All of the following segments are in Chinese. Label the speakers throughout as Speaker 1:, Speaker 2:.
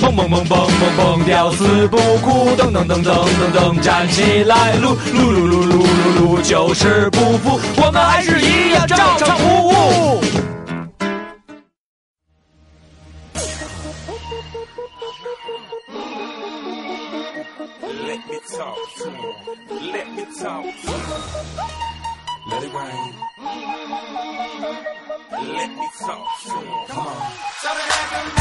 Speaker 1: 蹦蹦蹦蹦蹦蹦，吊死不哭，噔噔噔噔噔噔，站起来，撸撸撸撸撸撸撸，就是不服，我们还是一样照常服务。
Speaker 2: Let me talk to him. Let me talk to him. Let it rain. Let me talk to him. Come on.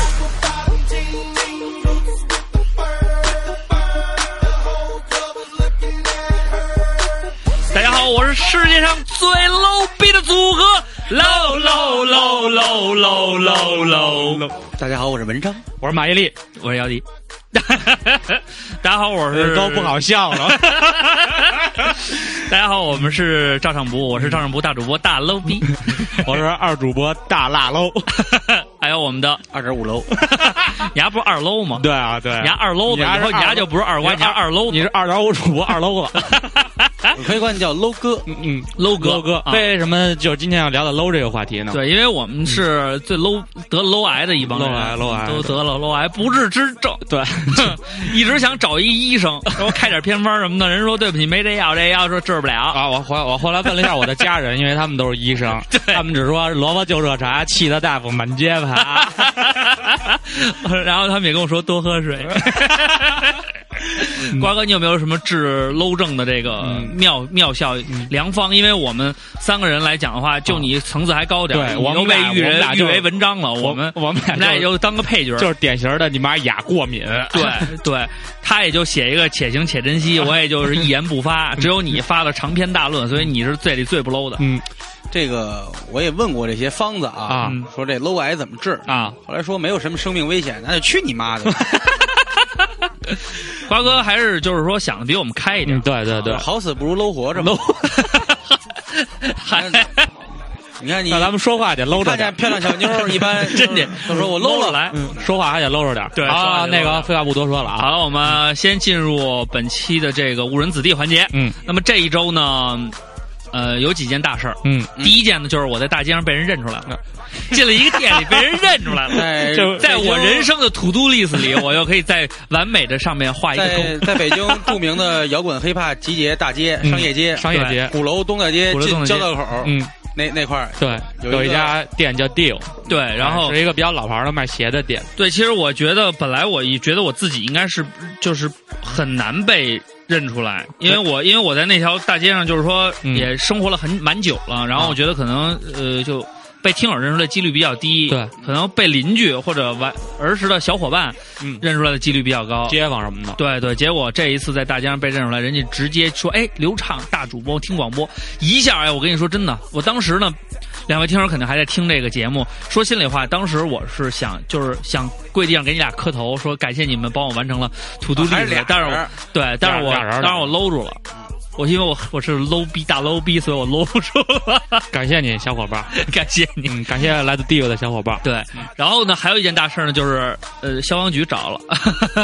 Speaker 3: 大家好，我是世界上最 low 逼的组合，low low low low low low low low。
Speaker 4: 大家好，我是文章。
Speaker 5: 我是马伊琍，
Speaker 3: 我是姚笛。 大家好，我是
Speaker 4: 哎
Speaker 5: 都
Speaker 4: 啊
Speaker 5: 不。好笑了。
Speaker 3: 大家好，我们是照常不误，我是照常不误大主播大 low 逼，
Speaker 5: 我是二主播大辣喽。
Speaker 3: 还有我们的，
Speaker 4: 二点五楼，
Speaker 3: 你还不是二 low 吗？
Speaker 5: 对啊，对，
Speaker 3: 你还二 low 子，
Speaker 5: 你还
Speaker 3: 以
Speaker 5: 是
Speaker 3: 后你
Speaker 5: 二
Speaker 3: 还就不是二瓜，
Speaker 5: 你
Speaker 3: 你
Speaker 5: 还
Speaker 3: 还
Speaker 5: 是
Speaker 3: 二 low
Speaker 5: 你是二点五主播二喽子。
Speaker 3: 子。
Speaker 4: 可以 管你叫 low 哥。
Speaker 5: 嗯
Speaker 3: 搂哥
Speaker 5: 搂哥，
Speaker 3: 啊
Speaker 5: 为什么就今天要聊到搂这个话题呢？
Speaker 3: 对，因为我们是最 low 得 low 癌的一帮人
Speaker 5: 嗯 low 癌，low 癌
Speaker 3: 都得了 low 癌不治之症。
Speaker 5: 对，
Speaker 3: 一直想找一医 生，然后开点偏方什么的，人说对不起，没这药，这药说治不了。
Speaker 5: 啊，我后来我后来问了一下我的家 人，因为他们都是医生，他们只说萝卜就热茶，气得大夫满街爬。
Speaker 3: 然后他们也跟我说多喝 水。
Speaker 5: 嗯
Speaker 3: 瓜哥，你有没有什么治 low 症的这个妙妙效
Speaker 5: 嗯
Speaker 3: 良方？因为我们三个人来讲的话，就你层次还高点儿，
Speaker 5: 啊对
Speaker 3: 你
Speaker 5: 我们
Speaker 3: 都被
Speaker 5: 俩
Speaker 3: 誉
Speaker 5: 我们
Speaker 3: 人
Speaker 5: 俩
Speaker 3: 誉
Speaker 5: 就是
Speaker 3: 为文章了。我们
Speaker 5: 我们
Speaker 3: 我们俩
Speaker 5: 俩
Speaker 3: 也
Speaker 5: 就
Speaker 3: 就当个配角儿，
Speaker 5: 就是典型的你妈雅过敏。
Speaker 3: 对对，他也就写一个且行且珍惜，我也就是一言不发。只有你发了长篇大论，所以你是最里最不 low 的
Speaker 5: 嗯
Speaker 4: 这个我也问过这些方子啊，
Speaker 5: 啊
Speaker 4: 嗯说这 low 癌怎么治？
Speaker 3: 啊！
Speaker 4: 后来说没有什么生命危险，那就去你妈的！
Speaker 3: 瓜哥还是就是说想的比我们开一点
Speaker 5: 嗯，，对对对。
Speaker 4: 好死不如 low 活着嘛。
Speaker 3: 还
Speaker 4: 你 看你
Speaker 5: 那咱们说话得搂着
Speaker 4: 看
Speaker 5: 点
Speaker 4: 见，漂亮小妞儿，一般
Speaker 3: 真的
Speaker 4: 都说我
Speaker 3: low 了
Speaker 4: low 了。
Speaker 3: 来。
Speaker 5: 嗯说话还得搂着点。
Speaker 3: 对
Speaker 5: 好
Speaker 3: 说话得搂
Speaker 5: 啊，
Speaker 3: 着点
Speaker 5: 那个废话不多说了
Speaker 3: 好
Speaker 5: 啊。
Speaker 3: 了，我们先进入本期的这个误人子弟环节。
Speaker 5: 嗯
Speaker 3: 那么这一周呢，呃，有几件大事儿。
Speaker 5: 嗯，
Speaker 3: 第一件呢，就是我在大街上被人认出来了，进了一个店里被人认出来了。
Speaker 4: 在
Speaker 5: 就
Speaker 3: 在我人生的 to do list 里，我又可以在完美的上面画哎一个勾。
Speaker 4: 在在北 京著名的摇滚黑怕集结大街、
Speaker 5: 嗯
Speaker 4: 商业街、
Speaker 5: 商业街。
Speaker 4: 鼓楼东大街
Speaker 3: 鼓楼东
Speaker 4: 进
Speaker 3: 大街
Speaker 4: 交道口
Speaker 5: 嗯，
Speaker 4: 那那块儿，
Speaker 5: 对，
Speaker 4: 有一
Speaker 5: 有一
Speaker 4: 个哎
Speaker 5: 家店叫 Deal，
Speaker 3: 对，然后
Speaker 5: 是一个比较老牌的卖鞋的店。
Speaker 3: 对，其实我觉得本来我也觉得我自己应该是就是很难被认出来，因为我因为我在那条大街上就是说
Speaker 5: 嗯
Speaker 3: 也生活了很蛮久了，然后我觉得可能呃就。被听友认出来的几率比较低，
Speaker 5: 对，
Speaker 3: 可能被邻居或者玩儿时的小伙伴
Speaker 5: 嗯，
Speaker 3: 认出来的几率比较高。
Speaker 5: 街坊什么的。
Speaker 3: 对对，结果这一次在大街上被认出来，人家直接说：“哎，刘畅大主播听广播。”一下，哎，我跟你说真的，我当时呢，两位听友肯定还在听这个节目。说心里话，当时我是想就是想跪地上给你俩磕头，说感谢你们帮我完成了土
Speaker 5: 哦
Speaker 3: 都
Speaker 4: 还
Speaker 3: 历
Speaker 4: 是
Speaker 3: 史
Speaker 4: 俩。
Speaker 3: 但是
Speaker 4: 人
Speaker 3: 我
Speaker 4: 儿
Speaker 3: 对，但是我
Speaker 5: 俩人儿嗯
Speaker 3: 当时我搂住了。我因为我我是 low 逼大 low 逼，所以我搂住了，
Speaker 5: 感谢你，小伙 伴儿。
Speaker 3: 感谢你。
Speaker 5: 嗯，感谢来自 Deal 的小伙伴儿。
Speaker 3: 对，然后呢，还有一件大事呢，就是呃，消防局找了，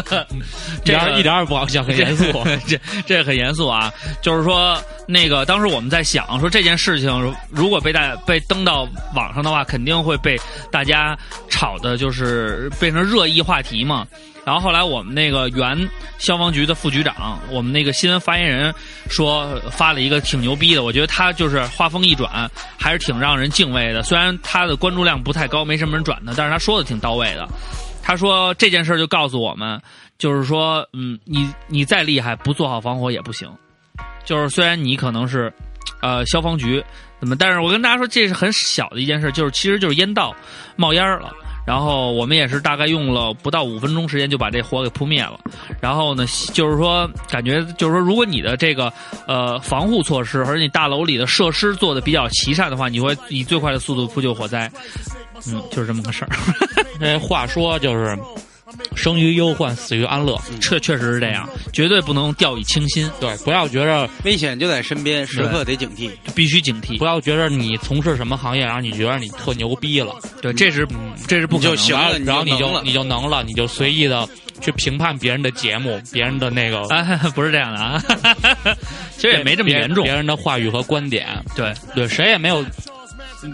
Speaker 3: 这
Speaker 5: 一点
Speaker 3: 个
Speaker 5: 儿一点儿也不好笑，很严肃。
Speaker 3: 这这很严肃啊，就是说，那个当时我们在想说这件事情如，如果被大被登到网上的话，肯定会被大家炒的，就是变成热议话题嘛。然后后来我们那个原消防局的副局长，我们那个新闻发言人说发了一个挺牛逼的，我觉得他就是话锋一转，还是挺让人敬畏的。虽然他的关注量不太高，没什么人转的，但是他说的挺到位的。他说这件事儿就告诉我们，就是说，嗯，你你再厉害，不做好防火也不行。就是虽然你可能是，呃，消防局怎么，但是我跟大家说，这是很小的一件事，就是其实就是烟道冒烟儿了。然后我们也是大概用了不到五分钟时间就把这火给扑灭了。然后呢，就是说感觉就是说，如果你的这个呃防护措施和你大楼里的设施做的比较齐善的话，你会以最快的速度扑救火灾。嗯，就是这么个事儿。
Speaker 5: 这话说就是，生于忧患，死于安乐。
Speaker 3: 确确实是这样，绝对不能掉以轻心，
Speaker 5: 对，不要觉着，
Speaker 4: 危险就在身边，时刻得警惕。
Speaker 3: 必须警惕
Speaker 5: 不。要觉着你从事什么行业，然后你觉得你特牛逼了，
Speaker 3: 对，这是这是不可能
Speaker 4: 你就行
Speaker 3: 的。
Speaker 5: 然后
Speaker 4: 了你就
Speaker 5: 然后你就
Speaker 4: 能了
Speaker 5: 你就能了，你就随意的去评判别人的节目，别人的那个，
Speaker 3: 啊， 不是这样的 啊，其实也没这么
Speaker 5: 别
Speaker 3: 严重
Speaker 5: 别。人的话语和观点。
Speaker 3: 对
Speaker 5: 对，谁也没有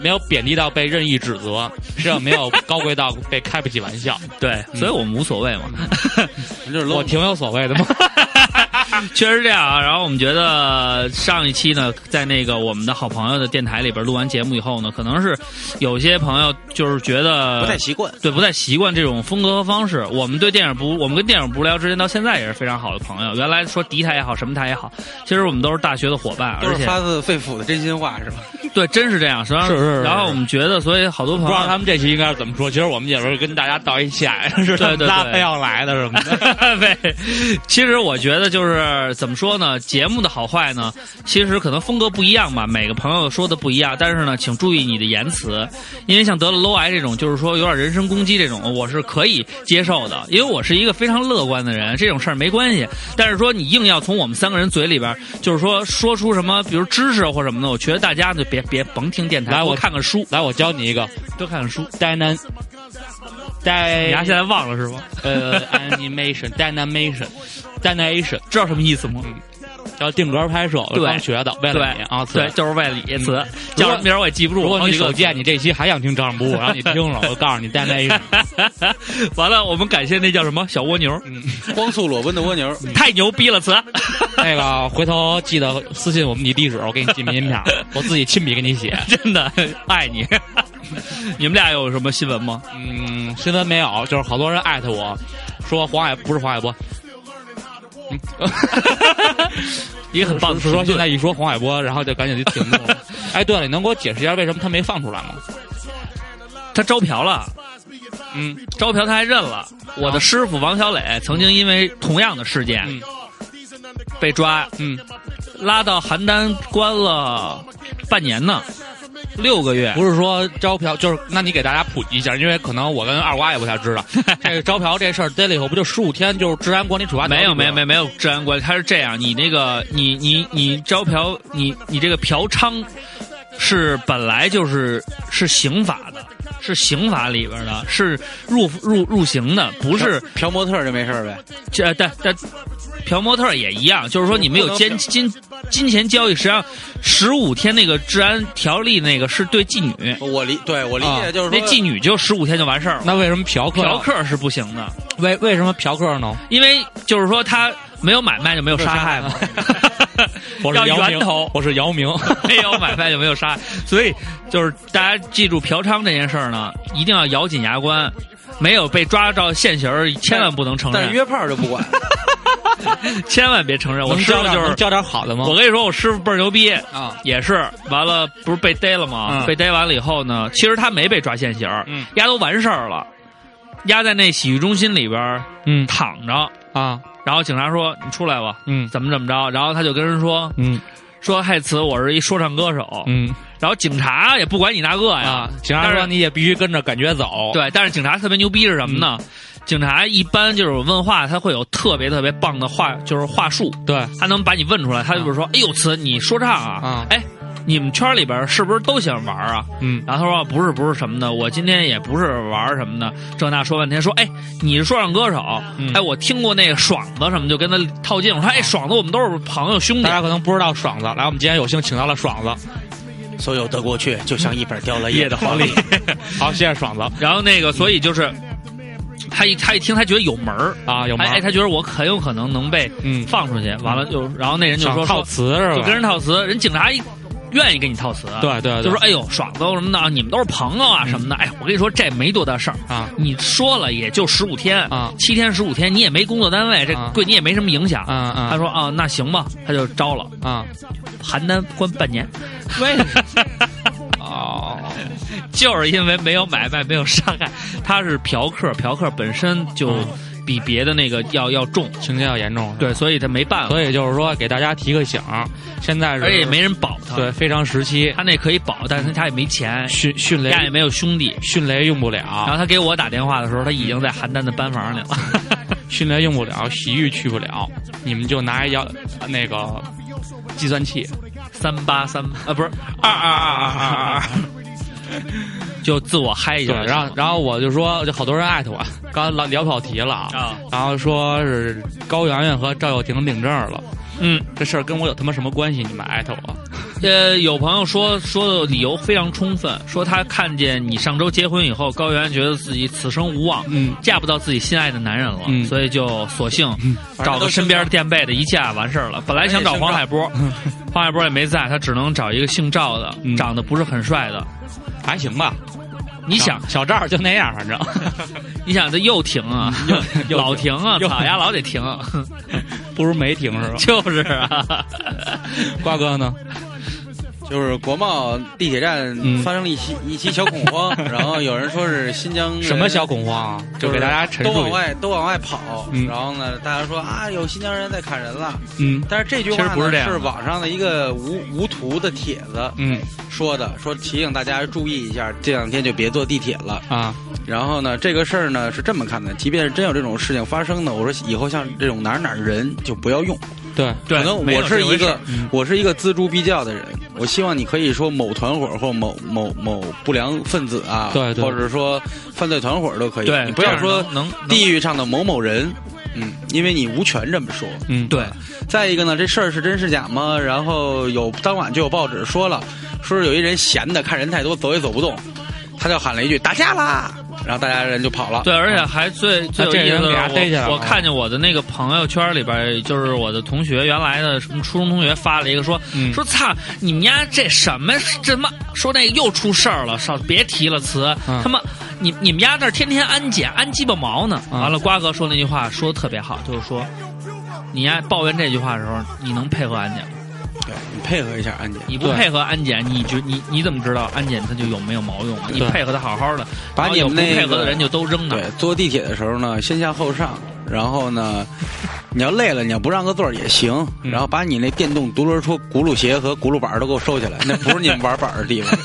Speaker 5: 没有贬低到被任意指责，只有没有高贵到被开不起玩笑。 嗯
Speaker 3: 对，所以我们无所谓 嘛。
Speaker 4: 就是
Speaker 5: 我挺有所谓的嘛。
Speaker 3: 确实这样啊。然后我们觉得上一期呢，在那个我们的好朋友的电台里边录完节目以后呢，可能是有些朋友就是觉得
Speaker 4: 不太习惯。
Speaker 3: 对，不太习惯这种风格和方式。我们对电影不，我们跟电影不聊之间到现在也是非常好的朋友。原来说敌台也好，什么台也好，其实我们都是大学的伙伴，
Speaker 4: 都
Speaker 3: 而
Speaker 4: 是
Speaker 3: 且
Speaker 4: 发自肺腑的真心话是吧？
Speaker 3: 对，真是这样。实际上，
Speaker 5: 是是是
Speaker 3: 然后我们觉得，所以好多
Speaker 5: 不
Speaker 3: 朋
Speaker 5: 知道
Speaker 3: 友，
Speaker 5: 他们这期应该是怎么说。其实我们也是跟大家道一歉，是他们
Speaker 3: 对对
Speaker 5: 仨
Speaker 3: 对
Speaker 5: 非要来的什 么的。
Speaker 3: 对，其实我觉得就是怎么说呢，节目的好坏呢，其实可能风格不一样吧，每个朋友说的不一样，但是呢，请注意你的言辞，因为像得了 low 癌这种，就是说有点人身攻击这种，我是可以接受的，因为我是一个非常乐观的人，这种事儿没关系。但是说你硬要从我们三个人嘴里边，就是说说出什么，比如知识或什么的，我觉得大家就别别甭听电台，
Speaker 5: 来我
Speaker 3: 多看看书，
Speaker 5: 来，我教你一个
Speaker 3: 多看看书。
Speaker 5: dyna dy，
Speaker 3: 你丫现在忘了是吗？
Speaker 5: 呃 animation dynamation dynation，
Speaker 3: 知道什么意思吗？
Speaker 5: 叫定格拍摄，我
Speaker 3: 对
Speaker 5: 刚学的，为了你啊，
Speaker 3: 对，
Speaker 5: 此
Speaker 3: 就是为了你词，
Speaker 5: 如
Speaker 3: 叫
Speaker 5: 果
Speaker 3: 什么名儿我也记不住。
Speaker 5: 如果
Speaker 3: 好
Speaker 5: 你
Speaker 3: 几个
Speaker 5: 手贱，你这期还想听照常不误，我让你听 了，我告诉你 dynamation。
Speaker 3: 完了，我们感谢那叫什么小蜗牛，
Speaker 5: 嗯
Speaker 4: 光速裸奔的蜗牛，
Speaker 3: 太牛逼了词。
Speaker 5: 那个回头记得私信我们你地址，我给你寄明信片， 我自己亲笔给你写。
Speaker 3: 真 的爱你。 你们俩有什么新闻 吗？
Speaker 5: 嗯，新闻没有，就是好多人艾特我说黄海不是黄海波，
Speaker 3: 一个很棒的
Speaker 5: 是说
Speaker 3: 评
Speaker 5: 现
Speaker 3: 论
Speaker 5: 在一说黄海波，然后就赶紧就停住了。哎，对了，你能给我解释一下为什么他没放出来吗？
Speaker 3: 他招嫖了，
Speaker 5: 嗯，
Speaker 3: 招嫖他还认了。我的师傅王小磊曾经因为同样的事件
Speaker 5: 嗯
Speaker 3: 被抓，
Speaker 5: 嗯，
Speaker 3: 拉到邯郸关了半年呢，六个月。
Speaker 5: 不是说招嫖，就是那你给大家普及一下，因为可能我跟二瓜也不 太知道，这个招嫖这事儿逮了以后，不就十五天就是治安管理处罚条
Speaker 3: 没
Speaker 5: 例
Speaker 3: 有
Speaker 5: 吗
Speaker 3: 没有没有没有治安关，他是这样，你那个你你你招嫖你你这个嫖娼是本来就是是刑法的，是刑法里边的，是入入入刑的，不是
Speaker 4: 嫖模特儿就没事儿呗？
Speaker 3: 这但但嫖模特儿也一样，就是说你们有
Speaker 4: 不
Speaker 3: 金
Speaker 4: 能
Speaker 3: 金金钱交易，实际上十五天那个治安条例那个是对妓女，
Speaker 4: 我理对我理
Speaker 5: 啊
Speaker 4: 解就是
Speaker 3: 那
Speaker 4: 说，
Speaker 3: 妓女就十五天就完事儿了，
Speaker 5: 那为什么嫖客
Speaker 3: 嫖客是不行的。
Speaker 5: 为为什么嫖客呢？
Speaker 3: 因为就是说他没有买卖就没有杀害 嘛，
Speaker 5: 我是
Speaker 3: 要
Speaker 5: 姚
Speaker 3: 源
Speaker 5: 明
Speaker 3: 头，
Speaker 5: 我是姚明，
Speaker 3: 没有买卖就没有杀害，所以就是大家记住嫖娼这件事儿呢，一定要咬紧牙关，没有被抓到现行儿，千万不能承
Speaker 4: 但是
Speaker 3: 认，
Speaker 4: 约炮就不管，
Speaker 3: 千万别承认。我
Speaker 5: 能
Speaker 3: 师
Speaker 5: 教
Speaker 3: 傅
Speaker 5: 点
Speaker 3: 就
Speaker 5: 能
Speaker 3: 是，
Speaker 5: 教点好的吗
Speaker 3: 我？跟你说，我师傅倍儿牛逼。
Speaker 5: 啊，
Speaker 3: 也是，完了不是被逮了吗？
Speaker 5: 嗯
Speaker 3: 被逮完了以后呢，其实他没被抓现行儿，
Speaker 5: 嗯
Speaker 3: 丫都完事儿了，丫在那洗浴中心里边儿
Speaker 5: 嗯
Speaker 3: 躺着，
Speaker 5: 啊，
Speaker 3: 然后警察说你出来吧，
Speaker 5: 嗯
Speaker 3: 怎么怎么着，然后他就跟人说
Speaker 5: 嗯
Speaker 3: 说嗨词，我是一说唱歌手，
Speaker 5: 嗯
Speaker 3: 然后警察也不管你那个呀，
Speaker 5: 啊，警察
Speaker 3: 但
Speaker 5: 说
Speaker 3: 是
Speaker 5: 你也必须跟着感觉走，，嗯
Speaker 3: 对，但是警察特别牛逼是什么呢？警察一般就是问话，他会有特别特别棒的话，就是话术，
Speaker 5: 对
Speaker 3: 他能把你问出来。他就是说：“哎呦，词你说唱啊
Speaker 5: 啊？
Speaker 3: 哎，你们圈里边是不是都喜欢玩啊？”
Speaker 5: 嗯
Speaker 3: 然后他说：“不是，不是什么的，我今天也不是玩什么的。”这那说半天，说：“哎，你是说唱歌手？
Speaker 5: 嗯
Speaker 3: 哎，我听过那个爽子什么，就跟他套近乎。说：哎，爽子，我们都是朋友兄弟
Speaker 5: 大。家可能不知道爽子，来，我们今天有幸请到了爽子，
Speaker 4: 所有的过去就像一本掉了
Speaker 3: 夜的黄历。”
Speaker 5: 好，谢谢爽子
Speaker 3: 然后那个，所以就是他一他一听，他觉得有门儿，
Speaker 5: 啊，有吗？
Speaker 3: 哎哎，他觉得我很有可能能被
Speaker 5: 嗯，
Speaker 3: 放出去。完了就，然后那人就说
Speaker 5: 想套
Speaker 3: 说
Speaker 5: 词是吧？
Speaker 3: 就跟人套词，人警察一愿意跟你套词，，
Speaker 5: 对对，对嗯
Speaker 3: 就说哎呦爽子什么的，你们都是朋友啊什么的。哎，我跟你说这没多大事儿。
Speaker 5: 啊
Speaker 3: 你说了也就十五天
Speaker 5: 啊
Speaker 3: 七天十五天，你也没工作单位，这
Speaker 5: 啊
Speaker 3: 对你也没什么影响。
Speaker 5: 啊
Speaker 3: 他
Speaker 5: 啊
Speaker 3: 说啊，那行吧，他就招了，
Speaker 5: 啊，
Speaker 3: 邯郸关半年，
Speaker 5: 为 哦，
Speaker 3: 就是因为没有买卖，没有杀害，他是嫖客，嫖客本身就
Speaker 5: 嗯
Speaker 3: 比别的那个要要重，
Speaker 5: 情节要严重，，
Speaker 3: 对，所以他没办法，
Speaker 5: 所以就是说给大家提个醒，现在是
Speaker 3: 而且也没人保他，
Speaker 5: 对非常时期
Speaker 3: 他那可以保，但是他也没钱，
Speaker 5: 迅迅雷
Speaker 3: 家也没有兄弟。
Speaker 5: 迅雷用不
Speaker 3: 然
Speaker 5: 了，
Speaker 3: 后他给我打电话的时候，他已经在邯郸的班房里了。
Speaker 5: 迅雷用不了，洗浴去不了，你们就拿一遥那个计算器，
Speaker 3: 三八三啊，不是二二二二二二， 就自我嗨一
Speaker 5: 对
Speaker 3: 下，。
Speaker 5: 然后然后我就说，就好多人艾特我，刚才聊聊跑题了啊，
Speaker 3: 啊，
Speaker 5: 然后说是高圆圆和赵又廷领证了。
Speaker 3: 嗯，
Speaker 5: 这事儿跟我有他妈什么关系？你们艾特我，
Speaker 3: 呃，有朋友说说的理由非常充分，说他看见你上周结婚以后，高原觉得自己此生无望，
Speaker 5: 嗯
Speaker 3: 嫁不到自己心爱的男人了，
Speaker 5: 嗯
Speaker 3: 所以就索性
Speaker 4: 反正
Speaker 3: 找
Speaker 4: 都
Speaker 3: 个
Speaker 4: 是
Speaker 3: 身边垫背的一嫁完事儿了。本来想找黄海波，黄海波也没在，他只能找一个姓赵的，
Speaker 5: 嗯
Speaker 3: 长得不是很帅的。
Speaker 5: 还行吧。
Speaker 3: 你
Speaker 5: 你
Speaker 3: 想
Speaker 5: 想，小赵就那样，反正
Speaker 3: 你想这又停啊， 老停啊，
Speaker 5: 又
Speaker 3: 草呀老得 停，
Speaker 5: 不如没停 是吧？
Speaker 3: 就是 啊。
Speaker 5: 瓜哥呢？
Speaker 4: 就是国贸地铁站
Speaker 5: 嗯
Speaker 4: 发生了一起一起小恐 慌，然后有人说是新疆人
Speaker 5: 什么小恐慌啊？就
Speaker 4: 就
Speaker 5: 是给大家陈
Speaker 4: 都
Speaker 5: 述
Speaker 4: 往
Speaker 5: 一下。
Speaker 4: 外都往外跑，
Speaker 5: 嗯
Speaker 4: 然后呢，大家说啊，有新疆人在砍人了。
Speaker 5: 嗯
Speaker 4: 但是这句话
Speaker 3: 其
Speaker 4: 呢
Speaker 3: 实不是这样的
Speaker 4: 网上的一个无无图的帖子
Speaker 5: 嗯
Speaker 4: 说的，说提醒大家注意一下，这两天就别坐地铁了。
Speaker 5: 啊
Speaker 4: 然后呢，这个事儿呢是这么看的，即便是真有这种事情发生呢，我说以后像这种哪儿哪儿人就不要用。
Speaker 5: 对，
Speaker 3: 对
Speaker 4: 可能
Speaker 3: 没有
Speaker 4: 我是
Speaker 3: 这回
Speaker 4: 一
Speaker 3: 事
Speaker 4: 个
Speaker 3: 儿嗯
Speaker 4: 我是一个锱铢必较的人，我希望你可以说某团伙或某某某不良分子啊，
Speaker 5: 对对
Speaker 4: 或者说犯罪团伙都可以，
Speaker 3: 对
Speaker 4: 你不要说
Speaker 3: 这样能能
Speaker 4: 地域上的某某人，嗯，因为你无权这么说。
Speaker 5: 嗯
Speaker 3: 对，
Speaker 4: 再一个呢，这事儿是真是假吗？然后有当晚就有报纸说了，说是有一人闲的看人太多，走也走不动，他就喊了一句打架啦，然后大家人就跑了。
Speaker 3: 对，而且还最最有
Speaker 5: 啊
Speaker 3: 意
Speaker 5: 这
Speaker 3: 思
Speaker 5: 人
Speaker 3: 的
Speaker 5: 给他逮起
Speaker 3: 是
Speaker 5: 来
Speaker 3: 我，
Speaker 5: 了啊
Speaker 3: 我看见我的那个朋友圈里边儿，就是我的同学，原来的什么初中同学发了一个说、
Speaker 5: 嗯
Speaker 3: 说操你们家这什么这妈说那个又出事儿了，少别提了词，
Speaker 5: 嗯
Speaker 3: 他妈你你们家这儿天天安检安鸡巴毛呢？
Speaker 5: 嗯
Speaker 3: 完了，瓜哥说那句话说的特别好，就是说你呀抱怨这句话的时候，你能配合安检吗？
Speaker 4: 对，你配合一下安检，
Speaker 3: 你不
Speaker 5: 对
Speaker 3: 配合安检，你就你你怎么知道安检它就有没有毛用啊？你
Speaker 5: 对
Speaker 3: 配合的好好的，
Speaker 4: 把
Speaker 3: 然后
Speaker 4: 你
Speaker 3: 有
Speaker 4: 们
Speaker 3: 不
Speaker 4: 那
Speaker 3: 配合的
Speaker 4: 个
Speaker 3: 人就都扔那 儿
Speaker 4: 对，坐地铁的时候呢，先下后上，然后呢， 你要累了，你要不让个座儿也行，
Speaker 5: 嗯
Speaker 4: 然后把你那电动独轮车轱辘鞋和轱辘板儿都给我收起来，那不是你们玩板儿的地方。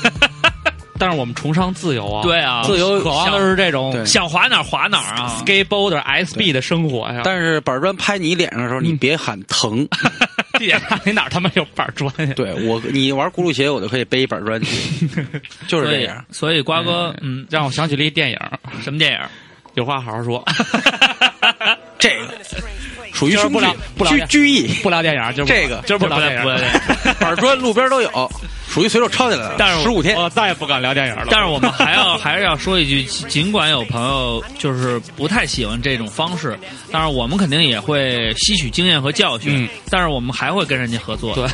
Speaker 5: 但是我们崇尚自由啊，
Speaker 3: 对，啊，
Speaker 4: 自由
Speaker 5: 渴望的是这种
Speaker 4: 对
Speaker 3: 想滑哪儿滑哪儿啊！
Speaker 5: skateboarder SB 的生活呀。
Speaker 4: 但是板砖拍你脸上的时候，你别喊疼。
Speaker 5: 地铁站里哪儿他妈有板砖呀？
Speaker 4: 对我，你玩轱辘鞋，我就可以背一板砖去， 就
Speaker 3: 所
Speaker 4: 是这
Speaker 3: 以
Speaker 4: 样。，
Speaker 3: 所以瓜哥，嗯，
Speaker 5: 让我想起了一电影，
Speaker 3: 什么电影？
Speaker 5: 有话好 好说。
Speaker 4: 这个属于
Speaker 5: 今儿
Speaker 4: 凶
Speaker 5: 不
Speaker 4: 具
Speaker 5: 聊不聊
Speaker 4: 拘
Speaker 5: 这
Speaker 4: 拘役，
Speaker 5: 不聊电影，今儿不
Speaker 4: 这个
Speaker 5: 今儿不聊
Speaker 3: 这
Speaker 5: 电
Speaker 3: 不
Speaker 5: 影。
Speaker 3: 聊不 聊
Speaker 4: 板砖路边都有，属于随手抄起来
Speaker 3: 但是
Speaker 4: 的，
Speaker 3: 我
Speaker 4: 十五天。
Speaker 5: 我再也不敢聊电影了。
Speaker 3: 但是我们还 要还是要说一句，尽尽管有朋友就是不太喜欢这种方式，但是我们肯定也会吸取经验和教训。
Speaker 5: 嗯
Speaker 3: 但是我们还会跟人家合作，
Speaker 5: 对，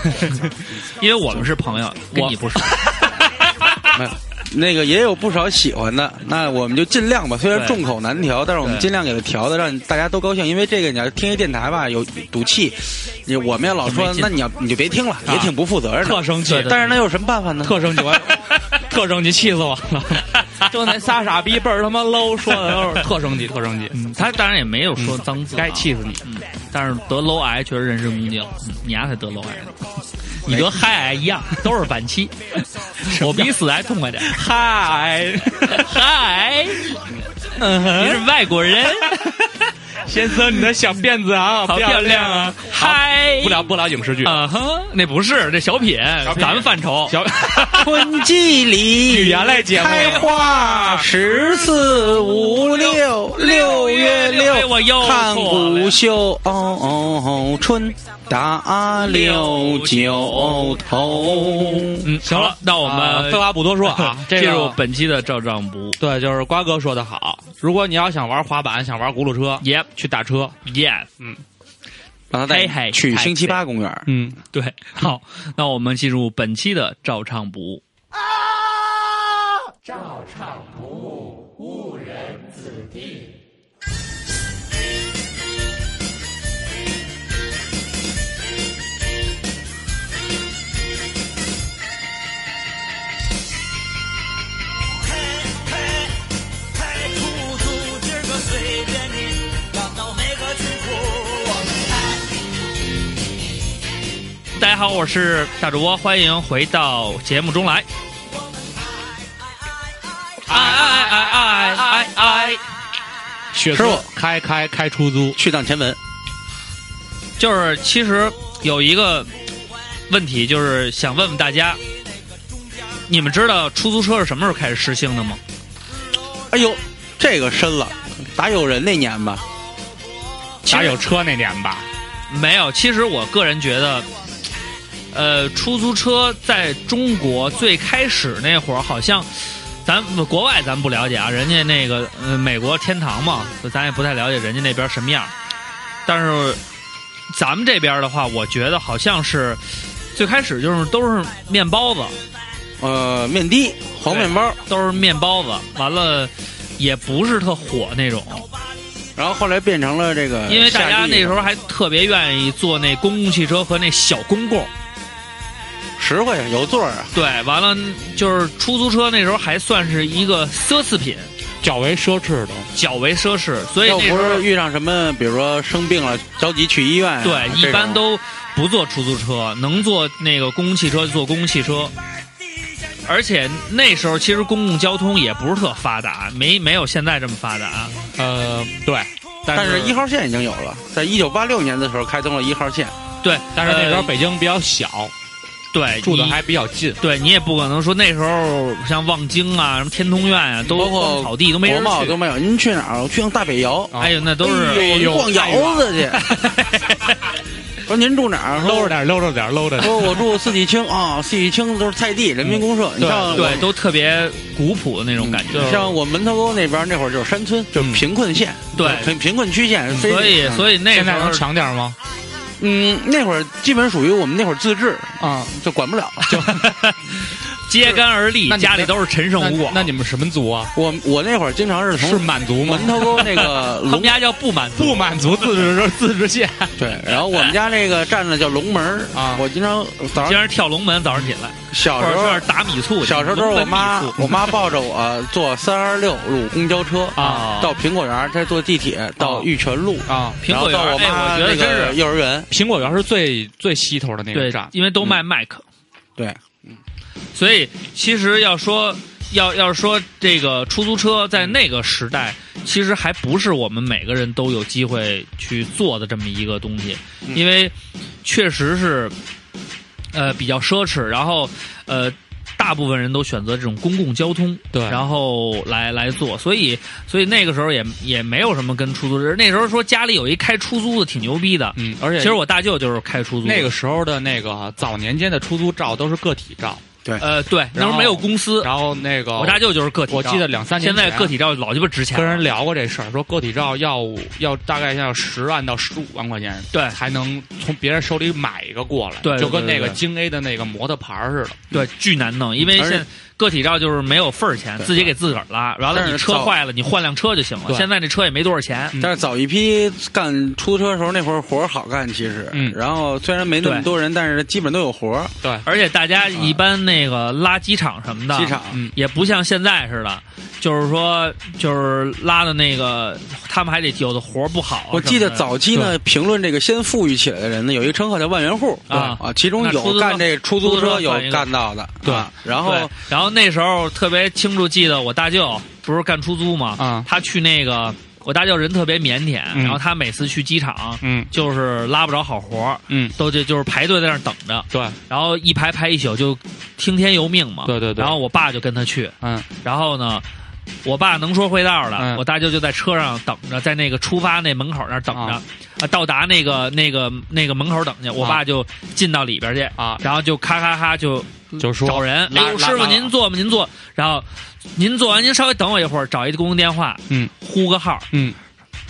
Speaker 3: 因为我们是朋友，跟你不是。
Speaker 4: 没有那个也有不少喜欢的，那我们就尽量吧。虽然
Speaker 3: 对
Speaker 4: 众口难调，但是我们
Speaker 3: 对
Speaker 4: 尽量给它调的，让大家都高兴。因为这个你要听一电台吧，有赌气。你我们要老
Speaker 3: 没
Speaker 4: 说，
Speaker 3: 劲
Speaker 4: 那你要你就别听了，也挺不负责
Speaker 3: 哎
Speaker 4: 任的。
Speaker 5: 特生气
Speaker 4: 对但是那有什么办法呢？
Speaker 5: 特生气，我特生气，气死我 了！就那仨傻逼倍儿他妈 low，说的都是特生气，特生气，
Speaker 3: 嗯他当然也没有说脏字啊，
Speaker 5: 该气死你！
Speaker 3: 嗯，但是得楼癌确实人身攻击了，嗯你丫才得 楼癌呢，你得嗨癌一样，都是晚期，我比死还痛快点儿。
Speaker 5: 嗨，
Speaker 3: 嗨，
Speaker 5: 嗯
Speaker 3: 你是
Speaker 5: 哼，
Speaker 3: 外国人，
Speaker 5: 先生，你的小辫子啊，
Speaker 3: 好漂亮
Speaker 5: 亮
Speaker 3: 啊！！嗨，
Speaker 5: 不聊不聊影视剧，
Speaker 3: 啊哈，那不是这小品，
Speaker 5: 品
Speaker 3: 咱们范畴。
Speaker 5: 小
Speaker 4: 春季里
Speaker 5: 语言类节目
Speaker 4: 开花，十四五六六月
Speaker 3: 哎我又
Speaker 4: 六，看
Speaker 3: 错了
Speaker 4: 谷秀，哦哦哦，春打六九头。
Speaker 3: 嗯，行了，那我
Speaker 5: 啊
Speaker 3: 们，
Speaker 5: 废话不多说啊 这
Speaker 3: 进入
Speaker 5: 个
Speaker 3: 本期的照账不误。
Speaker 5: 对，就是瓜哥说的好，如果你要想玩滑板，想玩轱辘车，
Speaker 3: Yep
Speaker 5: 去打车，
Speaker 3: Yeah，
Speaker 4: 让他带
Speaker 3: 嘿嘿
Speaker 4: 你去
Speaker 3: 太
Speaker 4: 星期
Speaker 3: 对
Speaker 4: 八公园。
Speaker 5: 嗯，
Speaker 3: 对，好，那我们进入本期的照唱不误。
Speaker 6: 拍出租，今儿个随便你，感到没个去处。我们
Speaker 3: 大家好，我是大主播，欢迎回到节目中来。哎哎哎哎哎哎，
Speaker 5: 雪
Speaker 4: 师
Speaker 5: 车
Speaker 4: 傅
Speaker 5: 开开开出租，
Speaker 4: 去趟前门，
Speaker 3: 就是其实有一个问题，就是想问问大家，你们知道出租车是什么时候开始实行的吗？
Speaker 4: 哎呦，这个深了，打有人那年吧，
Speaker 5: 打有车那年吧，
Speaker 3: 没有，其实我个人觉得，呃，出租车在中国最开始那会儿，好像咱国外咱不了解啊，人家那个呃美国天堂嘛，咱也不太了解啊人家那边什么样。但是咱们这边的话，我觉得好像是最开始就是都是面包子，
Speaker 4: 呃，面的黄面包，
Speaker 3: 都是面包子，完了也不是特火那种。呃
Speaker 4: 然后后来变成了这个，
Speaker 3: 因为大家那时候还特别愿意坐那公共汽车和那小公共。
Speaker 4: 实惠有座儿啊，
Speaker 3: 对，完了就是出租车那时候还算是一个奢侈品，
Speaker 5: 较为奢侈的。
Speaker 3: 较为奢侈，所以
Speaker 4: 要
Speaker 3: 那时
Speaker 4: 不
Speaker 3: 候
Speaker 4: 是遇上什么，比如说生病了着急去医院啊，
Speaker 3: 对
Speaker 4: 这
Speaker 3: 一般
Speaker 4: 种
Speaker 3: 都不坐出租车，能坐那个公共汽车就坐公共汽车。而且那时候其实公共交通也不是特发达，没没有现在这么发达。
Speaker 5: 呃，对，
Speaker 4: 但
Speaker 3: 但
Speaker 4: 是
Speaker 3: 是呃
Speaker 4: 一号线已经有了，在一九八六年的时候开通了一号线。
Speaker 3: 对，
Speaker 5: 但是那时候
Speaker 3: 呃
Speaker 5: 北京比较小，
Speaker 3: 对
Speaker 5: 住的
Speaker 3: 你
Speaker 5: 还比较近。
Speaker 3: 对你也不可能说那时候像望京啊、什么天通苑啊，都
Speaker 4: 包括
Speaker 3: 荒草地都没
Speaker 4: 国
Speaker 3: 人
Speaker 4: 贸都
Speaker 3: 去。
Speaker 4: 没有，您去哪儿？我去趟大北窑，
Speaker 5: 啊
Speaker 3: 哎呦，那都是
Speaker 4: 哎呦逛窑 子去。说您住哪儿？
Speaker 5: 搂着点，搂着点，搂着点。
Speaker 4: 说我住四季青啊，四季青都是菜地，人民公社。你像
Speaker 3: 对，都特别古朴的那种感觉。嗯
Speaker 4: 我像我门头沟那边那会儿就是山村，就是贫困县，
Speaker 3: 对嗯
Speaker 4: 贫贫困区县。
Speaker 3: 所以，
Speaker 4: 以
Speaker 3: 所以那
Speaker 5: 现
Speaker 3: 时
Speaker 5: 在
Speaker 3: 候
Speaker 5: 能强点儿吗？
Speaker 4: 嗯，那会儿基本属于我们那会儿自治，
Speaker 5: 啊，
Speaker 4: 就管不了。
Speaker 3: 揭竿而立
Speaker 5: 那，你们
Speaker 3: 家里都是陈胜
Speaker 5: 那
Speaker 3: 吴广。
Speaker 5: 那你们什么族啊？
Speaker 4: 我我那会儿经常是
Speaker 5: 是
Speaker 4: 从
Speaker 5: 满族吗
Speaker 4: 门？头沟 那个
Speaker 3: 他
Speaker 4: 龙
Speaker 3: 们家叫不满
Speaker 5: 不
Speaker 3: 足，
Speaker 5: 满族自治自治县。
Speaker 4: 对，然后我们家那个站的叫龙门儿
Speaker 5: 啊
Speaker 4: 我经常早
Speaker 3: 经常
Speaker 4: 上
Speaker 3: 跳龙门，早上起来，
Speaker 4: 小
Speaker 3: 或者
Speaker 4: 时
Speaker 3: 说
Speaker 4: 候
Speaker 3: 是打米醋去。
Speaker 4: 小时候都是我妈
Speaker 3: 龙门米，醋
Speaker 4: 我妈抱着我坐三二六路公交车
Speaker 3: 啊
Speaker 4: 到苹果园，再坐地铁到玉泉路，
Speaker 5: 啊，
Speaker 3: 苹果园，
Speaker 4: 然后到我
Speaker 3: 哎，
Speaker 4: 妈
Speaker 3: 我觉得
Speaker 4: 那
Speaker 3: 真
Speaker 4: 个
Speaker 3: 是
Speaker 4: 幼儿园。
Speaker 5: 苹果园是最最西头的那个嗯
Speaker 3: 对
Speaker 5: 站，，
Speaker 3: 因为都卖麦克，
Speaker 4: 对，
Speaker 3: 所以其实要说。要要是说这个出租车在那个时代，其实还不是我们每个人都有机会去做的这么一个东西，因为确实是呃比较奢侈，然后呃大部分人都选择这种公共交通，
Speaker 5: 对
Speaker 3: 然后来来做，所以所以那个时候也也没有什么跟出租车，那时候说家里有一开出租的挺牛逼的，
Speaker 5: 嗯，而且
Speaker 3: 其实我大舅就是开出租的，
Speaker 5: 那个时候的那个早年间的出租照都是个体照，
Speaker 3: 呃对，那时
Speaker 5: 然
Speaker 3: 候
Speaker 5: 后
Speaker 3: 没有公司，
Speaker 5: 然后那个
Speaker 3: 我大舅就是个体照，
Speaker 5: 我记得两三年
Speaker 3: 现在
Speaker 4: 啊
Speaker 5: 前
Speaker 3: 个体照老鸡巴值钱
Speaker 5: 跟
Speaker 3: 了，
Speaker 5: 人聊过这事儿，说个体照要要大概要十万到十五万块钱，
Speaker 3: 对
Speaker 5: 才能从别人手里买一个过来，
Speaker 3: 对对
Speaker 5: 就跟那个
Speaker 3: 对对对
Speaker 5: 京 A 的那个摩托牌儿似的。
Speaker 3: 对，巨难弄，因为
Speaker 4: 而且
Speaker 3: 现在个体照就是没有份儿钱，自己给自个儿拉，完了
Speaker 4: 但是
Speaker 3: 你车
Speaker 4: 早
Speaker 3: 坏了你换辆车就行了，
Speaker 5: 对
Speaker 3: 现在这车也没多少钱，
Speaker 5: 嗯
Speaker 4: 但是早一批干出租车的时候，那会儿活儿好干，其实
Speaker 5: 嗯，
Speaker 4: 然后虽然没那么
Speaker 3: 对
Speaker 4: 多人，但是基本都有活儿。
Speaker 5: 对，
Speaker 3: 而且大家一般那个拉机场什么的，
Speaker 4: 机场
Speaker 5: 嗯
Speaker 3: 也不像现在似的，就是说就是拉的那个，他们还得有的活儿不好啊什么的。
Speaker 4: 我记得早期呢，评论这个先富裕起来的人呢，有一称号叫万元户
Speaker 3: 啊
Speaker 4: 啊，其中
Speaker 3: 那出租
Speaker 4: 有
Speaker 3: 车
Speaker 4: 干这出租
Speaker 3: 出租
Speaker 4: 车
Speaker 3: 车
Speaker 4: 有
Speaker 3: 算一个
Speaker 4: 干到的，
Speaker 5: 对
Speaker 4: 啊然后
Speaker 3: 对，然后那时候特别清楚记得我大舅不是干出租嘛，
Speaker 5: 啊
Speaker 3: 他去那个我大舅人特别腼腆，
Speaker 5: 嗯
Speaker 3: 然后他每次去机场
Speaker 5: 嗯
Speaker 3: 就是拉不着好活儿，
Speaker 5: 嗯，
Speaker 3: 都就就是排队在那儿等着，
Speaker 5: 对，
Speaker 3: 然后一排排一宿就听天由命嘛。
Speaker 5: 对对对
Speaker 3: 然后我爸就跟他去，
Speaker 5: 嗯，
Speaker 3: 然后呢，我爸能说会道的，
Speaker 5: 嗯
Speaker 3: 我大舅就在车上等着，在那个出发那门口那儿等着，
Speaker 5: 啊
Speaker 3: 啊，到达那个那个那个门口等去，我爸就进到里边去，
Speaker 5: 啊
Speaker 3: 然后就咔咔咔就
Speaker 5: 就说
Speaker 3: 找人，
Speaker 5: 拉
Speaker 3: 哎呦，
Speaker 5: 拉
Speaker 3: 师傅
Speaker 5: 拉
Speaker 3: 您坐吗？您坐，然后您坐完您稍微等我一会儿，找一公用电话，
Speaker 5: 嗯，
Speaker 3: 呼个号。
Speaker 5: 嗯，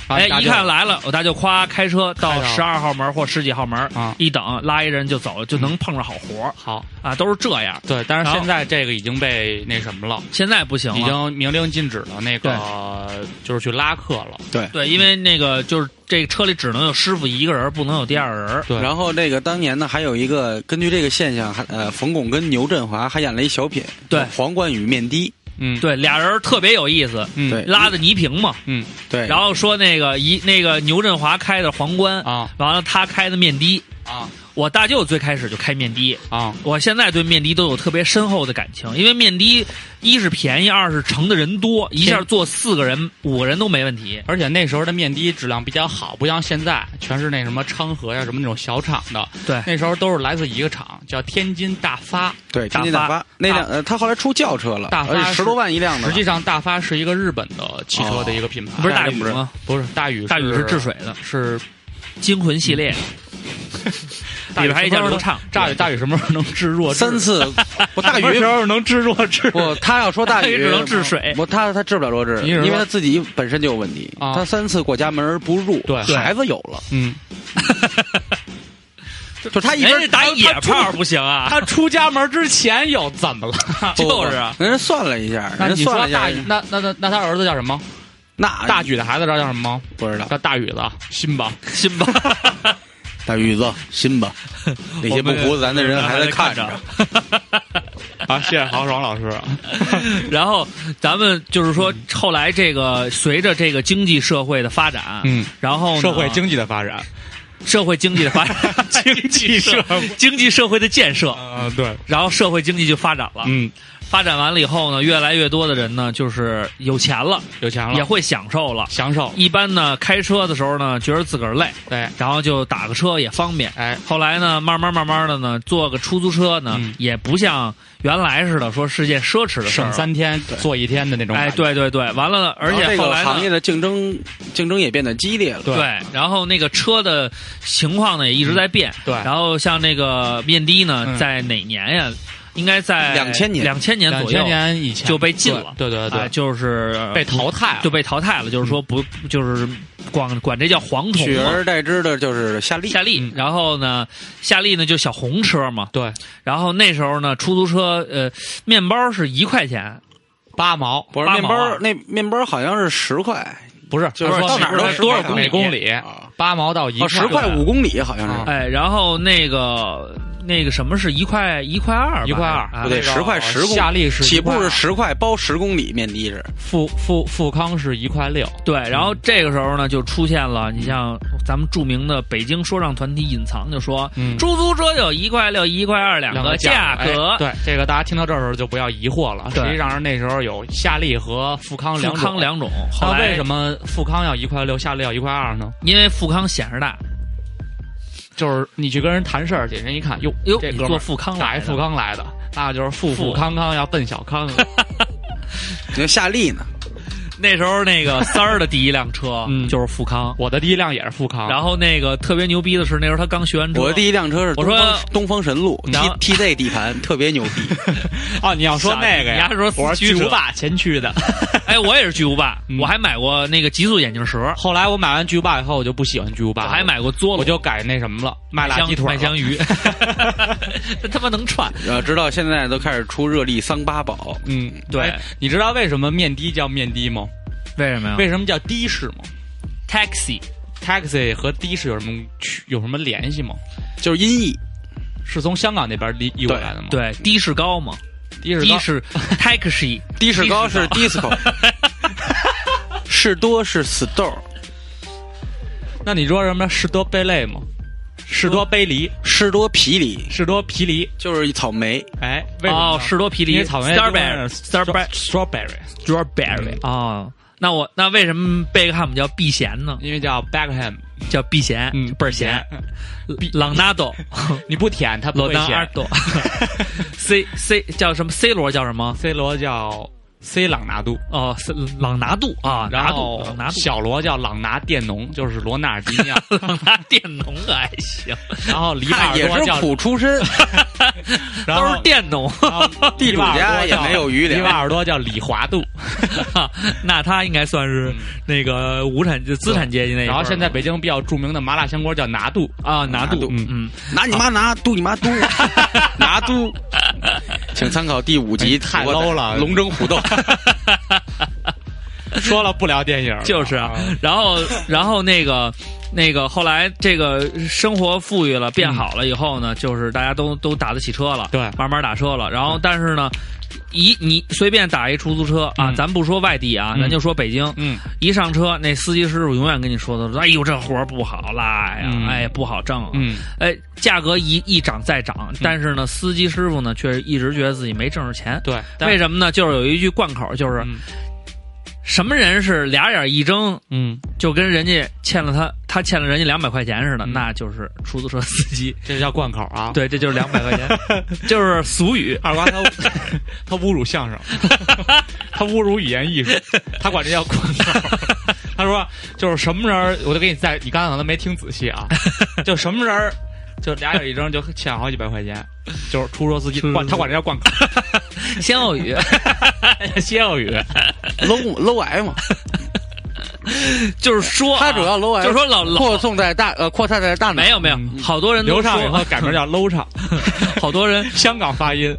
Speaker 5: 啊
Speaker 3: 哎，
Speaker 5: 大
Speaker 3: 一
Speaker 5: 舅
Speaker 3: 看来了，我大舅夸开车
Speaker 5: 开
Speaker 3: 到
Speaker 5: 到
Speaker 3: 十二号门或十几号门
Speaker 5: 啊嗯
Speaker 3: 一等拉一人就走，就能碰着好活儿
Speaker 5: 好，
Speaker 3: 啊，都是这样。
Speaker 5: 对，但是
Speaker 3: 然后
Speaker 5: 现在这个已经被那什么了。
Speaker 3: 现在不行
Speaker 5: 已
Speaker 3: 了，
Speaker 5: 经明令禁止了，那个就是去拉客了。
Speaker 3: 对，因为那个就是这个车里只能有师傅一个人，不能有第二人。
Speaker 5: 对，
Speaker 4: 然后那个当年呢，还有一个根据这个现象，还呃，冯巩跟牛振华还演了一小品，
Speaker 3: 对
Speaker 4: 叫皇冠与面的，
Speaker 5: 嗯，
Speaker 3: 对，俩人特别有意思，
Speaker 5: 嗯
Speaker 4: 对
Speaker 3: 拉的倪萍嘛，
Speaker 5: 嗯
Speaker 4: 对，
Speaker 3: 然后说那个一那个牛振华开的皇冠，
Speaker 5: 啊
Speaker 3: 完了他开的面的，
Speaker 5: 啊
Speaker 3: 我大舅最开始就开面的，
Speaker 5: 啊，
Speaker 3: 我现在对面的都有特别深厚的感情，因为面的一是便宜，二是盛的人多，一下坐四个人、五个人都没问题。
Speaker 5: 而且那时候的面的质量比较好，不像现在全是那什么昌河呀、什么那种小厂的。
Speaker 3: 对
Speaker 5: 那时候都是来自一个厂，叫天津大发。
Speaker 4: 对，天津
Speaker 3: 大
Speaker 4: 大发那辆，呃，他后来出轿车了，
Speaker 5: 大发
Speaker 4: 而且
Speaker 5: 是
Speaker 4: 十多万一辆的
Speaker 5: 实
Speaker 4: 吧，
Speaker 5: 际上，大发是一个日本的汽车的一个品牌，
Speaker 3: 不是大宇
Speaker 4: 哦不是
Speaker 3: 吗？
Speaker 5: 不是大宇，
Speaker 3: 大宇
Speaker 5: 宇
Speaker 3: 是治水的
Speaker 5: 是
Speaker 3: 惊魂系列，里边还有一叫刘畅，
Speaker 5: 大宇大宇什么时候能治弱智？
Speaker 4: 三次，我大
Speaker 5: 什么
Speaker 4: 宇
Speaker 5: 时候能治弱 智？
Speaker 4: 不，他要说大
Speaker 3: 他
Speaker 4: 宇
Speaker 3: 只能治水
Speaker 4: 不，他他治不了弱智，
Speaker 5: 你是
Speaker 4: 因
Speaker 5: 说
Speaker 4: 为他自己本身就有问题。
Speaker 5: 啊
Speaker 4: 他三次过家门而不入，
Speaker 5: 对
Speaker 4: 孩子有了，
Speaker 5: 嗯，
Speaker 4: 就他一
Speaker 3: 人家
Speaker 4: 边
Speaker 3: 哎打
Speaker 5: 他
Speaker 3: 野
Speaker 5: 他
Speaker 3: 炮不行啊，
Speaker 5: 他出家门之前有怎么 了？
Speaker 3: 就是啊，
Speaker 4: 人家算了一下，
Speaker 5: 那
Speaker 4: 人
Speaker 5: 你
Speaker 4: 家
Speaker 5: 说
Speaker 4: 算了一下
Speaker 5: 大，宇，那那那那他儿子叫什么？
Speaker 4: 那
Speaker 5: 大宇的孩子知道叫什么吗？
Speaker 4: 不知道
Speaker 5: 叫大宇子，新吧。
Speaker 3: 信吧。
Speaker 4: 大宇子心吧，那些不服咱的人还在看着。
Speaker 5: 啊，谢谢郝爽老师。
Speaker 3: 然后咱们就是
Speaker 5: 嗯
Speaker 3: 说，后来这个随着这个经济社会的发展，
Speaker 5: 嗯，
Speaker 3: 然后呢
Speaker 5: 社会经济的发展，
Speaker 3: 社会经济的发展，经济社 经济社会的建设，
Speaker 5: 啊，对，
Speaker 3: 然后社会经济就发展了。
Speaker 5: 嗯，
Speaker 3: 发展完了以后呢，越来越多的人呢，就是有钱了，
Speaker 5: 有钱了，
Speaker 3: 也会享受了。
Speaker 5: 享受，
Speaker 3: 一般呢，开车的时候呢，觉得自个儿累，
Speaker 5: 对，
Speaker 3: 然后就打个车也方便。
Speaker 5: 哎，
Speaker 3: 后来呢，慢慢慢慢的呢，坐个出租车呢，
Speaker 5: 嗯
Speaker 3: 也不像原来似的说是件奢侈的事儿
Speaker 5: 省
Speaker 3: 了。
Speaker 5: 三天做一天的那种感
Speaker 3: 哎，
Speaker 5: 觉。
Speaker 3: 对对对，完了，而
Speaker 4: 然后
Speaker 3: 且
Speaker 4: 这
Speaker 3: 后
Speaker 4: 个
Speaker 3: 来呢
Speaker 4: 行业的竞争竞争也变得激烈了。
Speaker 5: 对
Speaker 3: 对，然后那个车的情况呢也一直在变。
Speaker 5: 嗯对
Speaker 3: 然后像那个面的呢，
Speaker 5: 嗯
Speaker 3: 在哪年呀？应该在
Speaker 4: 2000年
Speaker 3: 两千年
Speaker 5: 两
Speaker 3: 左
Speaker 5: 千
Speaker 3: 右
Speaker 5: 年以前
Speaker 3: 就被禁了。
Speaker 5: 对对对对
Speaker 3: 哎就是
Speaker 5: 被淘汰了嗯
Speaker 3: 就被淘汰了。就是说不，就是管管这叫黄铜
Speaker 4: 取
Speaker 3: 嘛
Speaker 4: 而代之的就是夏利，
Speaker 3: 夏利。
Speaker 5: 嗯
Speaker 3: 然后呢，夏利呢就小红车嘛。
Speaker 5: 对，
Speaker 3: 然后那时候呢，出租车呃，面包是一块钱，
Speaker 5: 八毛
Speaker 4: 不是
Speaker 3: 八
Speaker 4: 面
Speaker 3: 毛啊
Speaker 4: 包，那面包好像是十块
Speaker 5: 不是，
Speaker 4: 就是
Speaker 5: 他说
Speaker 4: 到哪儿都
Speaker 5: 每
Speaker 4: 是
Speaker 5: 多少
Speaker 4: 十
Speaker 5: 公
Speaker 4: 块
Speaker 5: 里？
Speaker 4: 每
Speaker 5: 公里
Speaker 4: 啊
Speaker 5: 八毛到一
Speaker 4: 哦，十块五公里好像是
Speaker 5: 啊。
Speaker 3: 哎，然后那个那个什么是一块一块二吧，
Speaker 5: 一块二
Speaker 3: 啊
Speaker 4: 不对，
Speaker 5: 那个
Speaker 4: 十块十公
Speaker 5: 夏利是
Speaker 4: 起
Speaker 5: 一
Speaker 4: 步
Speaker 5: 块
Speaker 4: 是
Speaker 5: 二
Speaker 4: 十块，包十公里面的是
Speaker 5: 富富富康是一块六，
Speaker 3: 对，然后这个时候呢，就出现了，你像咱们著名的北京说唱团体隐藏就说，
Speaker 5: 嗯
Speaker 3: 出租车有一块六、一块二两
Speaker 5: 个
Speaker 3: 价
Speaker 5: 哎
Speaker 3: 格，
Speaker 5: 对，这个大家听到这儿的时候就不要疑惑了。
Speaker 3: 对
Speaker 5: 实际上那时候有夏利和富康
Speaker 3: 富
Speaker 5: 两
Speaker 3: 康
Speaker 5: 种
Speaker 3: 两种。后
Speaker 5: 那
Speaker 3: 来
Speaker 5: 为什？么富康要一块六，夏利要一块二呢？
Speaker 3: 因为富康显示大，
Speaker 5: 就是你去跟人谈事儿去，人一看，哟
Speaker 3: 哟，
Speaker 5: 这
Speaker 3: 你
Speaker 5: 哥们
Speaker 3: 坐
Speaker 5: 儿
Speaker 3: 富康
Speaker 5: 哪
Speaker 3: 来
Speaker 5: 一
Speaker 3: 的
Speaker 5: 富康来的？那就是富富康康要奔小康了。
Speaker 4: 你看夏利呢？
Speaker 3: 那时候那 个三儿的第一辆车
Speaker 5: 嗯
Speaker 3: 就是富康，
Speaker 5: 我的第一辆也是富 康，
Speaker 3: 然后那个特别牛逼的是那时候他刚学完车，
Speaker 4: 我的第一辆车是
Speaker 3: 啊我
Speaker 4: 东
Speaker 3: 说
Speaker 4: 方东方神鹿
Speaker 3: 然后
Speaker 4: T T Z 底盘，特别牛 逼。
Speaker 5: 哦，你要说那个
Speaker 3: 啊你
Speaker 5: 呀，
Speaker 3: 还说四
Speaker 5: 我是
Speaker 3: 驱
Speaker 5: 巨
Speaker 3: 车
Speaker 5: 无霸前驱的。
Speaker 3: 哎，我也是巨无霸，
Speaker 5: 嗯
Speaker 3: 我还买过那个极速眼镜蛇，
Speaker 5: 后来我买完巨无霸以后，我就不喜欢巨
Speaker 3: 嗯
Speaker 5: 无
Speaker 3: 我
Speaker 5: 霸了，
Speaker 3: 还买过佐罗，
Speaker 5: 我就改那什么了，卖辣
Speaker 3: 香
Speaker 5: 鸡腿了，
Speaker 3: 麦香 鱼，这他妈能串，
Speaker 4: 呃，直到现在都开始出热力桑巴宝，
Speaker 5: 嗯，
Speaker 3: 对
Speaker 5: 哎你知道为什么面的叫面的吗？
Speaker 3: 为什么呀
Speaker 5: 为什么叫的士吗
Speaker 3: ？Taxi。
Speaker 5: ？taxi 和的士有什么区有什么联系吗？
Speaker 4: 就是音译。
Speaker 5: 是从香港那边移移过来的吗？，
Speaker 3: 对，的士高嘛，
Speaker 5: 的士
Speaker 3: 的
Speaker 5: 高
Speaker 3: 士 taxi，
Speaker 4: 的士高是 disco，士多是 store，
Speaker 5: 那你说什么士多贝类吗？士多贝梨，
Speaker 4: 士多啤梨
Speaker 5: 士多啤梨，
Speaker 4: 就是草莓。
Speaker 5: 哎，为什么
Speaker 3: 哦
Speaker 5: 呢？，
Speaker 3: 士多啤
Speaker 5: 因
Speaker 3: 梨
Speaker 5: 为草莓
Speaker 3: ，strawberry，strawberry，strawberry，
Speaker 5: strawberry，嗯
Speaker 3: 哦，那我那为什么贝克汉姆叫避嫌呢？
Speaker 5: 因为叫 Beckham，
Speaker 3: 叫避嫌，
Speaker 5: 嗯，
Speaker 3: 倍儿咸。，朗纳 多，
Speaker 5: 你不舔它不
Speaker 3: 罗
Speaker 5: 会
Speaker 3: 纳尔
Speaker 5: 咸。
Speaker 3: 多，C C 叫什么？C 罗叫什么？
Speaker 5: C 罗叫 C 朗拿度，
Speaker 3: 哦，是朗拿度啊，
Speaker 5: 然
Speaker 3: 拿
Speaker 5: 后
Speaker 3: 度，朗拿度，
Speaker 5: 小罗叫朗拿佃农，就是罗纳尔迪尼奥，
Speaker 3: 朗拿电农还行，
Speaker 5: 然后里瓦
Speaker 4: 他
Speaker 5: 尔
Speaker 3: 哎
Speaker 4: 也
Speaker 5: 多
Speaker 4: 是
Speaker 5: 叫，
Speaker 4: 苦 出身，
Speaker 5: 然后
Speaker 3: 都是电农，
Speaker 5: 然后
Speaker 4: 地
Speaker 5: 里
Speaker 4: 主
Speaker 5: 瓦尔多
Speaker 4: 家也
Speaker 5: 叫
Speaker 4: 没有余粮
Speaker 5: 里瓦尔多叫李华度，
Speaker 3: 那他应该算是那个无产阶资产阶级那一
Speaker 5: 嗯然后
Speaker 3: 份儿
Speaker 5: 现在
Speaker 3: 了
Speaker 5: 北京比较著名的麻辣香锅叫拿度，
Speaker 3: 啊，拿
Speaker 4: 拿
Speaker 3: 度
Speaker 4: 度，
Speaker 5: 嗯
Speaker 3: 嗯。
Speaker 4: 拿你妈拿，嘟你妈 嘟，拿嘟，请参考第五
Speaker 3: 哎
Speaker 4: 集。
Speaker 5: 太 low 了
Speaker 4: 龙争 虎斗。
Speaker 5: 说了不聊电影了，
Speaker 3: 就是啊，然后然后那个那个后来这个生活富裕了，变好了以后呢，就是大家都都打得起车了，
Speaker 5: 对
Speaker 3: 慢慢打车了。然后但是呢，一你随便打一出租车啊，
Speaker 5: 嗯
Speaker 3: 咱不说外地啊，
Speaker 5: 嗯
Speaker 3: 咱就说北京，
Speaker 5: 嗯，
Speaker 3: 一上车那司机师傅永远跟你说的说，哎呦这活儿不好啦呀，
Speaker 5: 嗯
Speaker 3: 哎不好挣啊，
Speaker 5: 嗯，
Speaker 3: 哎价格一一涨再涨，但是呢，司机师傅呢却一直觉得自己没挣着钱。
Speaker 5: 对，
Speaker 3: 为
Speaker 5: 么？
Speaker 3: 什么呢？就是有一句贯口，就是、
Speaker 5: 嗯
Speaker 3: 什么人是俩眼一睁
Speaker 5: 嗯，
Speaker 3: 就跟人家欠了他，他欠了人家两百块钱似的，
Speaker 5: 嗯
Speaker 3: 那就是出租车司 机。
Speaker 5: 这叫贯口啊。，
Speaker 3: 对，这就是两百块 钱，就是俗语。
Speaker 5: 二瓜他他 侮辱相声，他侮辱语言艺术，他管这叫贯 口。 他说就是什么人儿，我就给你在，你刚才可能没听仔细啊，就什么人儿就俩眼一睁就欠好几百块钱，就是出租车司机
Speaker 3: 出租
Speaker 5: 管
Speaker 3: 车
Speaker 5: 他管这叫灌 卡，
Speaker 3: 歇后 语，
Speaker 5: 歇后语。
Speaker 4: low low M，嘛
Speaker 3: 就是说啊
Speaker 4: 它 主要 low M，
Speaker 3: 就是说老老
Speaker 4: 扩送在大呃扩散在大脑
Speaker 3: 没，有没有，好多人都
Speaker 5: 嗯刘畅以
Speaker 3: 说
Speaker 5: 后 改名叫 low 畅，
Speaker 3: 好多人
Speaker 5: 香港发音。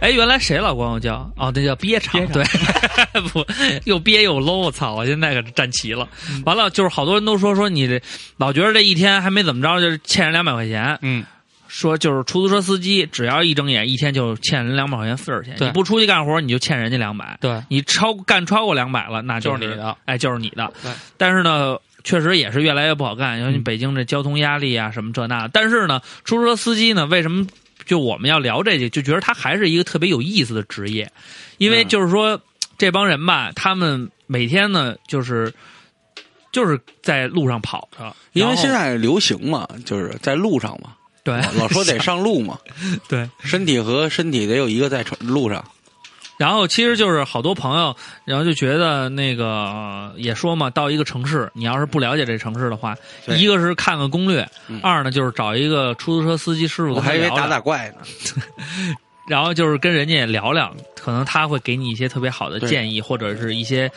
Speaker 3: 哎，原来谁老管我叫？哦，那叫憋场，对， 不又憋又 low，我操！我现在可站齐了。完了，就是好多人都说说你这老觉得这一天还没怎么着，就是欠人两百块钱。
Speaker 5: 嗯，
Speaker 3: 说就是出租车司机，只要一睁眼，一天就欠人两百块钱四十钱。
Speaker 5: 对
Speaker 3: 你不出去干活，你就欠人家两百。
Speaker 5: 对，
Speaker 3: 你超干超过两百了，那
Speaker 5: 就是
Speaker 3: 是
Speaker 5: 你的，
Speaker 3: 哎，就是你的
Speaker 5: 对。
Speaker 3: 但是呢，确实也是越来越不好干，因为你北京这交通压力啊，什么这那的。但是呢，出租车司机呢，为什么就我们要聊这个，就觉得他还是一个特别有意思的职业，因为
Speaker 4: 嗯
Speaker 3: 就是说、这帮人吧，他们每天呢就是就是在路上跑着，
Speaker 4: 因为
Speaker 3: 然后
Speaker 4: 现在流行嘛，就是在路上 嘛，
Speaker 3: 对
Speaker 4: 老说得上路嘛，
Speaker 3: 啊对。
Speaker 4: 身体和身体得有一个在路上，
Speaker 3: 然后其实就是好多朋友，然后就觉得那个呃也说嘛，到一个城市，你要是不了解这城市的话，
Speaker 4: 对
Speaker 3: 一个是看看攻略，
Speaker 4: 嗯
Speaker 3: 二呢就是找一个出租车司机师傅
Speaker 4: 我
Speaker 3: 跟他
Speaker 4: 还以为
Speaker 3: 聊
Speaker 4: 打
Speaker 3: 聊，
Speaker 4: 打怪呢。
Speaker 3: 然后就是跟人家也聊聊，可能他会给你一些特别好的
Speaker 4: 对
Speaker 3: 建议，或者是一些。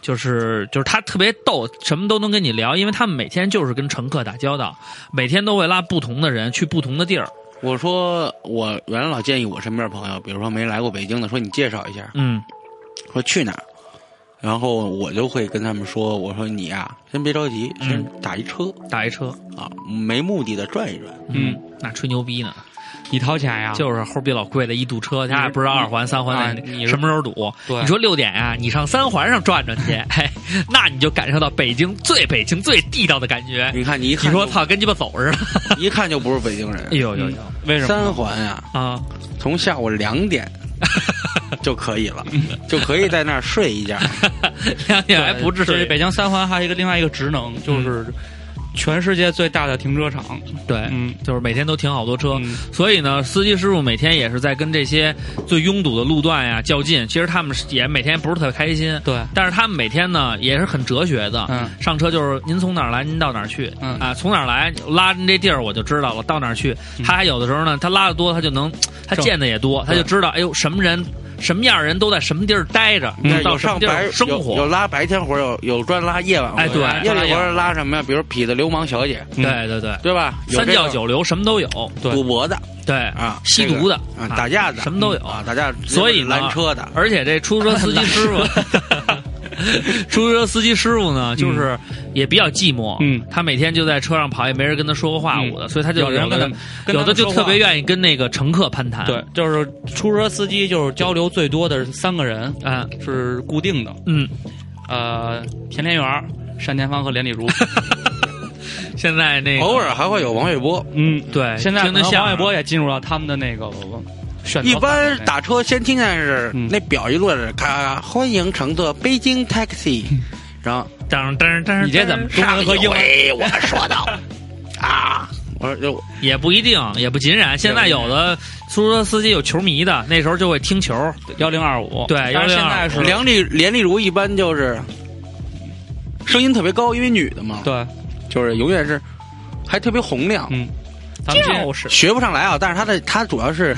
Speaker 3: 就是就是他特别逗，什么都能跟你聊，因为他们每天就是跟乘客打交道，每天都会拉不同的人去不同的地儿。
Speaker 4: 我说我原来老建议我身边朋友，比如说没来过北京的，说你介绍一下，
Speaker 3: 嗯，
Speaker 4: 说去哪儿，然后我就会跟他们说，我说你呀、先别着急，
Speaker 3: 嗯
Speaker 4: 先打一车、
Speaker 3: 打一车，
Speaker 4: 啊，没目的的转一转。
Speaker 5: 嗯，
Speaker 3: 那吹牛逼呢。
Speaker 5: 你掏钱呀？
Speaker 3: 就是齁逼老贵的一堵车，他也不知道二环、三环
Speaker 5: 啊
Speaker 3: 那
Speaker 5: 你
Speaker 3: 什么时候堵。
Speaker 5: 对
Speaker 3: 你说六点呀、你上三环上转转去，嘿，那你就感受到北京最北京最地道的感觉。
Speaker 4: 你看你一
Speaker 3: 哎你
Speaker 4: 看就，
Speaker 3: 说操，跟鸡巴走似的。
Speaker 4: 一看就不是北京
Speaker 3: 哎
Speaker 4: 人。
Speaker 3: 呦呦
Speaker 5: 嗯
Speaker 3: 呦
Speaker 5: 为什么？
Speaker 4: 三环啊，
Speaker 3: 啊！
Speaker 4: 从下午 两点就可以了，就可以在那儿睡一觉。
Speaker 3: 两点还不至
Speaker 5: 这是
Speaker 3: 于。
Speaker 5: 北京三环还有一个另外一个职能，就是全世界最大的停车场。
Speaker 3: 对，
Speaker 5: 嗯
Speaker 3: 就是每天都停好多车，
Speaker 5: 嗯
Speaker 3: 所以呢，司机师傅每天也是在跟这些最拥堵的路段呀较劲。其实他们也每天不是特别开心，
Speaker 5: 对，
Speaker 3: 但是他们每天呢也是很哲学的，
Speaker 5: 嗯
Speaker 3: 上车就是您从哪儿来，您到哪儿去，
Speaker 5: 嗯
Speaker 3: 啊，从哪儿来拉您这地儿我就知道了，到哪儿去。
Speaker 4: 嗯
Speaker 3: 他还有的时候呢，他拉的多，他就能，他
Speaker 5: 正
Speaker 3: 见的也多，他就知道，哎呦，什么人，什么样人都在什么地儿待着，
Speaker 4: 对
Speaker 3: 嗯到
Speaker 4: 有
Speaker 3: 什么
Speaker 4: 上
Speaker 3: 地
Speaker 4: 白
Speaker 3: 儿生
Speaker 4: 有有
Speaker 3: 活。
Speaker 4: 拉白天活儿，有有专拉夜晚活儿。
Speaker 3: 哎对
Speaker 4: 夜
Speaker 3: 专拉
Speaker 4: 里
Speaker 3: 夜
Speaker 4: 活
Speaker 3: 晚
Speaker 4: 儿拉什么呀？比如痞子流氓小姐，
Speaker 3: 对对对，
Speaker 4: 对吧？嗯有
Speaker 3: 三
Speaker 4: 这
Speaker 3: 教
Speaker 4: 个
Speaker 3: 九流什么都有，
Speaker 5: 对
Speaker 4: 赌博的
Speaker 3: 对
Speaker 4: 啊，
Speaker 3: 吸
Speaker 4: 这个
Speaker 3: 毒的
Speaker 4: 啊，
Speaker 3: 啊
Speaker 4: 打架的
Speaker 3: 什么都有
Speaker 4: 啊，打架，
Speaker 3: 所以呢
Speaker 4: 拦车的，
Speaker 3: 而且这出租车司 机师傅，出租车司机师傅呢，就是也比较寂寞，
Speaker 5: 嗯
Speaker 3: 他每天就在车上跑，也没人跟他说过话
Speaker 5: 嗯
Speaker 3: 我的，所以他就
Speaker 5: 有人
Speaker 3: 的
Speaker 5: 跟他们跟他
Speaker 3: 有
Speaker 5: 们
Speaker 3: 的就
Speaker 5: 说
Speaker 3: 特
Speaker 5: 话
Speaker 3: 别愿意跟那个乘客攀谈，
Speaker 5: 对，就是出租车司机就是交流最多的三个人
Speaker 3: 啊，
Speaker 5: 是固定的，
Speaker 3: 嗯，
Speaker 5: 呃，田连元、单田芳和连丽 如。
Speaker 3: 现在那个
Speaker 4: 偶尔还会有王玥波。
Speaker 5: 嗯，
Speaker 3: 对，
Speaker 5: 现在可
Speaker 3: 听得
Speaker 5: 能
Speaker 3: 像
Speaker 5: 王玥波也进入到他们的那个选择
Speaker 4: 一
Speaker 5: 范围
Speaker 4: 般
Speaker 5: 内
Speaker 4: 打车先听见是
Speaker 5: 嗯
Speaker 4: 那表一落着，咔咔咔，欢迎乘坐北 京 taxi，然后
Speaker 3: 噔噔噔，
Speaker 5: 你这怎么中
Speaker 4: 上
Speaker 5: 文和
Speaker 4: 一
Speaker 5: 英文
Speaker 4: 回我说到 啊，我说就
Speaker 3: 也不一定，也不尽然。现在有的出租车司机有球迷的，那时候就会听球，
Speaker 5: 幺零二五，
Speaker 3: 对
Speaker 5: 但是现在
Speaker 3: 1025
Speaker 5: 是
Speaker 4: 梁丽连丽如一般就是声音特别高，因为女的嘛，
Speaker 5: 对，
Speaker 4: 就是永远是还特别洪亮，
Speaker 5: 嗯，咱们这
Speaker 3: 是
Speaker 4: 学不上来啊。但是她的她主要是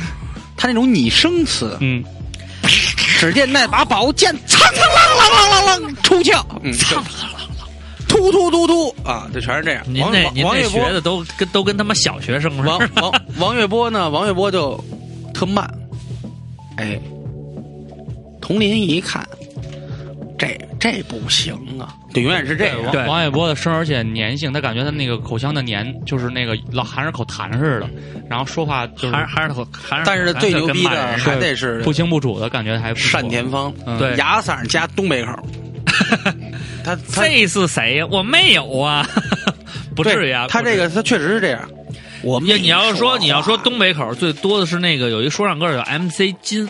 Speaker 4: 她那种拟声 词，
Speaker 5: 嗯，
Speaker 4: 只见那把宝剑苍啷啷啷啷啷啷出鞘，嗯，苍啷啷啷啷，突突突突啊，这全是这样。
Speaker 3: 您
Speaker 4: 王
Speaker 3: 那
Speaker 4: 王
Speaker 3: 您
Speaker 4: 王
Speaker 3: 那
Speaker 4: 月波
Speaker 3: 学的都跟都跟他妈小学生似
Speaker 4: 王
Speaker 3: 的，
Speaker 4: 王王月波呢？王月波就特慢，哎，佟林一看，这这不行啊，就永远是这样。
Speaker 3: 对
Speaker 5: 王王玥波的声，而且粘性，他感觉他那个口腔的粘，就是那个老含着口痰似的，然后说话就是
Speaker 3: 还是还是口还是
Speaker 4: 嗯但是最牛逼的
Speaker 3: 还
Speaker 4: 还得是
Speaker 5: 不清不楚的感觉，还不错
Speaker 4: 单田芳，
Speaker 5: 嗯
Speaker 3: 对
Speaker 4: 牙嗓加东北口，他他
Speaker 3: 这是谁呀？我没有啊， 不至于啊。
Speaker 4: 对他
Speaker 3: 不至
Speaker 4: 这
Speaker 3: 于
Speaker 4: 个他确实是这样。我
Speaker 3: 你你要
Speaker 4: 说
Speaker 3: 说你要说
Speaker 4: 话
Speaker 3: 东北口最多的是那个有一说唱歌叫 MC 金，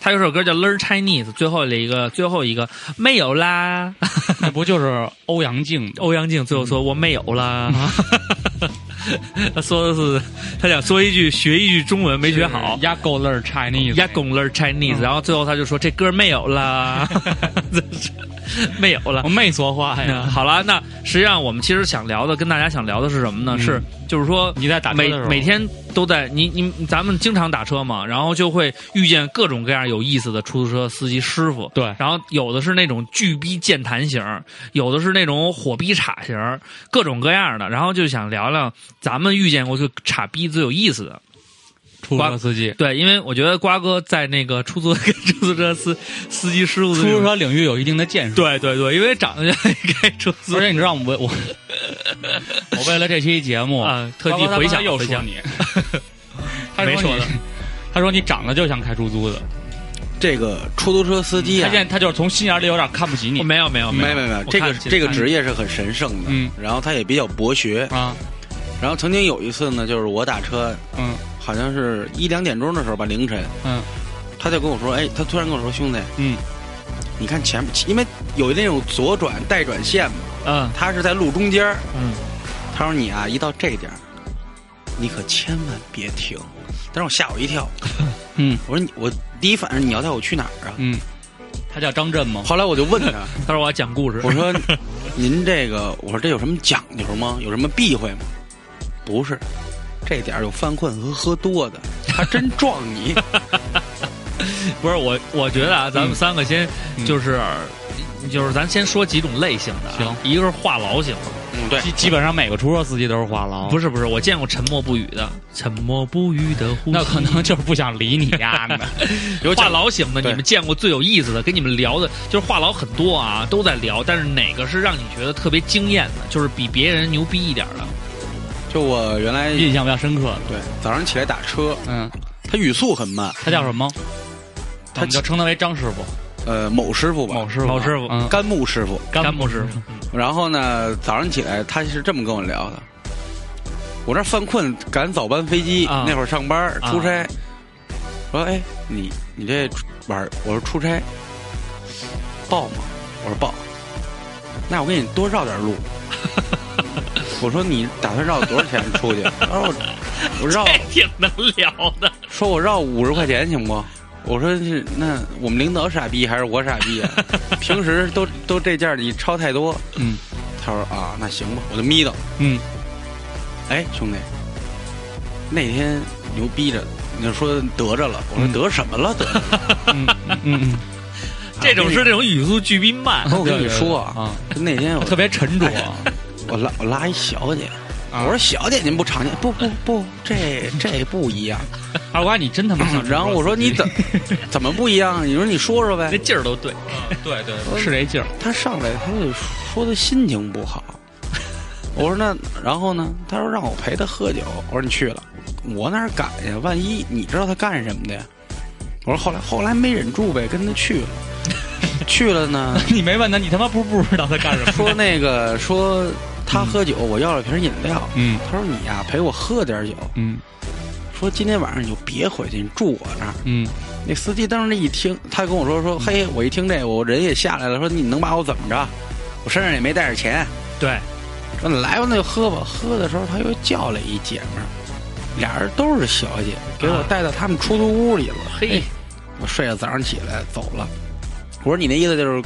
Speaker 3: 他有首歌叫《Learn Chinese》，最后的一个最后一个没有啦，
Speaker 5: 那不就是欧阳靖的？
Speaker 3: 欧阳靖最后
Speaker 4: 嗯
Speaker 3: 说我没有啦， 他说的是他想说一句学一句中文没学 好。
Speaker 5: 压够了 Chinese，嗯
Speaker 3: 呀，拱 learn Chinese，然后最后他就说这歌没有啦，真是没有了
Speaker 5: 我。没说话
Speaker 3: 嗯
Speaker 5: 呀。
Speaker 3: 好了，那实际上我们其实想聊的，跟大家想聊的是什么呢？
Speaker 5: 嗯
Speaker 3: 是就是说
Speaker 5: 你在打车的
Speaker 3: 每
Speaker 5: 时候
Speaker 3: 每天都在你你咱们经常打车嘛，然后就会遇见各种各样有意思的出租车司机师傅。
Speaker 5: 对
Speaker 3: 然后有的是那种巨逼健谈型，有的是那种火逼叉型，各种各样的。然后就想聊聊咱们遇见过就叉逼最有意思的。
Speaker 5: 出租车司机，
Speaker 3: 对，因为我觉得瓜哥在那个出租跟出租车 司司机师傅的
Speaker 5: 出
Speaker 3: 那种
Speaker 5: 租车领域有一定的建树。
Speaker 3: 对对对，因为长得像一开出租
Speaker 5: 而且你知道我 我我为了这期节目
Speaker 3: 啊特地回想
Speaker 5: 又
Speaker 3: 回
Speaker 5: 说
Speaker 3: 想
Speaker 5: 你， 他
Speaker 3: 没
Speaker 5: 说
Speaker 3: 说
Speaker 5: 你
Speaker 3: 的，
Speaker 5: 他说你长得就像开出租的，
Speaker 4: 这个出租车司机
Speaker 5: 他
Speaker 4: 啊
Speaker 5: 现，在他就是从心眼里有点看不起你
Speaker 3: 我。没有没有
Speaker 4: 没
Speaker 3: 有
Speaker 4: 没没，
Speaker 3: 我
Speaker 4: 这
Speaker 3: 看
Speaker 4: 个
Speaker 3: 其实
Speaker 4: 这个
Speaker 3: 看
Speaker 4: 职业是很神圣的，
Speaker 5: 嗯
Speaker 4: 然后他也比较博学。
Speaker 5: 啊，
Speaker 4: 然后曾经有一次呢，就是我打车，
Speaker 5: 嗯
Speaker 4: 好像是一两点钟的时候吧，凌晨，
Speaker 5: 嗯
Speaker 4: 他就跟我说，哎，他突然跟我说，兄弟，
Speaker 5: 嗯，
Speaker 4: 你看前面，因为有那种左转待转线嘛，
Speaker 3: 嗯
Speaker 4: 他是在路中间儿，
Speaker 3: 嗯，
Speaker 4: 他说你啊，一到这点儿，你可千万别停。但是我吓我 一跳，
Speaker 5: 嗯
Speaker 4: 我说你，我第一反应是你要带我去哪儿啊？
Speaker 5: 嗯，他叫张震吗？
Speaker 4: 后来我就问他，
Speaker 3: 他说我要讲故事，
Speaker 4: 我说您这个，我说这有什么讲究吗？有什么避讳吗？不是，这点儿有犯困和喝多的，还真撞 你。
Speaker 3: 不是我，我觉得啊，咱们三个先
Speaker 5: 嗯
Speaker 3: 就是就是咱先说几种类型的啊，
Speaker 5: 行
Speaker 3: 一个是话痨型，
Speaker 4: 嗯，对，
Speaker 5: 基基本上每个出租车司机都是话痨，
Speaker 3: 不
Speaker 5: 是？
Speaker 3: 是不是，我见过沉默不语的，沉默不语的呼吸
Speaker 5: 那可能就是不想理你 丫的。
Speaker 3: 有嗯话痨型的，
Speaker 4: 对
Speaker 3: 你们见过最有意思的，跟你们聊的，就是话痨很多啊，都在聊，但是哪个是让你觉得特别惊艳的，就是比别人牛逼一点的？
Speaker 4: 就我原来
Speaker 5: 印象比较深刻的，
Speaker 4: 对早上起来打车，
Speaker 5: 嗯，
Speaker 4: 他语速很慢，
Speaker 5: 他叫什么？我
Speaker 4: 他
Speaker 5: 们就称他为张师傅、
Speaker 4: 呃，某师傅吧
Speaker 5: 某，师傅、
Speaker 3: 某师傅
Speaker 5: 嗯，
Speaker 4: 甘木师傅。
Speaker 5: 干
Speaker 3: 干木师傅，
Speaker 4: 然后呢，早上起来他是这么跟我聊的：我那儿犯困，赶早班飞机，
Speaker 3: 啊
Speaker 4: 那会儿上班
Speaker 3: 啊
Speaker 4: 出差。我说：“哎，你你这玩儿？”我说：“出差，报吗？”我说：“报。”那我给你多绕点 路。我说：“你打算绕多少钱出去？”然后我我绕
Speaker 3: 这挺能 聊的。
Speaker 4: 说：“我绕五十块钱行不？”我说是那我们领导傻逼还是我傻 逼啊？平时都都这价儿你超太多。
Speaker 5: 嗯
Speaker 4: 他说啊，那行吧，我就眯瞪。
Speaker 5: 嗯，
Speaker 4: 哎，兄弟，那天牛逼着，你就说得着了，我说
Speaker 5: 嗯
Speaker 4: 得什么了？得着了，
Speaker 5: 嗯嗯嗯
Speaker 3: 这种是这种语速巨逼慢
Speaker 5: 哦
Speaker 4: 我，说我跟你 说啊，哎
Speaker 5: 啊，
Speaker 4: 就那天我
Speaker 5: 特别沉着。
Speaker 4: 我拉我拉一小姐，
Speaker 5: 啊
Speaker 4: 我说小姐您不常见，不不不，这这不 一样。
Speaker 5: 二瓜，你真他 妈像
Speaker 4: 然后我说你 怎怎么不一样？你说你说说
Speaker 3: 那
Speaker 4: 呗。
Speaker 3: 劲儿都对。
Speaker 5: 对对对，是这劲儿。
Speaker 4: 他上来他就说他心情不好， 我说那然后呢？他说让我陪他喝酒，我说你去了，我哪敢呀？万一你知道他干什么的呀？我说后来后来没忍住呗，跟他去了， 去了呢，
Speaker 5: 你没问他，你他妈不不知道他干什 么？
Speaker 4: 说那个说他喝酒，我要了瓶饮料，
Speaker 5: 嗯
Speaker 4: 他说你呀、陪我喝点酒，
Speaker 5: 嗯
Speaker 4: 说今天晚上你就别回去，你住我那儿。
Speaker 5: 嗯，
Speaker 4: 那司机当时一听，他跟我说说，嘿，我一听这个，我人也下来了，说你能把我怎么着？我身上也没带着钱，
Speaker 3: 对，
Speaker 4: 说来吧，那就喝吧。喝的时候，他又叫了一姐们儿，俩人都是小姐，给
Speaker 5: 啊
Speaker 4: 我带到他们出租屋里了。哎
Speaker 3: 嘿，
Speaker 4: 我睡了，早上起来走了。我说你那意思就是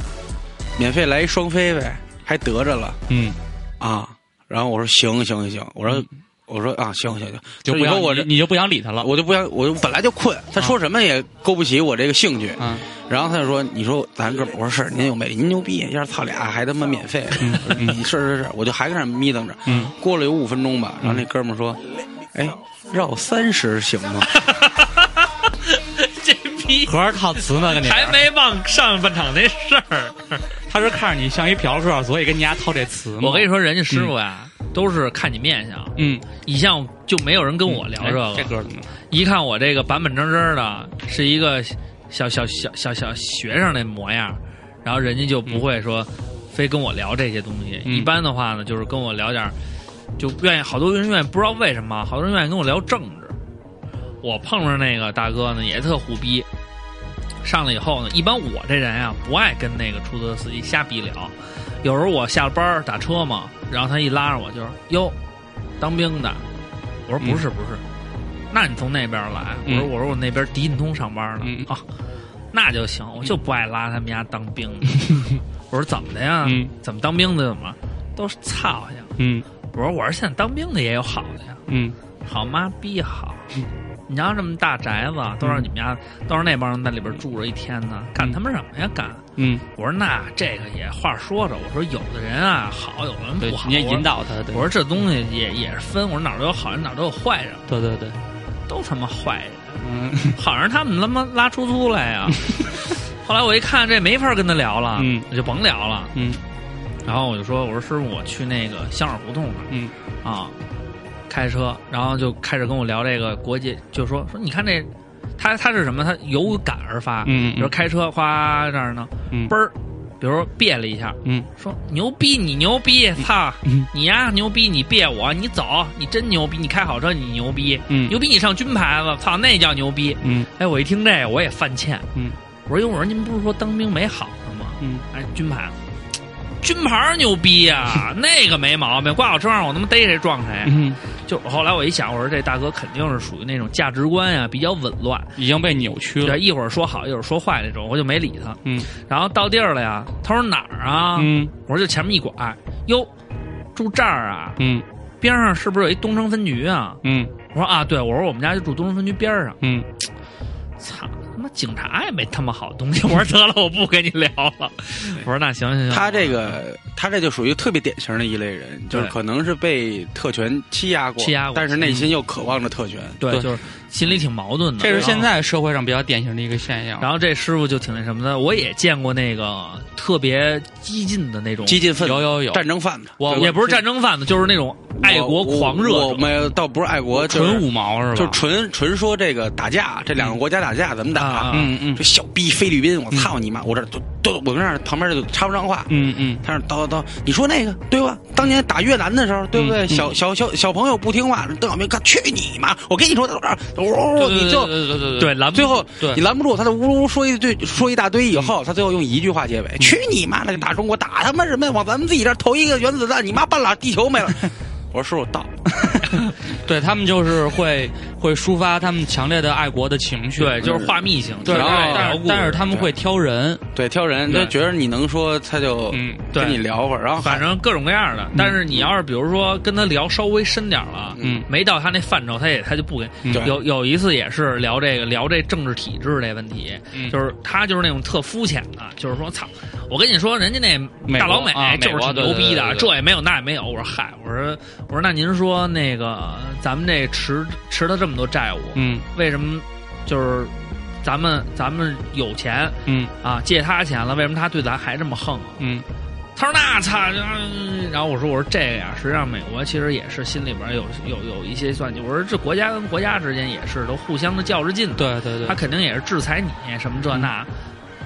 Speaker 4: 免费来一双飞呗，还得着了
Speaker 5: 嗯，
Speaker 4: 啊？然后我说行行行，我说、我说啊行行行，
Speaker 5: 就不
Speaker 4: 以
Speaker 5: 想
Speaker 4: 后我
Speaker 5: 你
Speaker 4: 这
Speaker 5: 你就不想理他了。
Speaker 4: 啊我就不想，我就本来就困，他
Speaker 3: 啊
Speaker 4: 说什么也勾不起我这个兴趣。
Speaker 5: 嗯
Speaker 4: 然后他就说：“你说咱哥们儿，我说是，您有魅力，您牛逼，要是操俩还他妈免费，
Speaker 3: 嗯
Speaker 4: 你是是是，我就还跟那儿眯瞪着。
Speaker 5: 嗯
Speaker 4: 过了有五分钟吧，然后
Speaker 3: 嗯
Speaker 4: 那哥们儿说：‘哎，绕三十行 吗
Speaker 3: 这逼
Speaker 5: 合着套词呢，跟你
Speaker 3: 还没忘上半场那事儿。
Speaker 5: 他是看着你像一嫖客，所以跟你家套这词。
Speaker 3: 我跟你，说，人家师傅呀，都是看你面相，
Speaker 5: 嗯，
Speaker 3: 一向就没有人跟我聊
Speaker 5: 哎
Speaker 3: 这
Speaker 5: 这
Speaker 3: 个。
Speaker 5: 歌怎么？
Speaker 3: 一看我这个板板正正的，是一个小小小小小学生那模样，然后人家就不会说非跟我聊这些东西。
Speaker 5: 嗯
Speaker 3: 一般的话呢，就是跟我聊点儿，就愿意好多人愿意不知道为什么，好多人愿意跟我聊政治。我碰上那个大哥呢，也特虎逼。上来以后呢，一般我这人啊不爱跟那个出租车司机瞎逼聊。有时候我下了班儿打车嘛，然后他一拉着我就是哟，当兵的。我说不是不是，那你从那边来？我说
Speaker 5: 嗯
Speaker 3: 我说我那边迪信通上班呢、
Speaker 5: 嗯
Speaker 3: 啊。那就行，我就不爱拉他们家当兵的。我说怎么的呀？
Speaker 5: 嗯
Speaker 3: 怎么当兵的怎么都是操呀？
Speaker 5: 嗯
Speaker 3: 我说我说现在当兵的也有好的呀，
Speaker 5: 嗯
Speaker 3: 好妈逼好。你让这么大宅子，都让你们家，都让那帮人在里边住了一天呢，干他妈什么呀？干！
Speaker 5: 嗯，
Speaker 3: 我说那这个也话说着，我说有的人啊好，有的人
Speaker 5: 对
Speaker 3: 不，好。
Speaker 5: 你也
Speaker 3: 我说
Speaker 5: 引导他，对
Speaker 3: 我说这东西也也是分，我说哪儿都有好人，哪儿都有坏人，
Speaker 5: 对对对，
Speaker 3: 都他妈坏人，
Speaker 5: 嗯
Speaker 3: 好人他们他妈拉出租来 呀、后来我一看这没法跟他聊了，
Speaker 5: 嗯
Speaker 3: 我就甭聊了。
Speaker 5: 嗯
Speaker 3: 然后我就说，我说师傅，我去那个香水胡同那
Speaker 5: 嗯
Speaker 3: 儿啊，开车，然后就开始跟我聊这个国际，就说说你看这，他他是什么？他有感而发，
Speaker 5: 嗯
Speaker 3: 比如开车哗这儿呢，
Speaker 5: 嗯
Speaker 3: 嘣儿，比如说别了一下，
Speaker 5: 嗯
Speaker 3: 说牛逼你牛逼，操！
Speaker 5: 嗯
Speaker 3: 你呀、牛逼！你别我，你走，你真牛逼！你开好车，你牛逼！
Speaker 5: 嗯
Speaker 3: 牛逼！你上军牌子，操，那叫牛逼！
Speaker 5: 嗯
Speaker 3: 哎，我一听这个，我也犯欠。
Speaker 5: 嗯
Speaker 3: 我说，因为我说您不是说当兵没好的吗？
Speaker 5: 嗯，
Speaker 3: 哎，军牌子，军牌儿牛逼呀、 那个没毛病，挂我车上我他妈逮谁撞谁。啊
Speaker 5: 嗯，
Speaker 3: 就后来我一想，我说这大哥肯定是属于那种价值观啊呀、比较紊乱，
Speaker 5: 已经被扭曲了
Speaker 3: 对，，一会儿说好，一会儿说坏那种，我就没理他。
Speaker 5: 嗯
Speaker 3: 然后到地儿了呀，他说哪儿啊？
Speaker 5: 嗯
Speaker 3: 我说就前面一拐，哟，住这儿啊？
Speaker 5: 嗯
Speaker 3: 边上是不是有一东城分局啊？
Speaker 5: 嗯
Speaker 3: 我说啊，对，我说我们家就住东城分局边儿上。
Speaker 5: 嗯
Speaker 3: 操，他妈警察也没他妈好东西。我说得了，我不跟你聊了。我说那行行行，
Speaker 4: 他这个，他这就属于特别典型的一类人，就是
Speaker 3: 对
Speaker 4: 可能是被特权欺压过，
Speaker 3: 欺压过嗯
Speaker 4: 但是内心又渴望着特权。
Speaker 3: 对，
Speaker 5: 对
Speaker 3: 就是心里挺矛盾的。
Speaker 5: 这是现
Speaker 3: 然后。
Speaker 5: 在社会上比较典型的一个现象。
Speaker 3: 然后这师傅就挺那什么的，我也见过那个特别激进的那种，
Speaker 4: 激进分子、
Speaker 5: 有有有，
Speaker 4: 战争贩子，
Speaker 5: 我
Speaker 3: 也不是战争贩子，就是那种爱国狂热
Speaker 4: 我
Speaker 3: 者
Speaker 4: 我我。们倒不是爱国，就是
Speaker 5: 纯五毛是吧？
Speaker 4: 就纯纯说这个打架，这两个国家打架怎么
Speaker 3: 啊
Speaker 4: 打
Speaker 3: 啊？
Speaker 5: 嗯嗯
Speaker 4: 这小逼菲律宾，我操你妈！我这都都，我跟那儿旁边就插不上话。
Speaker 5: 嗯嗯
Speaker 4: 他说叨叨叨，你说那个对吧？当年打越南的时候，对不对？
Speaker 5: 嗯嗯
Speaker 4: 小小小小朋友不听话，邓小平干去你妈！我跟你说，
Speaker 5: 对
Speaker 4: 哦，
Speaker 5: 对
Speaker 4: 你就
Speaker 5: 对对对
Speaker 3: 对，，咱
Speaker 4: 最后
Speaker 5: 对嗯
Speaker 4: 你拦不住他，就呜呜说一句说一大堆，以后他最后用一句话结尾：去你妈的！打中国打他妈什么呀？往咱们自己这儿投一个原子弹，你妈半拉地 球没了！我说师傅到，
Speaker 5: 对他们就是会会抒发他们强烈的爱国的情绪。嗯
Speaker 3: 对，就是画密型，就
Speaker 5: 对，
Speaker 3: 是
Speaker 5: 然后
Speaker 3: 聊
Speaker 5: 但是
Speaker 3: 故事
Speaker 5: 但是他们会挑人，
Speaker 4: 对，挑人，他
Speaker 5: 对
Speaker 4: 觉得你能说，他就
Speaker 5: 嗯
Speaker 3: 对
Speaker 4: 跟你聊会儿，然后
Speaker 3: 反正各种各样的。但是你要是比如说跟他聊稍微深点儿了，
Speaker 5: 嗯
Speaker 3: 没到他那范畴，他也他就不跟。
Speaker 5: 嗯
Speaker 4: 对
Speaker 3: 有有一次也是聊这个聊这政治体制这问题，
Speaker 5: 嗯
Speaker 3: 就是他就是那种特肤浅的，就是说操，我跟你说，人家那
Speaker 5: 美国
Speaker 3: 大老美
Speaker 5: 啊
Speaker 3: 就是
Speaker 5: 美国
Speaker 3: 挺牛逼的，
Speaker 5: 对对对对对
Speaker 3: 这也没有那也没有。我说嗨，我说我说那您说那个咱们这持持了这么多债务，
Speaker 5: 嗯
Speaker 3: 为什么就是咱们咱们有钱
Speaker 5: 嗯
Speaker 3: 啊借他钱了，为什么他对咱还这么横啊？
Speaker 5: 嗯
Speaker 3: 他说那操，嗯然后我说我说这个呀，实际上美国其实也是心里边有有有一些算计。我说这国家跟国家之间也是都互相的较着劲的，
Speaker 5: 对对嗯
Speaker 3: 他
Speaker 5: 对，
Speaker 3: 肯定也是制裁你什么这那。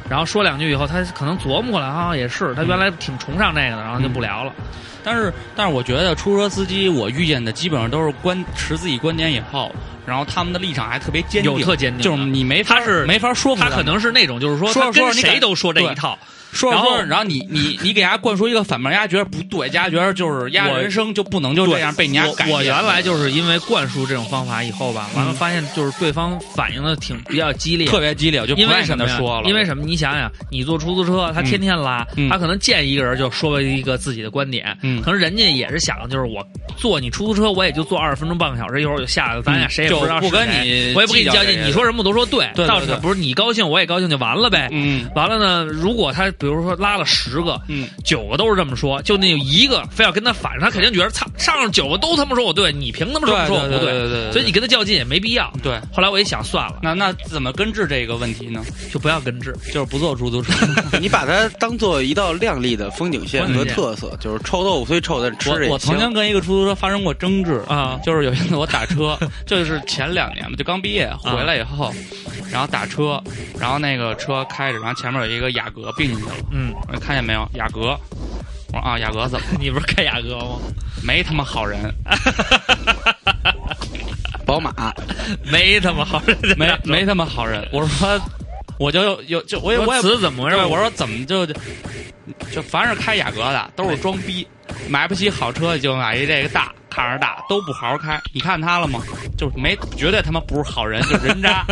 Speaker 3: 然后说两句以后，他可能琢磨过来啊，也是他原来挺崇尚这个的，然后就不聊
Speaker 5: 嗯
Speaker 3: 了。
Speaker 5: 但是但是我觉得出租车司机我遇见的基本上都是观持自己观点以后，然后他们的立场还特别坚定，
Speaker 3: 有特坚定的
Speaker 5: 就是你没法
Speaker 3: 他是
Speaker 5: 没法说服
Speaker 3: 他
Speaker 5: 们
Speaker 3: 可能是那种就是说，他
Speaker 5: 说着
Speaker 3: 跟
Speaker 5: 说着你感
Speaker 3: 谁都说这一套，
Speaker 5: 说着
Speaker 3: 然后
Speaker 5: 说着，然后你你你给人家灌输一个反面，人家觉得不对，人家觉得就是人家
Speaker 3: 我
Speaker 5: 人生就不能就这样被人家改变。
Speaker 3: 我我原来就是因为灌输这种方法以后吧，完了发现就是对方反应的挺比较激烈，
Speaker 5: 嗯特别激烈，我就不
Speaker 3: 因
Speaker 5: 愿
Speaker 3: 为
Speaker 5: 意
Speaker 3: 什
Speaker 5: 跟他
Speaker 3: 么呀
Speaker 5: 说了，
Speaker 3: 因为什么？你想想，你坐出租车，他天天拉，
Speaker 5: 嗯
Speaker 3: 他可能见一个人就说一个自己的观点，
Speaker 5: 嗯
Speaker 3: 可能人家也是想，就是我坐你出租车，我也就坐二十分钟半个小时，一会儿我就下来了，咱俩
Speaker 5: 嗯
Speaker 3: 谁也不知道是
Speaker 5: 就不跟
Speaker 3: 谁
Speaker 5: 你
Speaker 3: 我也不跟你较
Speaker 5: 计较这
Speaker 3: 劲，
Speaker 5: 个
Speaker 3: 你说什么我都说对，
Speaker 5: 对对
Speaker 3: 到时候
Speaker 5: 对
Speaker 3: 不是你高兴我也高兴就完了呗。
Speaker 5: 嗯
Speaker 3: 完了呢，如果他比如说拉了十个，
Speaker 5: 嗯，
Speaker 3: 九个都是这么说，就那有一个非要跟他反着，他肯定觉得操，上面九个都他妈说我对，你凭他妈
Speaker 5: 对
Speaker 3: 说我说我不
Speaker 5: 对对对对对
Speaker 3: 所以你跟他较劲也没必要。
Speaker 5: 对。
Speaker 3: 后来我一想，算了，
Speaker 5: 那那怎么根治这个问题呢？
Speaker 3: 就不要跟治。
Speaker 5: 就是不坐出租车。
Speaker 4: 你把它当做一道亮丽的风景线
Speaker 3: 风景
Speaker 4: 和
Speaker 3: 线
Speaker 4: 特色，就是臭豆腐虽臭，但吃 着
Speaker 5: 我
Speaker 4: 也
Speaker 5: 我曾
Speaker 4: 香
Speaker 5: 经跟一个出租车发生过争执
Speaker 3: 啊
Speaker 5: 就是有一次我打车，就是前两年嘛，就刚毕业回来以后，然后打车，然后那个车开着，然后前面有一个雅阁并进去了，
Speaker 3: 嗯，
Speaker 5: 我说看见没有，雅阁。我说啊，雅阁怎么了
Speaker 3: 你不是开雅阁吗？
Speaker 5: 没他妈好人？
Speaker 4: 宝马，
Speaker 3: 没他妈好人，
Speaker 5: 没没他妈好人。我说，我就有有就我也我
Speaker 3: 说
Speaker 5: 也
Speaker 3: 词怎么回事？
Speaker 5: 对，我说怎么就就凡是开雅阁的都是装逼，买不起好车就买一这个大，看着大，都不好好开。你看他了吗？就是没，绝对他妈不是好人，就是人 渣。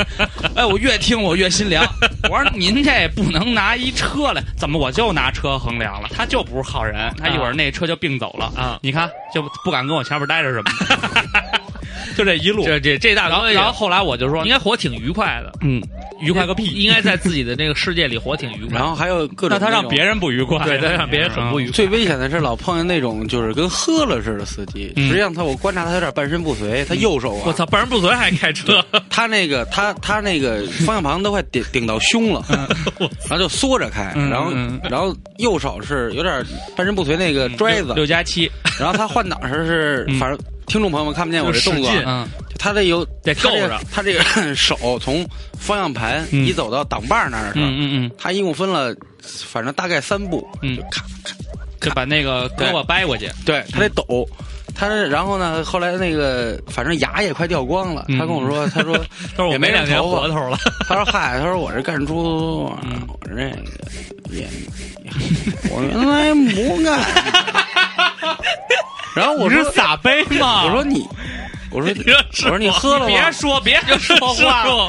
Speaker 5: 哎，我越听我越心凉。我说您这不能拿一车来，怎么我就拿车衡量了？他就不是好人，他一会儿那车就并走了
Speaker 3: 啊
Speaker 5: 你看，就不敢跟我前面待着什么的， 就这一路。
Speaker 3: 这这这大
Speaker 5: 然后，
Speaker 3: 哥也，
Speaker 5: 然后后来我就说
Speaker 3: 应，该活挺愉快的，
Speaker 5: 嗯，愉快个屁！
Speaker 3: 应该在自己的那个世界里活挺愉快
Speaker 4: 然。后还有各种
Speaker 5: 那他让
Speaker 4: 种
Speaker 5: 别人不愉快，嗯
Speaker 3: 对，他让别人很不愉快。
Speaker 4: 最危险的是老碰见那种就是跟喝了似的司机，
Speaker 5: 嗯
Speaker 4: 实际上他我观察他有点半身不遂，他右手啊，
Speaker 3: 我操，半人不遂还开车，
Speaker 4: 他那个他他那个方向盘都快顶顶到胸了， 然后就缩着开，
Speaker 5: 嗯
Speaker 4: 然后
Speaker 5: 嗯
Speaker 4: 然后右手是有点半身不遂那个拽子，
Speaker 5: 六加七，
Speaker 4: 然后他换挡时是
Speaker 5: 嗯
Speaker 4: 反正听众朋友们看不见我这动作
Speaker 3: 就
Speaker 4: 啊
Speaker 3: 使，劲
Speaker 5: 嗯
Speaker 4: 他这有
Speaker 3: 得
Speaker 4: 他这
Speaker 3: 够着
Speaker 4: 他这个 手从方向盘
Speaker 5: 嗯
Speaker 4: 一走到挡把那儿的时候，
Speaker 5: 嗯嗯嗯，
Speaker 4: 他一共分了反正大概三步，
Speaker 5: 嗯
Speaker 4: 就咔咔，
Speaker 5: 就把那个胳膊掰过去，
Speaker 4: 对他得抖。他然后呢？后来那个，反正牙也快掉光了。
Speaker 5: 嗯
Speaker 4: 他跟我说：“他说
Speaker 3: 但是我
Speaker 4: 也
Speaker 3: 没
Speaker 4: 没人
Speaker 3: 两年
Speaker 4: 头发
Speaker 3: 活头了。
Speaker 4: 他说嗨，他说我这干出租，
Speaker 5: 嗯
Speaker 4: 我这个也，我原来不干。 然后我说，
Speaker 5: 撒啊杯吗
Speaker 4: 我说你，我说
Speaker 3: 你说是
Speaker 4: 我说你
Speaker 3: 我
Speaker 4: 喝了
Speaker 5: 你别
Speaker 4: 吗？
Speaker 5: 说，别说话了
Speaker 3: 师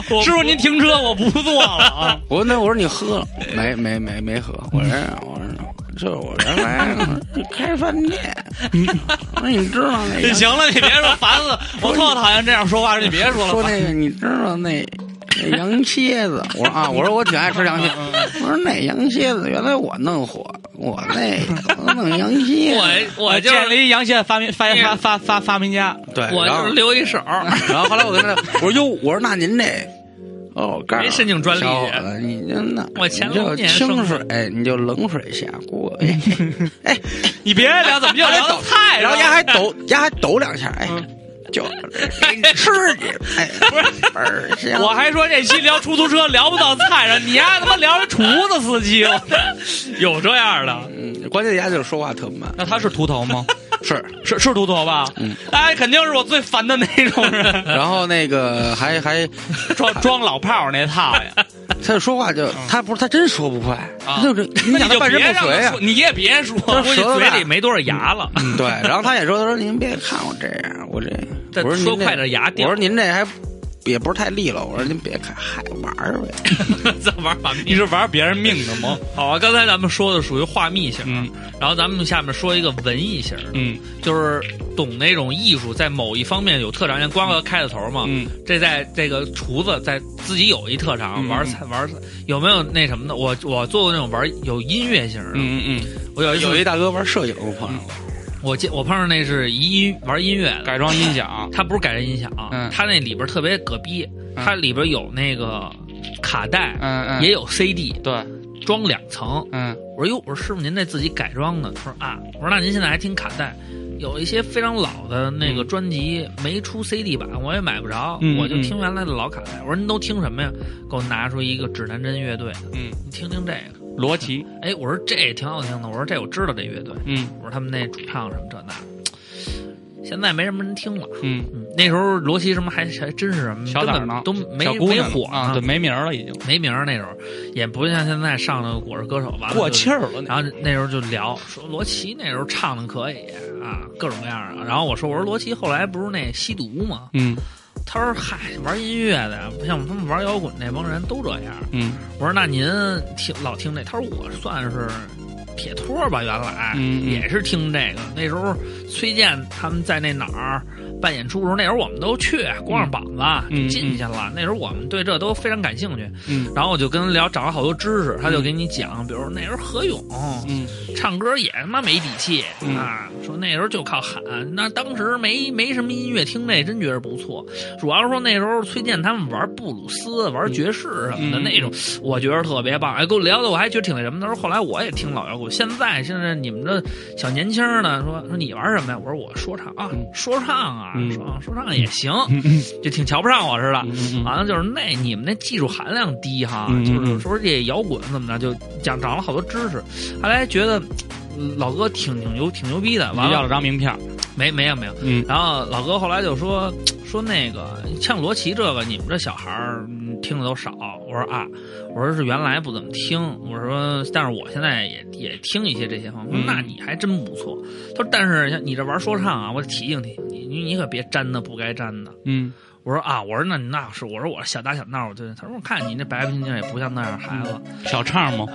Speaker 3: 傅我，
Speaker 5: 师傅您停车，我不坐了啊。
Speaker 4: 我说那我说你喝了没没没没喝？我说我说这我原来啊开饭店，
Speaker 3: 嗯
Speaker 4: 我说你知道那个
Speaker 5: 行了，你别说，烦死了！我特讨厌这样说话，你 别说
Speaker 4: 说
Speaker 5: 了。
Speaker 4: 那个，你知道那那羊蝎子？我说啊，我说我挺爱吃羊蝎。
Speaker 3: 嗯
Speaker 4: 我说那羊蝎子原来我弄火，我那我弄羊蝎子。
Speaker 3: 我我就
Speaker 5: 建
Speaker 3: 是
Speaker 5: 立一阳线发明发发发发发明家，
Speaker 4: 对，
Speaker 3: 我
Speaker 4: 然
Speaker 3: 就
Speaker 4: 后
Speaker 3: 是留一手，
Speaker 4: 然后后来我跟他我说哟，我说那您这。哦，我告诉你
Speaker 3: 没申请专利
Speaker 4: 小伙子，你就那，
Speaker 3: 我前
Speaker 4: 你
Speaker 3: 两
Speaker 4: 就
Speaker 3: 年
Speaker 4: 清
Speaker 3: 生
Speaker 4: 水，哎你就冷水下锅， 哎，哎
Speaker 5: 你别聊，怎么又
Speaker 4: 还
Speaker 5: 聊
Speaker 4: 抖
Speaker 5: 到菜
Speaker 4: 然
Speaker 5: 上了？嗯
Speaker 4: 后丫还抖，丫还抖两下，哎，就给你吃去， 哎，倍儿香。
Speaker 5: 我还说这期聊出租车聊不到菜上，你丫他妈聊人厨子司机了。
Speaker 3: 有这样的。
Speaker 4: 嗯，关键丫就是说话特 慢，
Speaker 5: 那他是秃头吗？
Speaker 4: 是
Speaker 5: 是是秃头吧？嗯，哎，肯定是我最烦的那种 人，
Speaker 4: 然后那个还 还，
Speaker 5: 装装老炮儿那套呀。
Speaker 4: 哎他说话就他不是他真说不快，
Speaker 5: 嗯啊
Speaker 4: 他 就是你想
Speaker 5: 你
Speaker 4: 他
Speaker 5: 就
Speaker 4: 半身
Speaker 5: 别
Speaker 4: 不
Speaker 5: 让
Speaker 4: 遂
Speaker 5: 他
Speaker 4: 啊
Speaker 5: 说，，你也别说，
Speaker 4: 他
Speaker 3: 估计
Speaker 4: 舌头
Speaker 3: 嘴
Speaker 4: 大
Speaker 3: 里没多少牙了，
Speaker 4: 对。然后他也说，他说您别看我这 样，我这
Speaker 3: 再
Speaker 4: 我说您
Speaker 3: 说
Speaker 4: 这
Speaker 3: 快点牙掉
Speaker 4: 我说您这还也不是太利落，我说您别看，嗨玩儿呗。嗯
Speaker 3: 怎么玩把
Speaker 5: 你
Speaker 3: 命？
Speaker 5: 是玩别人命的吗？
Speaker 3: 好啊，刚才咱们说的属于画密型，
Speaker 5: 嗯
Speaker 3: 然后咱们下面说一个文艺型，
Speaker 5: 嗯
Speaker 3: 就是懂那种艺术，在某一方面有特长。像光哥开的头嘛，
Speaker 5: 嗯，
Speaker 3: 这在这个厨子在自己有一特长，
Speaker 5: 嗯
Speaker 3: 玩菜玩菜有没有那什么的？我我做过那种玩有音乐型的，
Speaker 5: 嗯嗯
Speaker 3: 我有一次
Speaker 4: 有一大哥玩摄影，我碰上了，
Speaker 3: 我见我碰上那是一音玩音乐
Speaker 5: 嗯，
Speaker 3: 的，
Speaker 5: 改装音 响，
Speaker 3: 他不是改成音响，
Speaker 5: 嗯
Speaker 3: 他那里边特别葛逼，他里边有那个卡带，
Speaker 5: 嗯嗯，
Speaker 3: 也有 CD，
Speaker 5: 对，
Speaker 3: 装两层。
Speaker 5: 嗯
Speaker 3: 我说哟，我说师傅您那自己改装的？他说啊，我说那您现在还听卡带，有一些非常老的那个专辑没出 CD 版，我也买不着，
Speaker 5: 嗯
Speaker 3: 我就听原来的老卡带。我说您都听什么呀？给我拿出一个指南针乐队，
Speaker 5: 嗯，
Speaker 3: 你听听这个。
Speaker 5: 罗琦，
Speaker 3: 哎，我说这也挺好听的，我说这我知道这乐队，
Speaker 5: 嗯
Speaker 3: 我说他们那主唱什么这那，现在没什么人听了。
Speaker 5: 嗯，
Speaker 3: 嗯，那时候罗琦什么还还真是什么
Speaker 5: 小
Speaker 3: 根
Speaker 5: 崽
Speaker 3: 本
Speaker 5: 儿呢，
Speaker 3: 都没
Speaker 5: 小姑
Speaker 3: 没
Speaker 5: 娘
Speaker 3: 火
Speaker 5: 啊，对，
Speaker 3: 呢，
Speaker 5: 没名儿了已经，
Speaker 3: 没名儿那时候，也不像现在上了《我是歌手》吧，
Speaker 5: 过气儿了
Speaker 3: 然
Speaker 5: 那，
Speaker 3: 后那时候就聊说罗琦那时候唱的可以啊，各种各样的。然后我说我说罗琦后来不是那吸毒吗？
Speaker 5: 嗯
Speaker 3: 他说嗨，玩音乐的不像我们他们玩摇滚那帮人都这样。
Speaker 5: 嗯
Speaker 3: 我说那您听老听这，他说我算是铁托吧，原来、
Speaker 5: 嗯嗯
Speaker 3: 也是听这个。那时候崔健他们在那哪儿办演出的时候，那时候我们都去啊光着膀子、
Speaker 5: 嗯嗯
Speaker 3: 进去了。那时候我们对这都非常感兴趣，
Speaker 5: 嗯
Speaker 3: 然后我就跟他聊，找了好多知识，他就给你讲，比如那时候何勇，
Speaker 5: 嗯
Speaker 3: 唱歌也他妈没底气、
Speaker 5: 嗯
Speaker 3: 啊！说那时候就靠喊，那当时没没什么音乐听这，真觉得不错。主要是说那时候崔健他们玩布鲁斯、啊玩爵士什么的、
Speaker 5: 嗯
Speaker 3: 那种，我觉得特别棒。哎，给我聊的我还觉得挺那什么的。他说后来我也听老摇滚，现在现在你们这小年轻儿呢，说说你玩什么呀？我说我说唱啊，
Speaker 5: 嗯
Speaker 3: 说唱啊，
Speaker 5: 嗯
Speaker 3: 说说唱也行，
Speaker 5: 嗯
Speaker 3: 就挺瞧不上我似的。
Speaker 5: 嗯
Speaker 3: 好像就是那你们那技术含量低哈，
Speaker 5: 嗯
Speaker 3: 就是说这摇滚怎么着，就讲长了好多知识，后来觉得嗯老哥挺挺牛挺牛逼的，完
Speaker 5: 嗯要了
Speaker 3: 了
Speaker 5: 张名片，
Speaker 3: 没没有没有，
Speaker 5: 嗯
Speaker 3: 然后老哥后来就说说那个像罗琦这个你们这小孩儿嗯听的都少，我说啊，我说是原来不怎么听，我说但是我现在也也听一些这些方面，我说
Speaker 5: 嗯
Speaker 3: 那你还真不错，他说但是像你这玩说唱啊，我得提醒提醒你，你你可别沾那不该沾的。
Speaker 5: 嗯，
Speaker 3: 我说啊，我说那你那是，我说我小打小闹，我就他说我看你那白白净净也不像那样孩子。
Speaker 5: 小畅吗？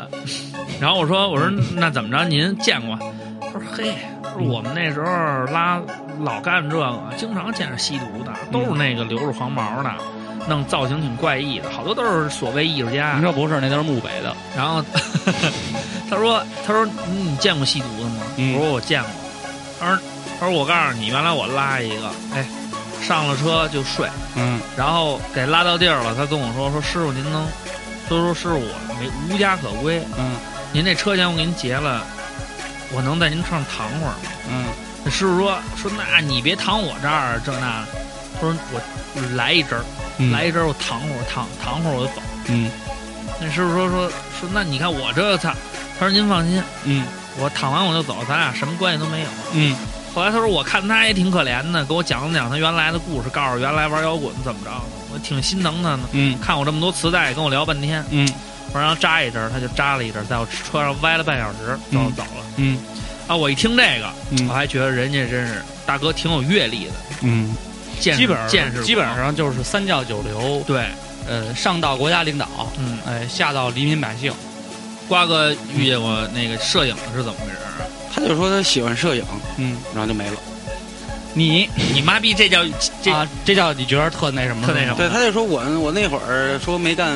Speaker 3: 然后我说我说那怎么着？您见过？他说嘿，他说我们那时候拉老干这个，经常见着吸毒的，都是那个留着黄毛的，弄造型挺怪异的，好多都是所谓艺术家
Speaker 5: 您。这不是，那都是漠北的。
Speaker 3: 然后 他说：“他说嗯你见过吸毒的吗？”
Speaker 5: 嗯
Speaker 3: 我说：“我见过。”他说：“他说我告诉你，原来我拉一个，哎，上了车就睡，
Speaker 5: 嗯
Speaker 3: 然后给拉到地儿了，他跟我说说师傅您能，他说师傅我没无家可归，
Speaker 5: 嗯
Speaker 3: 您这车钱我给您结了，我能在您车上躺会儿吗
Speaker 5: 嗯，？”
Speaker 3: 那师傅说：“说那你别躺我这儿，这那。”他说：“我来一针儿，
Speaker 5: 嗯
Speaker 3: 来一针儿我躺会儿，躺躺会儿我就走。”
Speaker 5: 嗯
Speaker 3: 那师傅说说说那你看我这他，他说您放心。
Speaker 5: 嗯
Speaker 3: 我躺完我就走，咱俩什么关系都没有。
Speaker 5: 嗯
Speaker 3: 后来他说，我看他也挺可怜的，给我讲了讲他原来的故事，告诉我原来玩摇滚怎么着，我挺心疼他呢。
Speaker 5: 嗯
Speaker 3: 看我这么多磁带，跟我聊半天，
Speaker 5: 嗯
Speaker 3: 我让他扎一针，他就扎了一针，在我车上歪了半小时，就
Speaker 5: 嗯
Speaker 3: 走了。
Speaker 5: 嗯
Speaker 3: 啊，我一听这个，我
Speaker 5: 嗯
Speaker 3: 还觉得人家真是大哥挺有阅历的，
Speaker 5: 嗯，
Speaker 3: 见识
Speaker 5: 基本
Speaker 3: 见识
Speaker 5: 基本
Speaker 3: 广
Speaker 5: 上就是三教九流，
Speaker 3: 对，
Speaker 5: 呃，上到国家领导，
Speaker 3: 嗯，
Speaker 5: 呃，下到黎民百姓。
Speaker 3: 瓜哥遇见过那个摄影是怎么回事啊？
Speaker 4: 他就说他喜欢摄影，
Speaker 5: 嗯，
Speaker 4: 然后就没了。
Speaker 5: 你
Speaker 3: 你妈逼，这叫这
Speaker 5: 啊，这叫你觉得特那什么？
Speaker 3: 特那什么
Speaker 4: 对，他就说我我那会儿说没干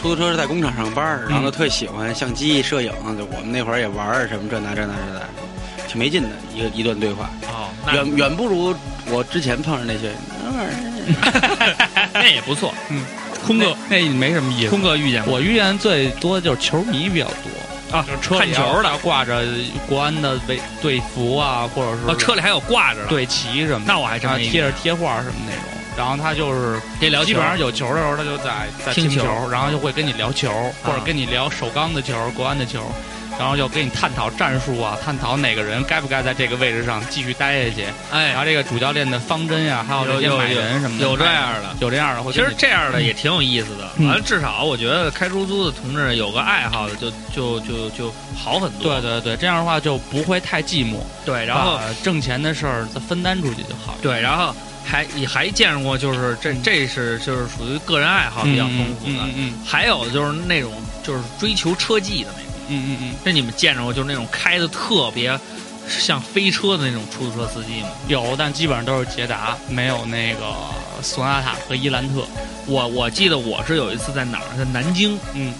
Speaker 4: 出租车是在工厂上班儿，
Speaker 3: 嗯
Speaker 4: 然后他特喜欢相机、摄影，就我们那会儿也玩儿什么这那这那这那，挺没劲的一个一段对话，
Speaker 3: 哦，
Speaker 4: 远远不如我之前碰上那些那玩意儿。
Speaker 3: 那那也不错。
Speaker 5: 空哥那那没什么意思。
Speaker 3: 坤哥遇见过
Speaker 5: 我遇见最多就是球迷比较多，
Speaker 3: 啊，
Speaker 5: 就是车
Speaker 3: 看
Speaker 5: 里
Speaker 3: 球的
Speaker 5: 要挂着国安的队队服啊，或者是
Speaker 3: 哦，车里还有挂着的。，
Speaker 5: 队旗什么的，
Speaker 3: 那我还真
Speaker 5: 啊
Speaker 3: 没
Speaker 5: 贴着贴画什么那种。然后他就是
Speaker 3: 这聊
Speaker 5: 基本上
Speaker 3: 就
Speaker 5: 有球的时候，他就在在
Speaker 3: 听
Speaker 5: 听
Speaker 3: 球啊
Speaker 5: 然后就会跟你聊球，或者跟你聊首钢的球、国安的球，然后就跟你探讨战术啊，探讨哪个人该不该在这个位置上继续待下去，然
Speaker 3: 哎，
Speaker 5: 后这个主教练的方针呀、还有这
Speaker 3: 有
Speaker 5: 些
Speaker 3: 有
Speaker 5: 买
Speaker 3: 有
Speaker 5: 人什么的，哎
Speaker 3: 有这样的。
Speaker 5: 有这样的，会
Speaker 3: 其
Speaker 5: 跟你
Speaker 3: 实这样的也挺有意思的，
Speaker 5: 嗯
Speaker 3: 完了至少我觉得开出租的同志有个爱好的就就就就好很多。
Speaker 5: 对对对，这样的话就不会太寂寞，
Speaker 3: 对，然后
Speaker 5: 把挣钱的事儿再分担出去就好了。
Speaker 3: 对，然后还也还见识过，就是这这是就是属于个人爱好比较丰富的，
Speaker 5: 嗯嗯
Speaker 3: 还有就是那种就是追求车技的那种，
Speaker 5: 嗯嗯嗯，
Speaker 3: 那你们见着过就是那种开的特别像飞车的那种出租车司机吗？
Speaker 5: 嗯有，但基本上都是捷达，没有那个索纳塔和伊兰特。
Speaker 3: 我我记得我是有一次在哪儿，在南京，
Speaker 5: 嗯，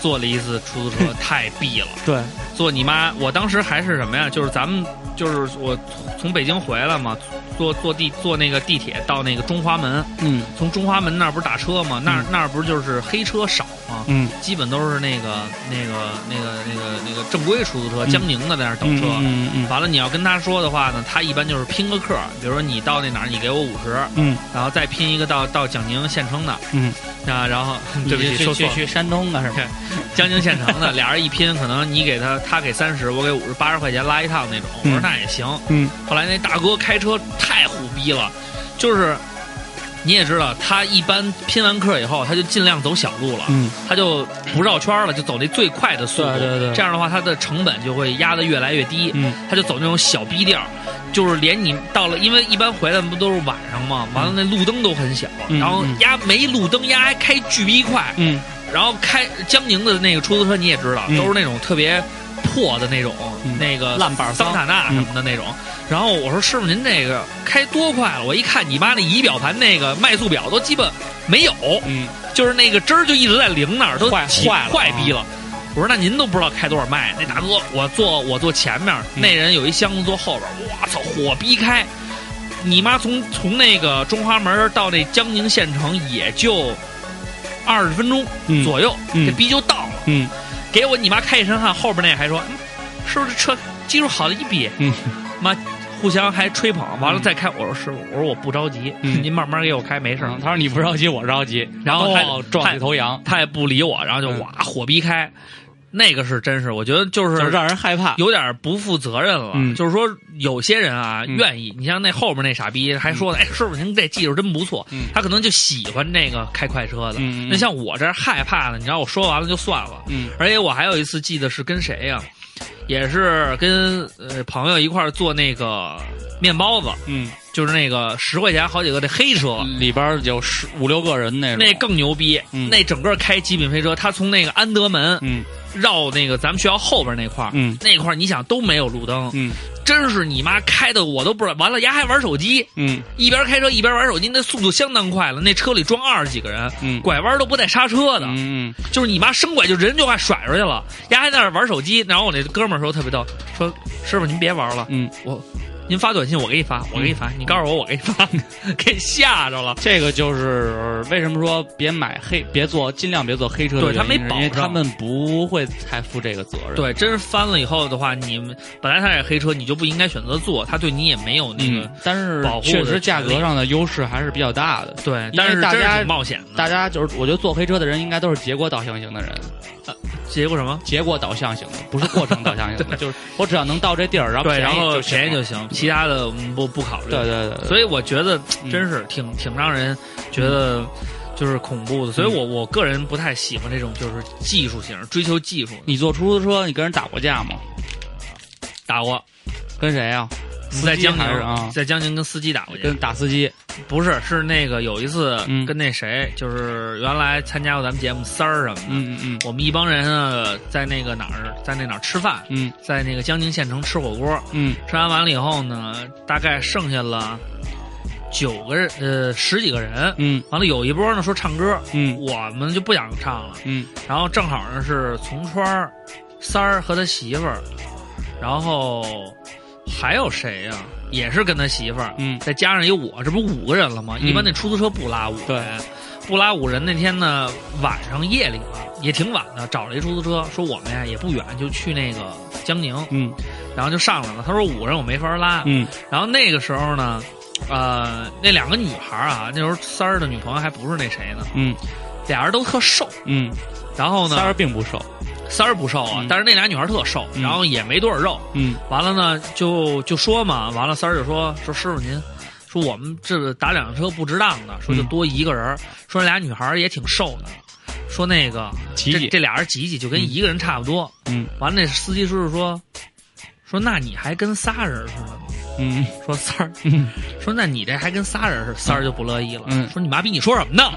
Speaker 3: 坐了一次出租车，太逼了。
Speaker 5: 对，
Speaker 3: 坐你妈！我当时还是什么呀？就是咱们就是我从北京回来嘛，坐坐地坐那个地铁到那个中华门，
Speaker 5: 嗯
Speaker 3: 从中华门那儿不是打车吗？那儿、那儿不是就是黑车少吗？
Speaker 5: 嗯，
Speaker 3: 基本都是那个那个那个那个那个正规出租车，江宁的在那儿等车。
Speaker 5: 嗯嗯
Speaker 3: 完了，你要跟他说的话呢，他一般就是拼个客，比如说你到那哪儿，你给我五十，
Speaker 5: 嗯，
Speaker 3: 然后再拼一个到到江宁县城的，
Speaker 5: 嗯，
Speaker 3: 啊，然后
Speaker 5: 嗯，
Speaker 3: 对不起，
Speaker 5: 去
Speaker 3: 说错
Speaker 5: 去
Speaker 3: 了，
Speaker 5: 去山东啊什么？
Speaker 3: 江宁县城的， 俩人一拼，可能你给他，他给三十，我给五十，八十块钱拉一趟那种。我说
Speaker 5: 嗯
Speaker 3: 那也行。
Speaker 5: 嗯，
Speaker 3: 后来那大哥开车太虎逼了，就是你也知道，他一般拼完课以后，他就尽量走小路了，
Speaker 5: 嗯，
Speaker 3: 他就不绕圈了，就走那最快的速度。
Speaker 5: 对对对
Speaker 3: 这样的话，他的成本就会压得越来越低。
Speaker 5: 嗯，
Speaker 3: 他就走那种小逼调儿。就是连你到了，因为一般回来不都是晚上嘛，完了那路灯都很小，
Speaker 5: 嗯
Speaker 3: 然后
Speaker 5: 嗯
Speaker 3: 压没路灯，压还开巨逼快，
Speaker 5: 嗯
Speaker 3: 然后开江宁的那个出租车你也知道，
Speaker 5: 嗯
Speaker 3: 都是那种特别破的那种，
Speaker 5: 嗯
Speaker 3: 那个
Speaker 5: 烂板
Speaker 3: 桑
Speaker 5: 桑
Speaker 3: 塔纳什么的那种。然后我说师傅您这个开多快了？我一看你妈那仪表盘那个迈速表都鸡巴没有，
Speaker 5: 嗯
Speaker 3: 就是那个针儿就一直在零那儿，都
Speaker 5: 坏
Speaker 3: 起
Speaker 5: 坏了
Speaker 3: 坏逼了。我说那您都不知道开多少迈？那大哥，我坐我坐前面，
Speaker 5: 嗯
Speaker 3: 那人有一箱子坐后边，我操，火逼开！你妈从从那个中华门到那江宁县城也就二十分钟
Speaker 5: 嗯
Speaker 3: 左右，
Speaker 5: 嗯
Speaker 3: 这逼就到了。
Speaker 5: 嗯
Speaker 3: 给我你妈开一身汗，后边那还说，嗯，是不是这车技术好的一比？
Speaker 5: 嗯，
Speaker 3: 妈，互相还吹捧，完了
Speaker 5: 嗯
Speaker 3: 再开。我说师傅，我说我不着急，
Speaker 5: 嗯
Speaker 3: 您慢慢给我开，没事儿。
Speaker 5: 他说你不着急，我着急，
Speaker 3: 然后他
Speaker 5: 都撞你头羊，
Speaker 3: 他也不理我，然后就
Speaker 5: 嗯
Speaker 3: 哇火逼开，那个是真是，我觉得就
Speaker 5: 就是
Speaker 3: 是
Speaker 5: 让人害怕。
Speaker 3: 有点不负责任了。
Speaker 5: 嗯
Speaker 3: 就是说有些人啊、
Speaker 5: 嗯
Speaker 3: 愿意，你像那后面那傻逼还说呢，哎，师傅您这技术真不错，
Speaker 5: 嗯
Speaker 3: 他可能就喜欢那个开快车的。
Speaker 5: 嗯嗯
Speaker 3: 那像我这儿害怕的，你让我说完了就算了。
Speaker 5: 嗯
Speaker 3: 而且我还有一次记得是跟谁呀、也是跟呃朋友一块儿做那个面包子，
Speaker 5: 嗯
Speaker 3: 就是那个十块钱好几个的黑车，
Speaker 5: 里边有十五六个人那种。
Speaker 3: 那更牛逼，
Speaker 5: 嗯
Speaker 3: 那整个开极品飞车，他从那个安德门
Speaker 5: 嗯
Speaker 3: 绕那个咱们学校后边那块儿，
Speaker 5: 嗯
Speaker 3: 那块儿你想都没有路灯，
Speaker 5: 嗯
Speaker 3: 真是你妈开的我都不知道。完了，丫还玩手机，
Speaker 5: 嗯
Speaker 3: 一边开车一边玩手机，那速度相当快了。那车里装二十几个人，
Speaker 5: 嗯
Speaker 3: 拐弯都不带刹车的，
Speaker 5: 嗯
Speaker 3: 就是你妈生拐就人就快甩出去了，丫还在那儿玩手机。然后我那哥们儿说特别逗，说师傅您别玩了，
Speaker 5: 嗯，
Speaker 3: 我您发短信我给你发，我给你发，你告诉我我给你发， 给吓着了。
Speaker 5: 这个就是为什么说别买黑，别做，尽量别做黑车的
Speaker 3: 对他
Speaker 5: 原因
Speaker 3: 没保
Speaker 5: 因为
Speaker 3: 障
Speaker 5: 他们不会太负这个责任。
Speaker 3: 对，真是翻了以后的话，你们本来他也黑车，你就不应该选择坐，他对你也没有那个、
Speaker 5: 嗯，但是
Speaker 3: 保护的
Speaker 5: 确实价
Speaker 3: 权
Speaker 5: 格
Speaker 3: 利
Speaker 5: 上的优势还是比较大的。
Speaker 3: 对，
Speaker 5: 因为
Speaker 3: 但是
Speaker 5: 大
Speaker 3: 真是
Speaker 5: 家
Speaker 3: 挺冒险的。
Speaker 5: 大家就是，我觉得坐黑车的人应该都是结果导向型的人，
Speaker 3: 结果什么？
Speaker 5: 结果导向型的，不是过程导向 型的，就是我只要能到这地儿，然后
Speaker 3: 对，
Speaker 5: 便
Speaker 3: 然
Speaker 5: 宜
Speaker 3: 后
Speaker 5: 就行
Speaker 3: 便宜就
Speaker 5: 了嗯
Speaker 3: 行，其他的我们不不考虑。
Speaker 5: 对对对对，
Speaker 3: 所
Speaker 5: 以
Speaker 3: 以我觉得
Speaker 5: 嗯
Speaker 3: 真是挺、挺让人觉得就是恐怖的，所以
Speaker 5: 嗯
Speaker 3: 我我个人不太喜欢这种就是技术型追求技术的。
Speaker 5: 你坐出租车，你跟人打过架吗？
Speaker 3: 打过，
Speaker 5: 跟谁呀、司
Speaker 3: 在
Speaker 5: 机
Speaker 3: 江宁
Speaker 5: 还是啊
Speaker 3: 在江宁跟司机打过
Speaker 5: 跟
Speaker 3: 去，
Speaker 5: 打司机。
Speaker 3: 不是是那个有一次
Speaker 5: 嗯
Speaker 3: 跟那谁、就是原来参加过咱们节目三儿什么的，
Speaker 5: 嗯嗯
Speaker 3: 我们一帮人啊在那个哪儿在那哪儿吃饭，
Speaker 5: 嗯
Speaker 3: 在那个江宁县城吃火锅，
Speaker 5: 嗯
Speaker 3: 吃完完了以后呢，大概剩下了九个人，呃，十几个人。
Speaker 5: 嗯
Speaker 3: 完了有一波呢说唱歌，
Speaker 5: 嗯
Speaker 3: 我们就不想唱了。
Speaker 5: 嗯
Speaker 3: 然后正好呢是从川儿、三儿和他媳妇儿，然后还有谁呀、也是跟他媳妇儿，
Speaker 5: 嗯
Speaker 3: 再加上一我，这不五个人了吗？
Speaker 5: 嗯
Speaker 3: 一般那出租车不拉五人，
Speaker 5: 对
Speaker 3: 不拉五人。那天呢晚上夜里了，也挺晚的，找了一出租车，说我们呀也不远，就去那个江宁。
Speaker 5: 嗯
Speaker 3: 然后就上来了。他说五人我没法拉。
Speaker 5: 嗯
Speaker 3: 然后那个时候呢，呃，那两个女孩啊，那时候三儿的女朋友还不是那谁呢，
Speaker 5: 嗯
Speaker 3: 俩人都特瘦。
Speaker 5: 嗯，
Speaker 3: 然后
Speaker 5: 三
Speaker 3: 呢
Speaker 5: 儿，并不瘦。
Speaker 3: 三儿不瘦啊，
Speaker 5: 嗯
Speaker 3: 但是那俩女孩特瘦，
Speaker 5: 嗯
Speaker 3: 然后也没多少肉。
Speaker 5: 嗯
Speaker 3: 完了呢，就就说嘛，完了三儿就说说师傅您。说我们这打两辆车不值当的，说就
Speaker 5: 嗯
Speaker 3: 多一个人儿，说那俩女孩儿也挺瘦的，说那个
Speaker 5: 挤
Speaker 3: 这
Speaker 5: 挤
Speaker 3: 这俩人挤挤就跟
Speaker 5: 嗯
Speaker 3: 一个人差不多。
Speaker 5: 嗯
Speaker 3: 完了，那司机叔叔说说那你还跟仨人似的呢。
Speaker 5: 嗯
Speaker 3: 说三儿，
Speaker 5: 嗯
Speaker 3: 说那你这还跟仨人似的，三儿就不乐意了，
Speaker 5: 嗯
Speaker 3: 说你妈逼，你说什么 呢？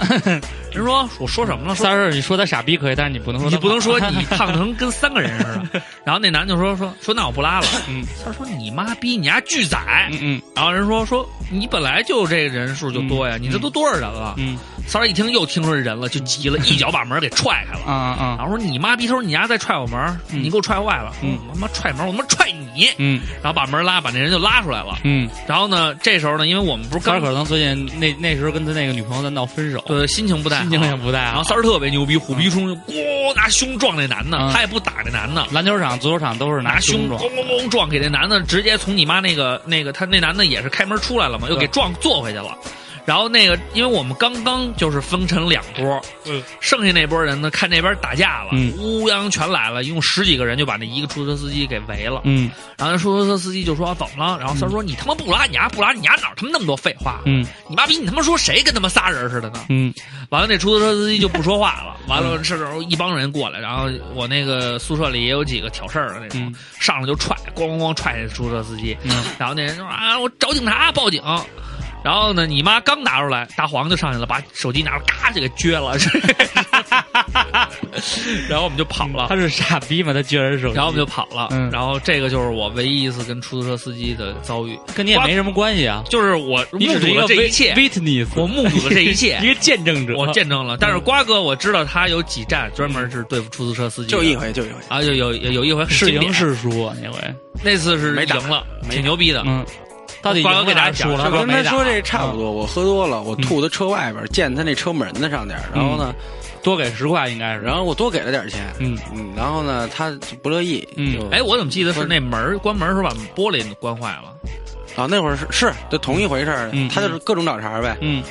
Speaker 3: 人说我说什么了？说
Speaker 5: 三儿，你说他傻逼可以，但是你不能说
Speaker 3: 你
Speaker 5: 他
Speaker 3: 不能说
Speaker 5: 胖
Speaker 3: 你胖成跟三个人似的。然后那男的就说说说那我不拉了。
Speaker 5: 嗯
Speaker 3: 三儿说你妈逼，你丫巨崽。
Speaker 5: 嗯
Speaker 3: 然后人说说你本来就这人数就多呀，你这都多少人了？
Speaker 5: 嗯
Speaker 3: 三儿一听又听说这人了，就急了，一脚把门给踹开
Speaker 5: 嗯
Speaker 3: 了。
Speaker 5: 啊啊
Speaker 3: 然后说你妈逼，他说你丫再踹我门，
Speaker 5: 嗯
Speaker 3: 你给我踹坏了，
Speaker 5: 嗯
Speaker 3: 我他妈踹门，我他妈踹你，
Speaker 5: 嗯
Speaker 3: 然后把门拉，把那人就拉出来了。
Speaker 5: 嗯，
Speaker 3: 然后呢，这时候呢，因为我们不是
Speaker 5: 三
Speaker 3: 刚
Speaker 5: 儿可能最近那那时候跟他那个女朋友在闹分手，
Speaker 3: 呃心情不太好，
Speaker 5: 心情也不太
Speaker 3: 然
Speaker 5: 好
Speaker 3: 后。三儿特别牛逼，虎逼冲，就咣拿胸撞那男的，
Speaker 5: 嗯
Speaker 3: 他也不打那男的，
Speaker 5: 篮球场、足球场都是
Speaker 3: 拿
Speaker 5: 胸
Speaker 3: 胸咣
Speaker 5: 撞。
Speaker 3: 咣咣撞，给那男的直接从你妈那个那个他那男的也是开门出来了嘛，又给撞坐回去了。然后那个，因为我们刚刚就是分成两波，
Speaker 5: 嗯，
Speaker 3: 剩下那波人呢，看那边打架了，
Speaker 5: 嗯
Speaker 3: 乌泱全来了，一共十几个人就把那一个出租车司机给围了。
Speaker 5: 嗯
Speaker 3: 然后那出租车司机就说啊怎么了？然后三儿说、你他妈不拉你丫不拉你丫哪儿他妈那么多废话？啊
Speaker 5: 嗯
Speaker 3: 你妈逼你他妈说谁跟他妈仨人似的呢？
Speaker 5: 嗯
Speaker 3: 完了，那出租车司机就不说话了。完了，这时候一帮人过来，然后我那个宿舍里也有几个挑事儿的那种，
Speaker 5: 嗯
Speaker 3: 上来就踹，咣咣咣踹那出租车司机。
Speaker 5: 嗯
Speaker 3: 然后那人就说啊，我找警察报警。然后呢，你妈刚拿出来，大黄就上去了，把手机拿出来，嘎就给撅了。 然后我们就跑了
Speaker 5: 他，是傻逼吗？他居然手机，
Speaker 3: 然后我们就跑了。
Speaker 5: 嗯
Speaker 3: 然后这个就是我唯一一次跟出租车司机的遭遇，
Speaker 5: 跟你也没什么关系啊，
Speaker 3: 就是我
Speaker 5: 你
Speaker 3: 目
Speaker 5: 只是
Speaker 3: 睹
Speaker 5: 一个
Speaker 3: 了这一切，
Speaker 5: witness，
Speaker 3: 我目睹了这一 切
Speaker 5: 一个见证者。
Speaker 3: 我见证了，但是瓜哥我知道他有几站专门是对付出租车司机的，
Speaker 4: 就一回，就一回。
Speaker 3: 啊，有有有有一回很
Speaker 5: 是
Speaker 3: 经典
Speaker 5: 赢是输啊，那回。
Speaker 3: 那次是
Speaker 4: 没打
Speaker 3: 赢了，
Speaker 4: 没
Speaker 3: 挺牛逼的。
Speaker 5: 嗯，到底赢
Speaker 3: 瓜哥
Speaker 5: 了
Speaker 3: 给大家
Speaker 5: 还是
Speaker 3: 讲
Speaker 5: 输
Speaker 3: 一下
Speaker 5: 了？
Speaker 4: 就跟
Speaker 3: 没
Speaker 4: 他
Speaker 3: 打
Speaker 4: 说这差不多，
Speaker 3: 嗯
Speaker 4: 我喝多了，我吐他车外边，溅他那车门子上点儿然后呢，
Speaker 3: 嗯
Speaker 5: 多给十块应该是。
Speaker 4: 然后我多给了点钱，
Speaker 5: 嗯
Speaker 4: 嗯，然后呢，他就不乐意，
Speaker 5: 嗯
Speaker 4: 就
Speaker 3: 哎，我怎么记得是那门儿关门时候把玻璃关坏了？
Speaker 4: 啊，那会儿是是就同一回事儿
Speaker 5: 嗯，
Speaker 4: 他就是各种找茬儿呗，
Speaker 5: 嗯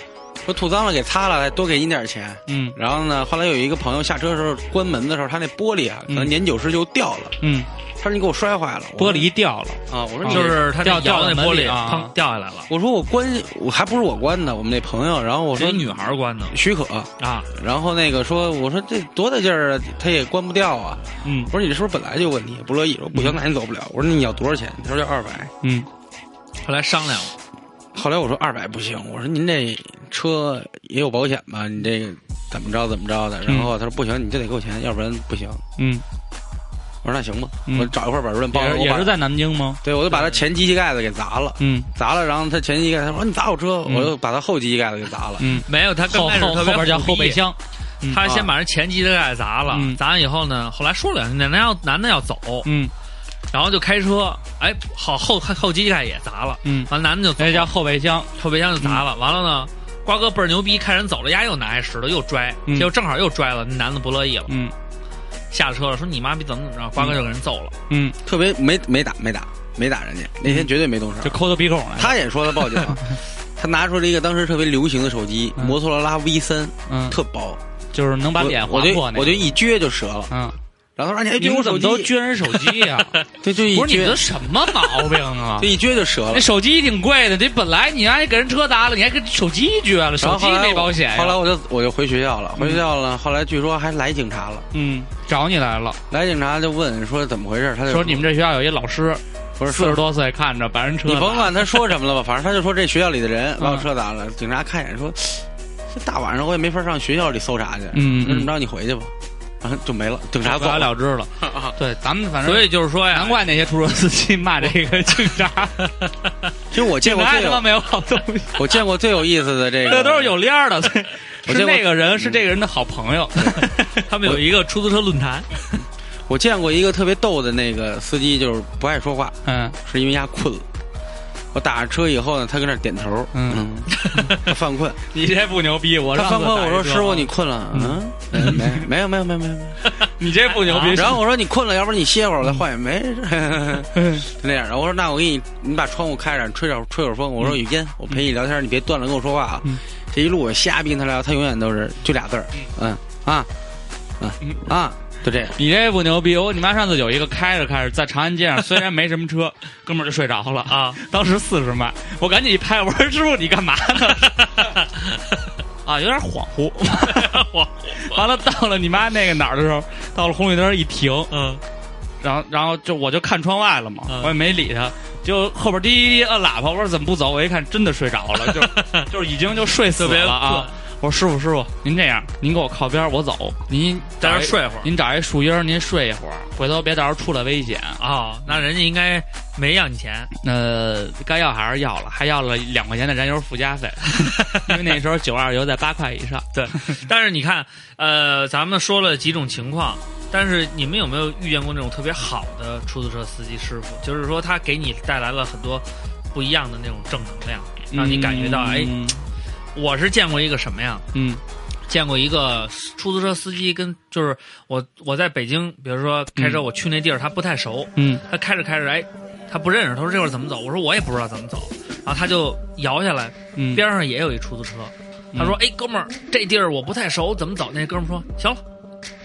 Speaker 4: 说吐脏了给擦了，多给你点钱。
Speaker 5: 嗯
Speaker 4: 然后呢，后来有一个朋友下车的时候关门的时候，他那玻璃啊，可能
Speaker 5: 嗯
Speaker 4: 年久失修掉了，
Speaker 5: 嗯，
Speaker 4: 他说你给我摔坏了，我
Speaker 5: 玻
Speaker 4: 说
Speaker 5: 璃掉了。
Speaker 4: 啊，我说你
Speaker 3: 就。是他那
Speaker 5: 掉掉
Speaker 3: 摇
Speaker 5: 到
Speaker 3: 那
Speaker 5: 门
Speaker 3: 玻
Speaker 5: 里
Speaker 3: 璃
Speaker 5: 啊
Speaker 3: 砰掉下来了，
Speaker 4: 我说我关，我还不是我关的，我们那朋友。然后我
Speaker 3: 是
Speaker 4: 说
Speaker 3: 一女孩儿关的
Speaker 4: 许可，
Speaker 3: 啊。
Speaker 4: 然后那个说，我说这多大劲儿啊，他也关不掉啊。
Speaker 5: 嗯
Speaker 4: 我说你这是不是本来就有问题？不乐意，我说不行，那你走不了。我说那你要多少钱？他说要二百。
Speaker 5: 嗯
Speaker 3: 后来商量了，
Speaker 4: 后来我说二百不行，我说您这车也有保险吧？你这个怎么着怎么着的？然后他说不行，你就得给我钱，要不然不行。
Speaker 5: 嗯，
Speaker 4: 我说那行吧，
Speaker 5: 嗯
Speaker 4: 我找一块板砖，抱
Speaker 5: 也
Speaker 4: 着
Speaker 5: 是
Speaker 4: 我
Speaker 5: 也
Speaker 4: 把
Speaker 5: 是在南京吗？
Speaker 4: 对，我就把他前机器盖子给砸了，
Speaker 5: 嗯
Speaker 4: 砸了，然后他前机器盖子，他说你砸我车，
Speaker 5: 嗯
Speaker 4: 我就把他后机器盖子给砸了。
Speaker 5: 嗯，
Speaker 3: 没有，他刚
Speaker 7: 后
Speaker 3: 开始
Speaker 7: 后
Speaker 3: 特
Speaker 7: 后
Speaker 3: 别
Speaker 7: 边叫
Speaker 3: 虎
Speaker 7: 后备
Speaker 3: 逼
Speaker 7: 箱，
Speaker 5: 嗯
Speaker 3: 他先把人前机的盖砸了，
Speaker 5: 嗯
Speaker 3: 砸完以后呢，后来说两句，男的要男的要走，
Speaker 5: 嗯
Speaker 3: 然后就开车，哎，好后后机盖也砸了，
Speaker 5: 嗯，
Speaker 3: 完了男的就走
Speaker 5: 那叫后备箱。嗯
Speaker 3: 后备箱就砸了，完了呢，瓜哥倍儿牛逼，看人走了，丫又拿一石头又拽，
Speaker 5: 嗯
Speaker 3: 结果正好又拽了，那男的不乐意了，
Speaker 5: 嗯
Speaker 3: 下车了，说你妈逼怎么怎么着，瓜哥就给人揍了，
Speaker 5: 嗯，
Speaker 4: 特别没没打没打没打人家，那天绝对没动手
Speaker 5: 就。抠到鼻孔来了。
Speaker 4: 他也说他 报警了，他拿出了一个当时特别流行的手机，
Speaker 5: 嗯
Speaker 4: 摩托罗拉 V 三，
Speaker 5: 嗯，
Speaker 4: 特薄，
Speaker 5: 就是能把脸划
Speaker 4: 我我就
Speaker 5: 破那个。
Speaker 4: 我就一撅就折了。
Speaker 5: 嗯，
Speaker 4: 然后他说：“哎，你
Speaker 5: 你
Speaker 4: 还撅我
Speaker 5: 们怎
Speaker 4: 手
Speaker 5: 么都
Speaker 4: 机？
Speaker 5: 撅人手机呀？
Speaker 4: 对，就 一
Speaker 5: 不是你们
Speaker 4: 撅
Speaker 5: 这，什么毛病啊
Speaker 4: 就？一撅就折了
Speaker 5: 那。手机挺贵的，这本来你还给人车砸了，你还给手机撅了，
Speaker 4: 然
Speaker 5: 手
Speaker 4: 后
Speaker 5: 机
Speaker 4: 后来
Speaker 5: 没
Speaker 4: 我
Speaker 5: 保险呀。啊
Speaker 4: 后来我就我就回学校了，回学校了。后来据说还来警察了，
Speaker 5: 嗯，找你来了，
Speaker 4: 来警察就问说怎么回事，他就
Speaker 5: 说你们这学校有一老师，
Speaker 4: 不是
Speaker 5: 四
Speaker 4: 说
Speaker 5: 十多岁，看着把人车
Speaker 4: 你
Speaker 5: 砸
Speaker 4: 甭管他说什么了吧，反正他就说这学校里的人把我
Speaker 5: 嗯
Speaker 4: 车砸了。警察看一眼说，这大晚上我也没法上学校里搜查去，
Speaker 5: 嗯嗯
Speaker 4: 那怎么着你回去吧，然后就没了。警察
Speaker 5: 不
Speaker 4: 走
Speaker 5: 了
Speaker 4: 了，
Speaker 5: 了之了。对，咱们反正
Speaker 3: 所以就是说呀，
Speaker 5: 难怪那些出租车司机骂这个警 察，
Speaker 4: 其实我见
Speaker 5: 警
Speaker 4: 过
Speaker 5: 察
Speaker 4: 最
Speaker 5: 他妈
Speaker 4: 有
Speaker 5: 没有好东西，
Speaker 4: 我见过最有意思的这个，
Speaker 5: 这都是有链儿的。对
Speaker 4: 我
Speaker 5: 嗯 是
Speaker 4: 见过嗯
Speaker 5: 那个人，是这个人的好朋友。
Speaker 3: 他们有一个出租车论坛，
Speaker 4: 我见过一个特别逗的那个司机，就是不爱说话，
Speaker 5: 嗯
Speaker 4: 是因为他困了。我打上车以后呢，他跟那儿点头，
Speaker 5: 嗯，
Speaker 4: 他犯困，
Speaker 5: 你这不牛逼，我
Speaker 4: 他
Speaker 5: 上
Speaker 4: 犯
Speaker 5: 次
Speaker 4: 困，
Speaker 5: 打
Speaker 4: 我
Speaker 5: 一啊
Speaker 4: 说
Speaker 5: 车
Speaker 4: 师傅你困了，嗯，没没有没有没有 没有，没有
Speaker 5: 你这不牛逼。
Speaker 4: 然后我说你困了，要不然你歇会儿，我再换也没事，就 那样。然后我说那我给你，你把窗户开着，吹点吹会儿风。我说有烟，我陪你聊天，你别断了跟我说话啊。这一路我瞎逼跟他聊，他永远都是就俩字儿，嗯啊，嗯啊，就这样。
Speaker 5: 你这不牛逼！我你妈上次有一个开着开着在长安街上，虽然没什么车，哥们儿就睡着了啊。当时四十迈，我赶紧一拍，我说师傅你干嘛呢？ 啊，有点恍惚，恍惚。完了，到了你妈那个哪儿的时候，到了红绿灯一停，
Speaker 3: 嗯，
Speaker 5: 然后然后就我就看窗外了嘛，
Speaker 3: 嗯
Speaker 5: 我也没理他。就后边滴滴滴摁喇叭，我说怎么不走？我一看真的睡着了， 就就是已经就睡死
Speaker 3: 特别
Speaker 5: 了啊！我说师傅师傅，您这样，您给我靠边儿，我走。您
Speaker 3: 在那
Speaker 5: 找
Speaker 3: 儿
Speaker 5: 一
Speaker 3: 睡会儿
Speaker 5: 您找一树荫儿，您睡一会儿，回头别到时候出了危险。啊
Speaker 3: 哦，那人家应该没要你钱，
Speaker 5: 呃，该要还是要了，还要了两块钱的燃油附 加费，因为那时候九二油在八块以上。
Speaker 3: 对，但是你看，呃，咱们说了几种情况，但是你们有没有遇见过那种特别好的出租车司机师傅？就是说他给你带来了很多不一样的那种正能量，让你感觉到，哎，
Speaker 5: 嗯
Speaker 3: 我是见过一个什么呀？
Speaker 5: 嗯
Speaker 3: 见过一个出租车司机跟就是我我在北京，比如说开车我去那地儿，他不太熟，
Speaker 5: 嗯
Speaker 3: 他开着开着，哎，他不认识，他说这会儿怎么走？我说我也不知道怎么走，然后他就摇下来，
Speaker 5: 嗯，
Speaker 3: 边上也有一出租车，他说：“哎，哥们儿，这地儿我不太熟，怎么走？”那哥们儿说：“行了，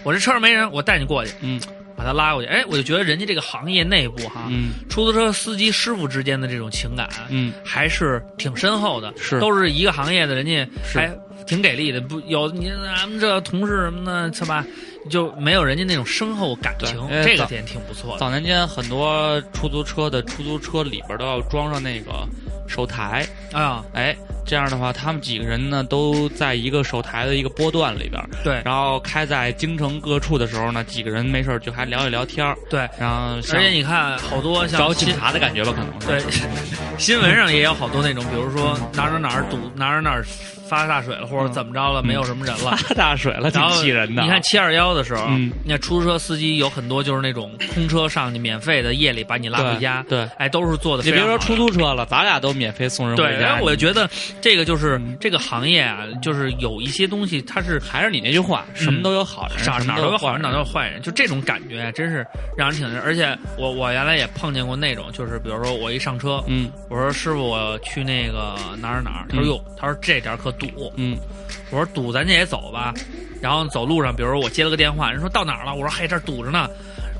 Speaker 3: 我这车上没人，我带你过去。”
Speaker 5: 嗯，
Speaker 3: 把他拉过去。哎，我就觉得人家这个行业内部哈，
Speaker 5: 嗯
Speaker 3: 出租车司机师傅之间的这种情感，
Speaker 5: 嗯，
Speaker 3: 还是挺深厚的，
Speaker 5: 是
Speaker 3: 都是一个行业的，人家
Speaker 5: 是
Speaker 3: 还挺给力的。不有你咱们这同事什么的，是吧？就没有人家那种深厚感情
Speaker 5: 对，哎
Speaker 3: 这个
Speaker 5: 早
Speaker 3: 点挺不错的。
Speaker 5: 早年间很多出租车的出租车里边都要装上那个手台，
Speaker 3: 啊，
Speaker 5: 哎，这样的话，他们几个人呢都在一个手台的一个波段里边，
Speaker 3: 对
Speaker 5: 然后开在京城各处的时候呢，几个人没事儿就还聊一聊天儿，
Speaker 3: 对，
Speaker 5: 然后像
Speaker 3: 而且你看好多像
Speaker 5: 找
Speaker 3: 新
Speaker 5: 警察的感觉吧，可能是
Speaker 3: 对，新闻上也有好多那种，比如说哪儿哪儿哪儿堵，哪儿哪儿发大水了，或者怎么着了，没有什么人了。
Speaker 5: 发大水嗯 了，挺
Speaker 3: 然后
Speaker 5: 气人的。
Speaker 3: 你看，七二幺的时候，
Speaker 5: 嗯
Speaker 3: 你看出租车司机有很多就是那种空车上去免费的，夜里把你拉回家。
Speaker 5: 对对
Speaker 3: 哎，都是做的。
Speaker 5: 你别说出。租车了，咱俩都免费送人
Speaker 3: 对，
Speaker 5: 回
Speaker 3: 然
Speaker 5: 家。
Speaker 3: 后我
Speaker 5: 你
Speaker 3: 觉得这个就是、
Speaker 5: 嗯
Speaker 3: 这个行业啊，就是有一些东西它是
Speaker 5: 还是你那句话，什嗯么都有好人，
Speaker 3: 啥
Speaker 5: 什么
Speaker 3: 哪儿都有
Speaker 5: 坏
Speaker 3: 好人，
Speaker 5: 人
Speaker 3: 哪儿都有坏人，就这种感觉啊真是让人挺……而且我我原来也碰见过那种，就是比如说我一上车，
Speaker 5: 嗯
Speaker 3: 我说师傅，我去那个哪儿哪儿？他说
Speaker 5: 嗯
Speaker 3: 哟，他说这点儿可堵。
Speaker 5: 嗯
Speaker 3: 我说堵，咱这也走吧。然后走路上，比如我接了个电话，人说到哪儿了？我说嘿，这儿堵着呢。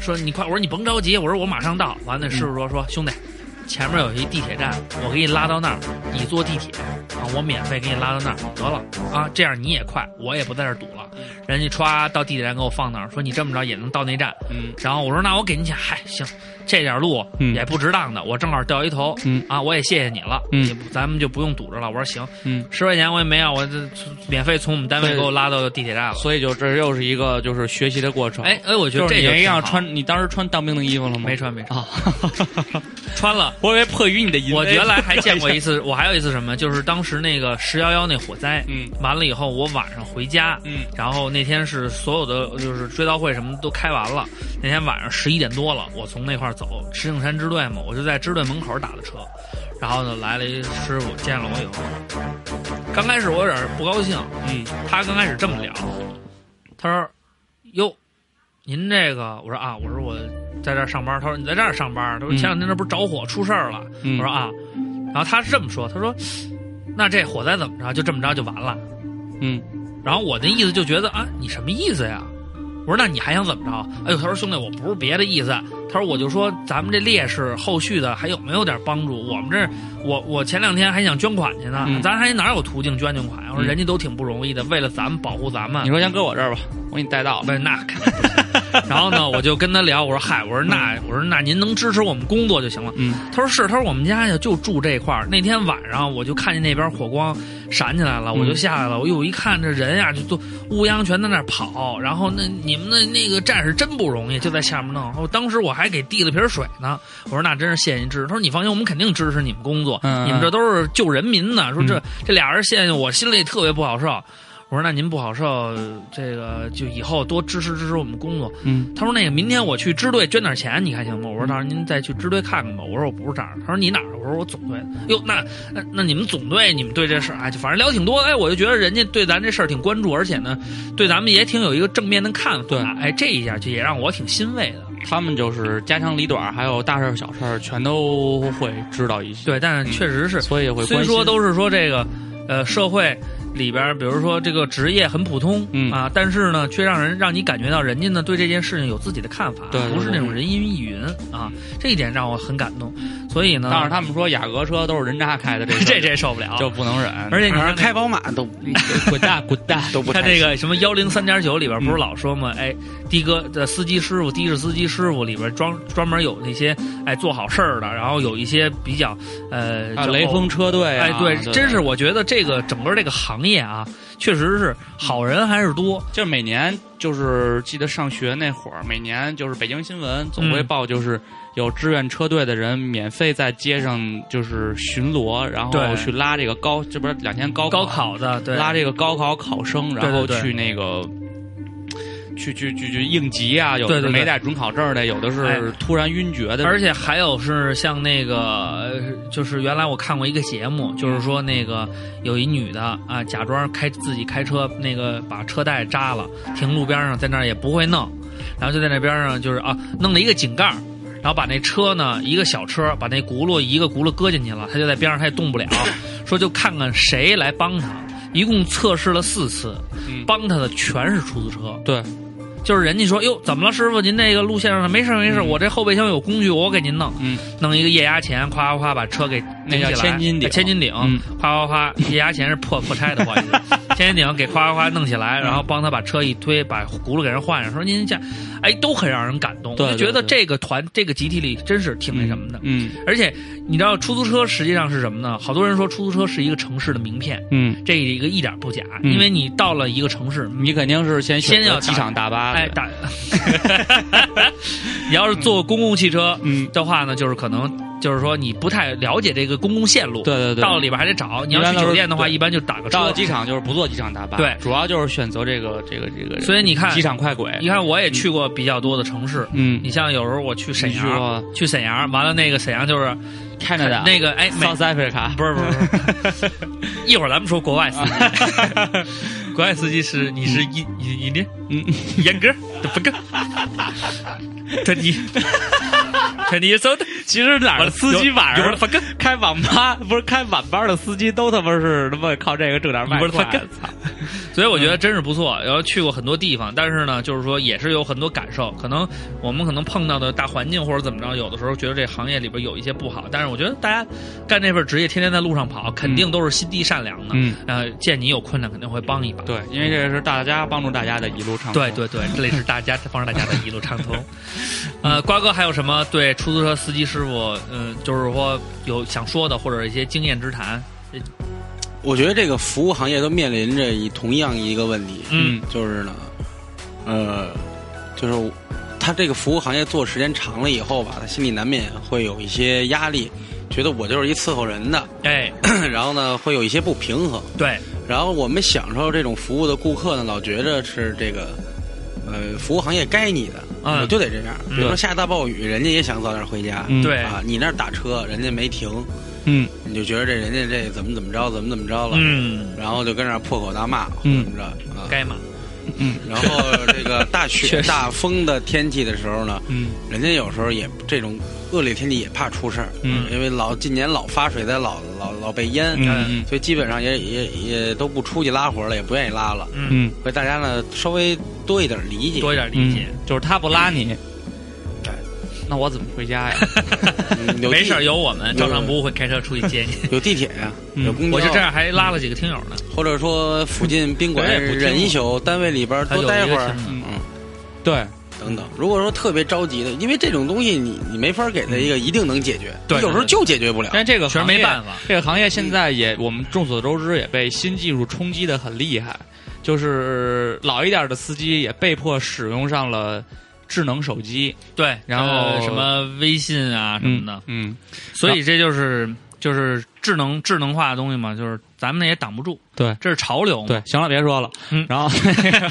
Speaker 3: 说你快，我说你甭着急，我说我马上到。完
Speaker 5: 嗯
Speaker 3: 了，师傅说说兄弟，前面有一地铁站，我给你拉到那儿，你坐地铁啊，我免费给你拉到那儿，得了啊，这样你也快，我也不在这儿堵了。
Speaker 5: 嗯
Speaker 3: 人家歘到地铁站给我放那儿，说你这么着也能到那站。
Speaker 5: 嗯
Speaker 3: 然后我说那我给您钱，嗨，行，这点路
Speaker 5: 嗯
Speaker 3: 也不值当的，我正好掉一头，
Speaker 5: 嗯
Speaker 3: 啊，我也谢谢你了，
Speaker 5: 嗯
Speaker 3: 你咱们就不用堵着了。我说行，
Speaker 5: 嗯，
Speaker 3: 十块钱我也没要，我这免费从我们单位给我拉到地铁站了。
Speaker 5: 所以就这又是一个就是学习的过程。
Speaker 3: 哎，哎，我觉
Speaker 5: 就
Speaker 3: 得
Speaker 5: 是
Speaker 3: 这
Speaker 5: 你
Speaker 3: 就
Speaker 5: 一样
Speaker 3: 挺好
Speaker 5: 穿，你当时穿当兵的衣服了吗？
Speaker 3: 没穿没穿
Speaker 5: 啊，
Speaker 3: 穿了。
Speaker 5: 我以为迫于你的淫威。
Speaker 3: 我原来还见过一次，我还有一次什么，就是当时那个十幺幺那火灾，
Speaker 5: 嗯
Speaker 3: 完了以后我晚上回家，
Speaker 5: 嗯，
Speaker 3: 然后那天是所有的就是追悼会什么都开完了，那天晚上十一点多了，我从那块儿走，石景山支队嘛，我就在支队门口打的车，然后呢来了一师傅，见了我以后，刚开始我有点不高兴，
Speaker 5: 嗯
Speaker 3: 他刚开始这么聊，他说：“哟，您这个，我说啊，我说我在这儿上班。”他说：“你在这儿上班？”他说：“
Speaker 5: 嗯
Speaker 3: 前两天这不是着火出事儿了？”
Speaker 5: 嗯
Speaker 3: 我说：“啊。”然后他是这么说：“他说，那这火灾怎么着？就这么着就完了。
Speaker 5: 嗯，”
Speaker 3: 然后我的意思就觉得啊，你什么意思呀？我说那你还想怎么着？哎呦，他说兄弟，我不是别的意思，他说我就说咱们这烈士后续的还有没有点帮助？我们这我我前两天还想捐款去呢，
Speaker 5: 嗯
Speaker 3: 咱还哪有途径捐捐款呀？我说
Speaker 5: 嗯
Speaker 3: 人家都挺不容易的，为了咱们保护咱们
Speaker 5: 你，说先搁我这儿吧，我给你带到
Speaker 3: 不。是那肯定不行。 然后呢，我就跟他聊，我说嗨，我说那我说那您能支持我们工作就行了。
Speaker 5: 嗯
Speaker 3: 他说是，他说我们家呀就住这块儿。那天晚上我就看见那边火光闪起来了，
Speaker 5: 嗯
Speaker 3: 我就下来了。我哟一看这人呀，就都乌泱全在那儿跑。然后那你们的那个战士真不容易，就在下面弄。我当时我还给递了瓶水呢。我说那真是谢谢您支持。他说你放心，我们肯定支持你们工作，
Speaker 5: 嗯嗯嗯
Speaker 3: 你们这都是救人民的。说这、这俩人谢谢我，心里特别不好受。我说那您不好受，呃这个就以后多支持支持我们工作。
Speaker 5: 嗯
Speaker 3: 他说那个明天我去支队捐点钱，你看行吗？我说到时候您再去支队看看吧。我说我不是这儿的。他说你哪儿的？我说我总队的。哟，那那那你们总队你们对这事儿哎，就反正聊挺多的。哎，我就觉得人家对咱这事儿挺关注，而且呢，对咱们也挺有一个正面的看法。
Speaker 5: 对
Speaker 3: 哎，这一下就也让我挺欣慰的。
Speaker 5: 他们就是家长里短，还有大事儿小事儿，全都会知道一些。，
Speaker 3: 对，但是确实是，
Speaker 5: 所以会关心
Speaker 3: 虽说都是说这个，呃，社会里边儿，比如说这个职业很普通，
Speaker 5: 嗯
Speaker 3: 啊，但是呢，却让人让你感觉到人家呢对这件事情有自己的看法，
Speaker 5: 对对
Speaker 3: 不是那种
Speaker 5: 对
Speaker 3: 人云亦云啊，这一点让我很感动。所以呢，
Speaker 5: 但是他们说雅阁车都是人渣开的，这
Speaker 3: 这
Speaker 5: 这
Speaker 3: 这受不了，
Speaker 5: 就不能忍。
Speaker 3: 而且你
Speaker 4: 反
Speaker 3: 看
Speaker 4: 正
Speaker 3: 那
Speaker 4: 开宝马都
Speaker 5: 你滚蛋滚 蛋！
Speaker 4: 都不
Speaker 3: 他
Speaker 4: 太
Speaker 3: 这
Speaker 4: 行
Speaker 3: 个什么幺零三点九里边不是
Speaker 5: 嗯
Speaker 3: 老说吗？哎，的哥的司机师傅、的士司机师傅里边专专门有那些哎做好事儿的，然后有一些比较呃叫
Speaker 5: 啊，雷锋车队啊，
Speaker 3: 哎，对，真是
Speaker 5: 我。
Speaker 3: 我觉得这个整个这个行业啊，确实是好人还是多。
Speaker 5: 就是每年就是记得上学那会儿，每年就是北京新闻总会
Speaker 3: 嗯
Speaker 5: 报，就是有志愿车队的人免费在街上就是巡逻，然
Speaker 3: 对
Speaker 5: 后去拉这个高，这不是两天高
Speaker 3: 高考的对，
Speaker 5: 拉这个高考考生，然后
Speaker 3: 对对对
Speaker 5: 去那个。去去去去应急啊！有
Speaker 3: 对
Speaker 5: 的
Speaker 3: 对
Speaker 5: 是
Speaker 3: 对
Speaker 5: 没带准考证的，有的是
Speaker 3: 哎
Speaker 5: 突然晕厥的。
Speaker 3: 而且还有是像那个，呃就是原来我看过一个节目，就是说那个有一女的啊，假装开自己开车，那个把车带扎了，停路边上，在那儿也不会弄，然后就在那边上就是啊，弄了一个井盖儿。然后把那车呢，一个小车，把那轱辘一个轱辘搁进去了，他就在边上，他也动不了，说就看看谁来帮他。一共测试了四次，
Speaker 5: 嗯
Speaker 3: 帮他的全是出租车。
Speaker 5: 对，
Speaker 3: 就是人家说哟，怎么了，师傅？您那个路线上的没事儿没事儿，
Speaker 5: 嗯
Speaker 3: 我这后备箱有工具，我给您弄。
Speaker 5: 嗯，
Speaker 3: 弄一个液压钳，夸夸夸把车给
Speaker 5: 那
Speaker 3: 顶
Speaker 5: 叫
Speaker 3: 起来
Speaker 5: 千斤顶
Speaker 3: 啊千斤顶
Speaker 5: 嗯，
Speaker 3: 夸夸夸，液压钳是破破拆的，不好意思，千斤顶给夸夸夸弄起来，
Speaker 5: 嗯
Speaker 3: 然后帮他把车一推，把轱辘给人换上，说您这，哎，都很让人感动，
Speaker 5: 对
Speaker 3: 我就觉得
Speaker 5: 对对
Speaker 3: 这个团这个集体里真是挺那什么的。
Speaker 5: 嗯
Speaker 3: 而且你知道出租车实际上是什么呢？好多人说出租车是一个城市的名片，
Speaker 5: 嗯，
Speaker 3: 这一个一点不假，
Speaker 5: 嗯
Speaker 3: 因为你到了一个城市，
Speaker 5: 你肯定是先选
Speaker 3: 先要
Speaker 5: 择
Speaker 3: 打
Speaker 5: 机场大巴的，
Speaker 3: 哎，打， 你要是坐公共汽车
Speaker 5: 嗯，
Speaker 3: 的话呢，就是可能就是说你不太了解这个公共线路，
Speaker 5: 对对对，
Speaker 3: 到了里边还得找。你
Speaker 5: 一
Speaker 3: 要
Speaker 5: 般
Speaker 3: 去
Speaker 5: 都是
Speaker 3: 酒店的话，
Speaker 5: 对
Speaker 3: 一般就打个
Speaker 5: 到
Speaker 3: 车
Speaker 5: 了。机场就是不坐机场大巴，
Speaker 3: 对
Speaker 5: 主要就是选择这个这个这个。
Speaker 3: 所以你看
Speaker 5: 机，场快轨，
Speaker 3: 你看我也去过比较多的城市，
Speaker 5: 嗯，
Speaker 3: 你像有时候我去沈
Speaker 5: 你去
Speaker 3: 阳，
Speaker 5: 过
Speaker 3: 去沈阳，完了那个沈阳就是
Speaker 5: 加拿大
Speaker 3: 那个哎，美
Speaker 5: South Africa，
Speaker 3: 不是不是，不是 一会儿咱们说国外司 机，国外司机是你是一你你你
Speaker 5: 嗯，
Speaker 3: 严格的不够，特 地特地搜的，
Speaker 5: 其实哪儿的司机晚
Speaker 3: 有有
Speaker 5: 上
Speaker 3: 人发哥
Speaker 5: 开网吧，不是开晚班的司机都他妈是他妈靠这个挣点外
Speaker 3: 有人发
Speaker 5: 快嗯
Speaker 3: 哥。
Speaker 5: 操
Speaker 3: 所以我觉得真是不错。然后去过很多地方，但是呢，就是说也是有很多感受。可能我们可能碰到的大环境或者怎么着，有的时候觉得这行业里边有一些不好，但是我觉得大家干这份职业，天天在路上跑，肯定都是心地善良的。
Speaker 5: 嗯，
Speaker 3: 呃，见你有困难肯定会帮一把。
Speaker 5: 对，因为这是大家帮助大家的一路畅通。
Speaker 3: 对对对，这里是大家帮大家的一路畅通。呃，瓜哥还有什么对出租车司机师傅，嗯、就是说有想说的或者一些经验之谈。
Speaker 4: 我觉得这个服务行业都面临着一同样一个问题，
Speaker 3: 嗯，
Speaker 4: 就是呢，呃，就是他这个服务行业做时间长了以后吧，他心里难免会有一些压力，觉得我就是一伺候人的，
Speaker 3: 哎，
Speaker 4: 然后呢会有一些不平衡。
Speaker 3: 对，
Speaker 4: 然后我们享受这种服务的顾客呢，老觉着是这个，呃，服务行业该你的，
Speaker 3: 嗯
Speaker 4: 我就得这样。比如说下大暴雨，人家也想早点回家，
Speaker 5: 嗯
Speaker 3: 对
Speaker 4: 啊，你那儿打车，人家没停，
Speaker 5: 嗯
Speaker 4: 你就觉得这人家这怎么怎么着，怎么怎么着了，
Speaker 3: 嗯，
Speaker 4: 然后就跟那儿破口大骂，或者
Speaker 5: 嗯
Speaker 4: 怎么着啊。
Speaker 3: 该嘛，
Speaker 4: 然后这个大雪
Speaker 3: 确实
Speaker 4: 大风的天气的时候呢，
Speaker 5: 嗯
Speaker 4: 人家有时候也这种恶劣天气也怕出事儿，
Speaker 5: 嗯
Speaker 4: 因为老近年老发水灾，老老老被淹，
Speaker 5: 嗯
Speaker 4: 所以基本上也也也都不出去拉活了，也不愿意拉了。
Speaker 3: 嗯，
Speaker 5: 嗯
Speaker 4: 所以大家呢稍微多一点理解，
Speaker 3: 多一点理
Speaker 5: 嗯
Speaker 3: 解。，
Speaker 5: 就是他不拉你，
Speaker 3: 嗯
Speaker 4: 对，
Speaker 5: 那我怎么 回家呀？
Speaker 4: 嗯有
Speaker 3: 没
Speaker 4: 地
Speaker 3: 事儿，有我们，照常不误会开车出去接你。
Speaker 4: 有地铁呀、
Speaker 5: 嗯
Speaker 4: 有公交，
Speaker 3: 我就这，样还拉了几个听友呢，
Speaker 4: 或者说附近宾馆
Speaker 5: 人也不听
Speaker 4: 忍一宿，单位里边
Speaker 3: 他
Speaker 4: 多
Speaker 3: 有
Speaker 4: 待
Speaker 3: 一
Speaker 4: 会
Speaker 3: 个
Speaker 4: 儿
Speaker 3: 听。
Speaker 5: 嗯
Speaker 3: 友，
Speaker 5: 对，
Speaker 4: 等等，如果说特别着急的，因为这种东西你你没法给他一个一定能解决，
Speaker 3: 嗯对
Speaker 4: 有时候就解决不了。
Speaker 5: 但这个
Speaker 3: 全
Speaker 5: 行
Speaker 3: 啊没
Speaker 5: 业
Speaker 3: 办法。嗯
Speaker 5: 这个行业现在也，我们众所周知也被新技术冲击的很厉害，就是老一点的司机也被迫使用上了智能手机，
Speaker 3: 对，
Speaker 5: 然后
Speaker 3: 呃什么微信啊什么的，
Speaker 5: 嗯，
Speaker 3: 所以这就是就是智能智能化的东西嘛，就是咱们也挡不住，
Speaker 5: 对
Speaker 3: 这是潮流嘛。
Speaker 5: 对，行了，别说了。
Speaker 3: 嗯
Speaker 5: 然后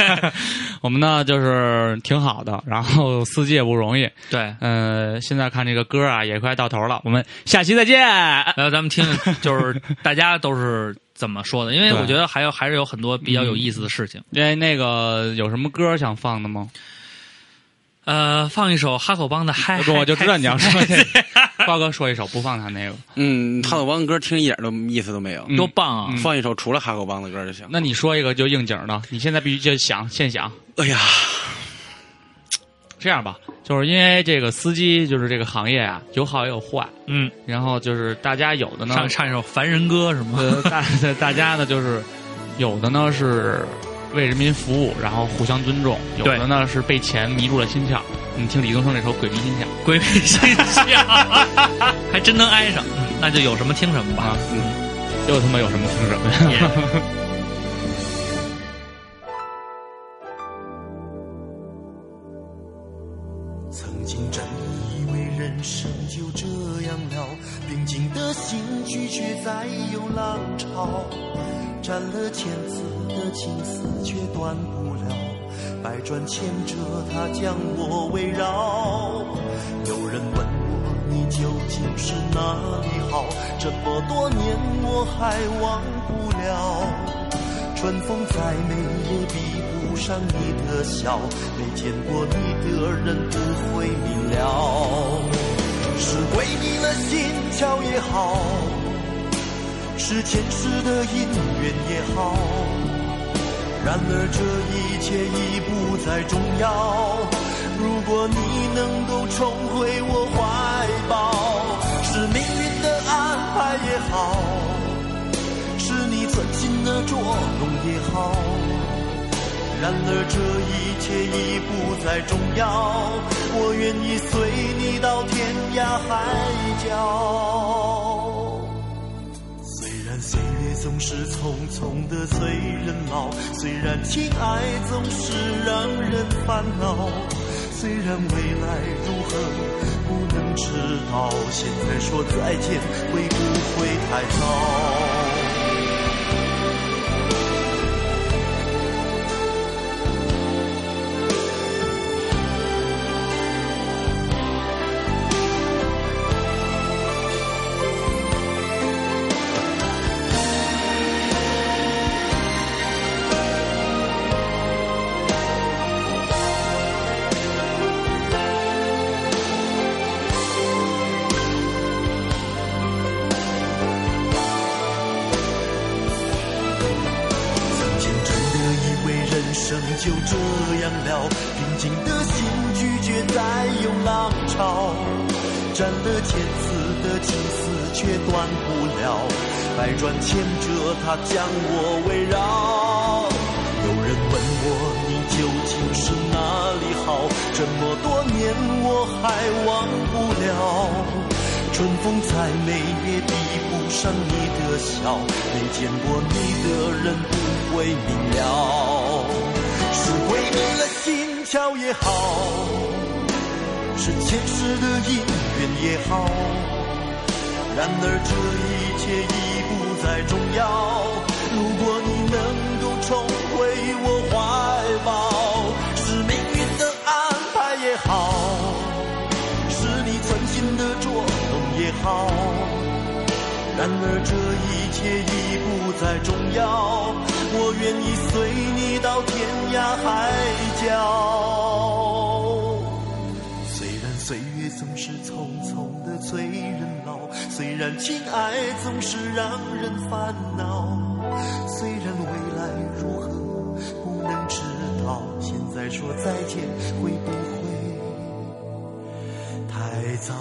Speaker 5: 我们呢就是挺好的，然后司机也不容易，
Speaker 3: 对，
Speaker 5: 呃，现在看这个歌啊也快到头了，我们下期再见。
Speaker 3: 然后咱们听，就是大家都是怎么说的，因为
Speaker 5: 对
Speaker 3: 我觉得还有还是有很多比较有意思的事情。
Speaker 5: 哎，那个有什么歌想放的吗？
Speaker 3: 呃，放一首哈口帮的《嗨》，
Speaker 5: 嗯我就知道你要说这个，瓜哥说一首，不放他那个。
Speaker 4: 嗯，哈狗帮的歌听一点都意思都没有，
Speaker 5: 嗯
Speaker 3: 多棒啊！
Speaker 4: 放一首除了哈狗帮的歌就行。
Speaker 5: 那你说一个就应景的，你现在必须就想现想。
Speaker 4: 哎呀，
Speaker 5: 这样吧，就是因为这个司机就是这个行业啊，有好也有坏，
Speaker 3: 嗯，
Speaker 5: 然后就是大家有的呢，
Speaker 3: 唱唱一首《凡人歌》是吗？
Speaker 5: 呃，大 大家呢就是有的呢是为人民服务，然后互相尊重；有
Speaker 3: 对
Speaker 5: 的呢是被钱迷住了心窍。你听李宗盛那首《鬼迷心窍》
Speaker 3: 鬼 迷心窍，还真能挨上，嗯那就有什么听什么吧
Speaker 5: 啊。，又他妈有什么听什么呀？
Speaker 7: 曾经真以为人生就这样了，平静的心拒绝再有浪潮，斩了千次的情丝却断不了，百转千折它将我围绕。有人问我你究竟是哪里好，这么多年我还忘不了。春风再美也比不上你的笑，没见过你的人不会明了。是鬼迷了心窍也好，是前世的姻缘也好，然而这一切已不再重要。如果你能够重回我怀抱，是命运的安排也好。是你存心的捉弄也好，然而这一切已不再重要，我愿意随你到天涯海角。虽然岁月总是匆匆的催人老，虽然情爱总是让人烦恼，虽然未来如何不能知道，现在说再见会不会太早？曾经真的以为人生就这样了，平静的心拒绝再有浪潮，斩了千次的情丝却断不了，百转千折它将我围绕。有人问我你究竟是哪里好，好，这么多年我还忘不了。春风再美也比不上你的笑，没见过你的人不会明了，是回避了心跳也好，是前世的姻缘也好。然而这一切已不再重要，如果你能够重回我怀抱，是命运的安排也好。是你存心的捉弄也好，然而这一切已不再重要，我愿意随你到天涯海角。虽然岁月总是匆匆的催人老，虽然情爱总是让人烦恼，虽然未来如何不能知道，现在说再见会不会？太早。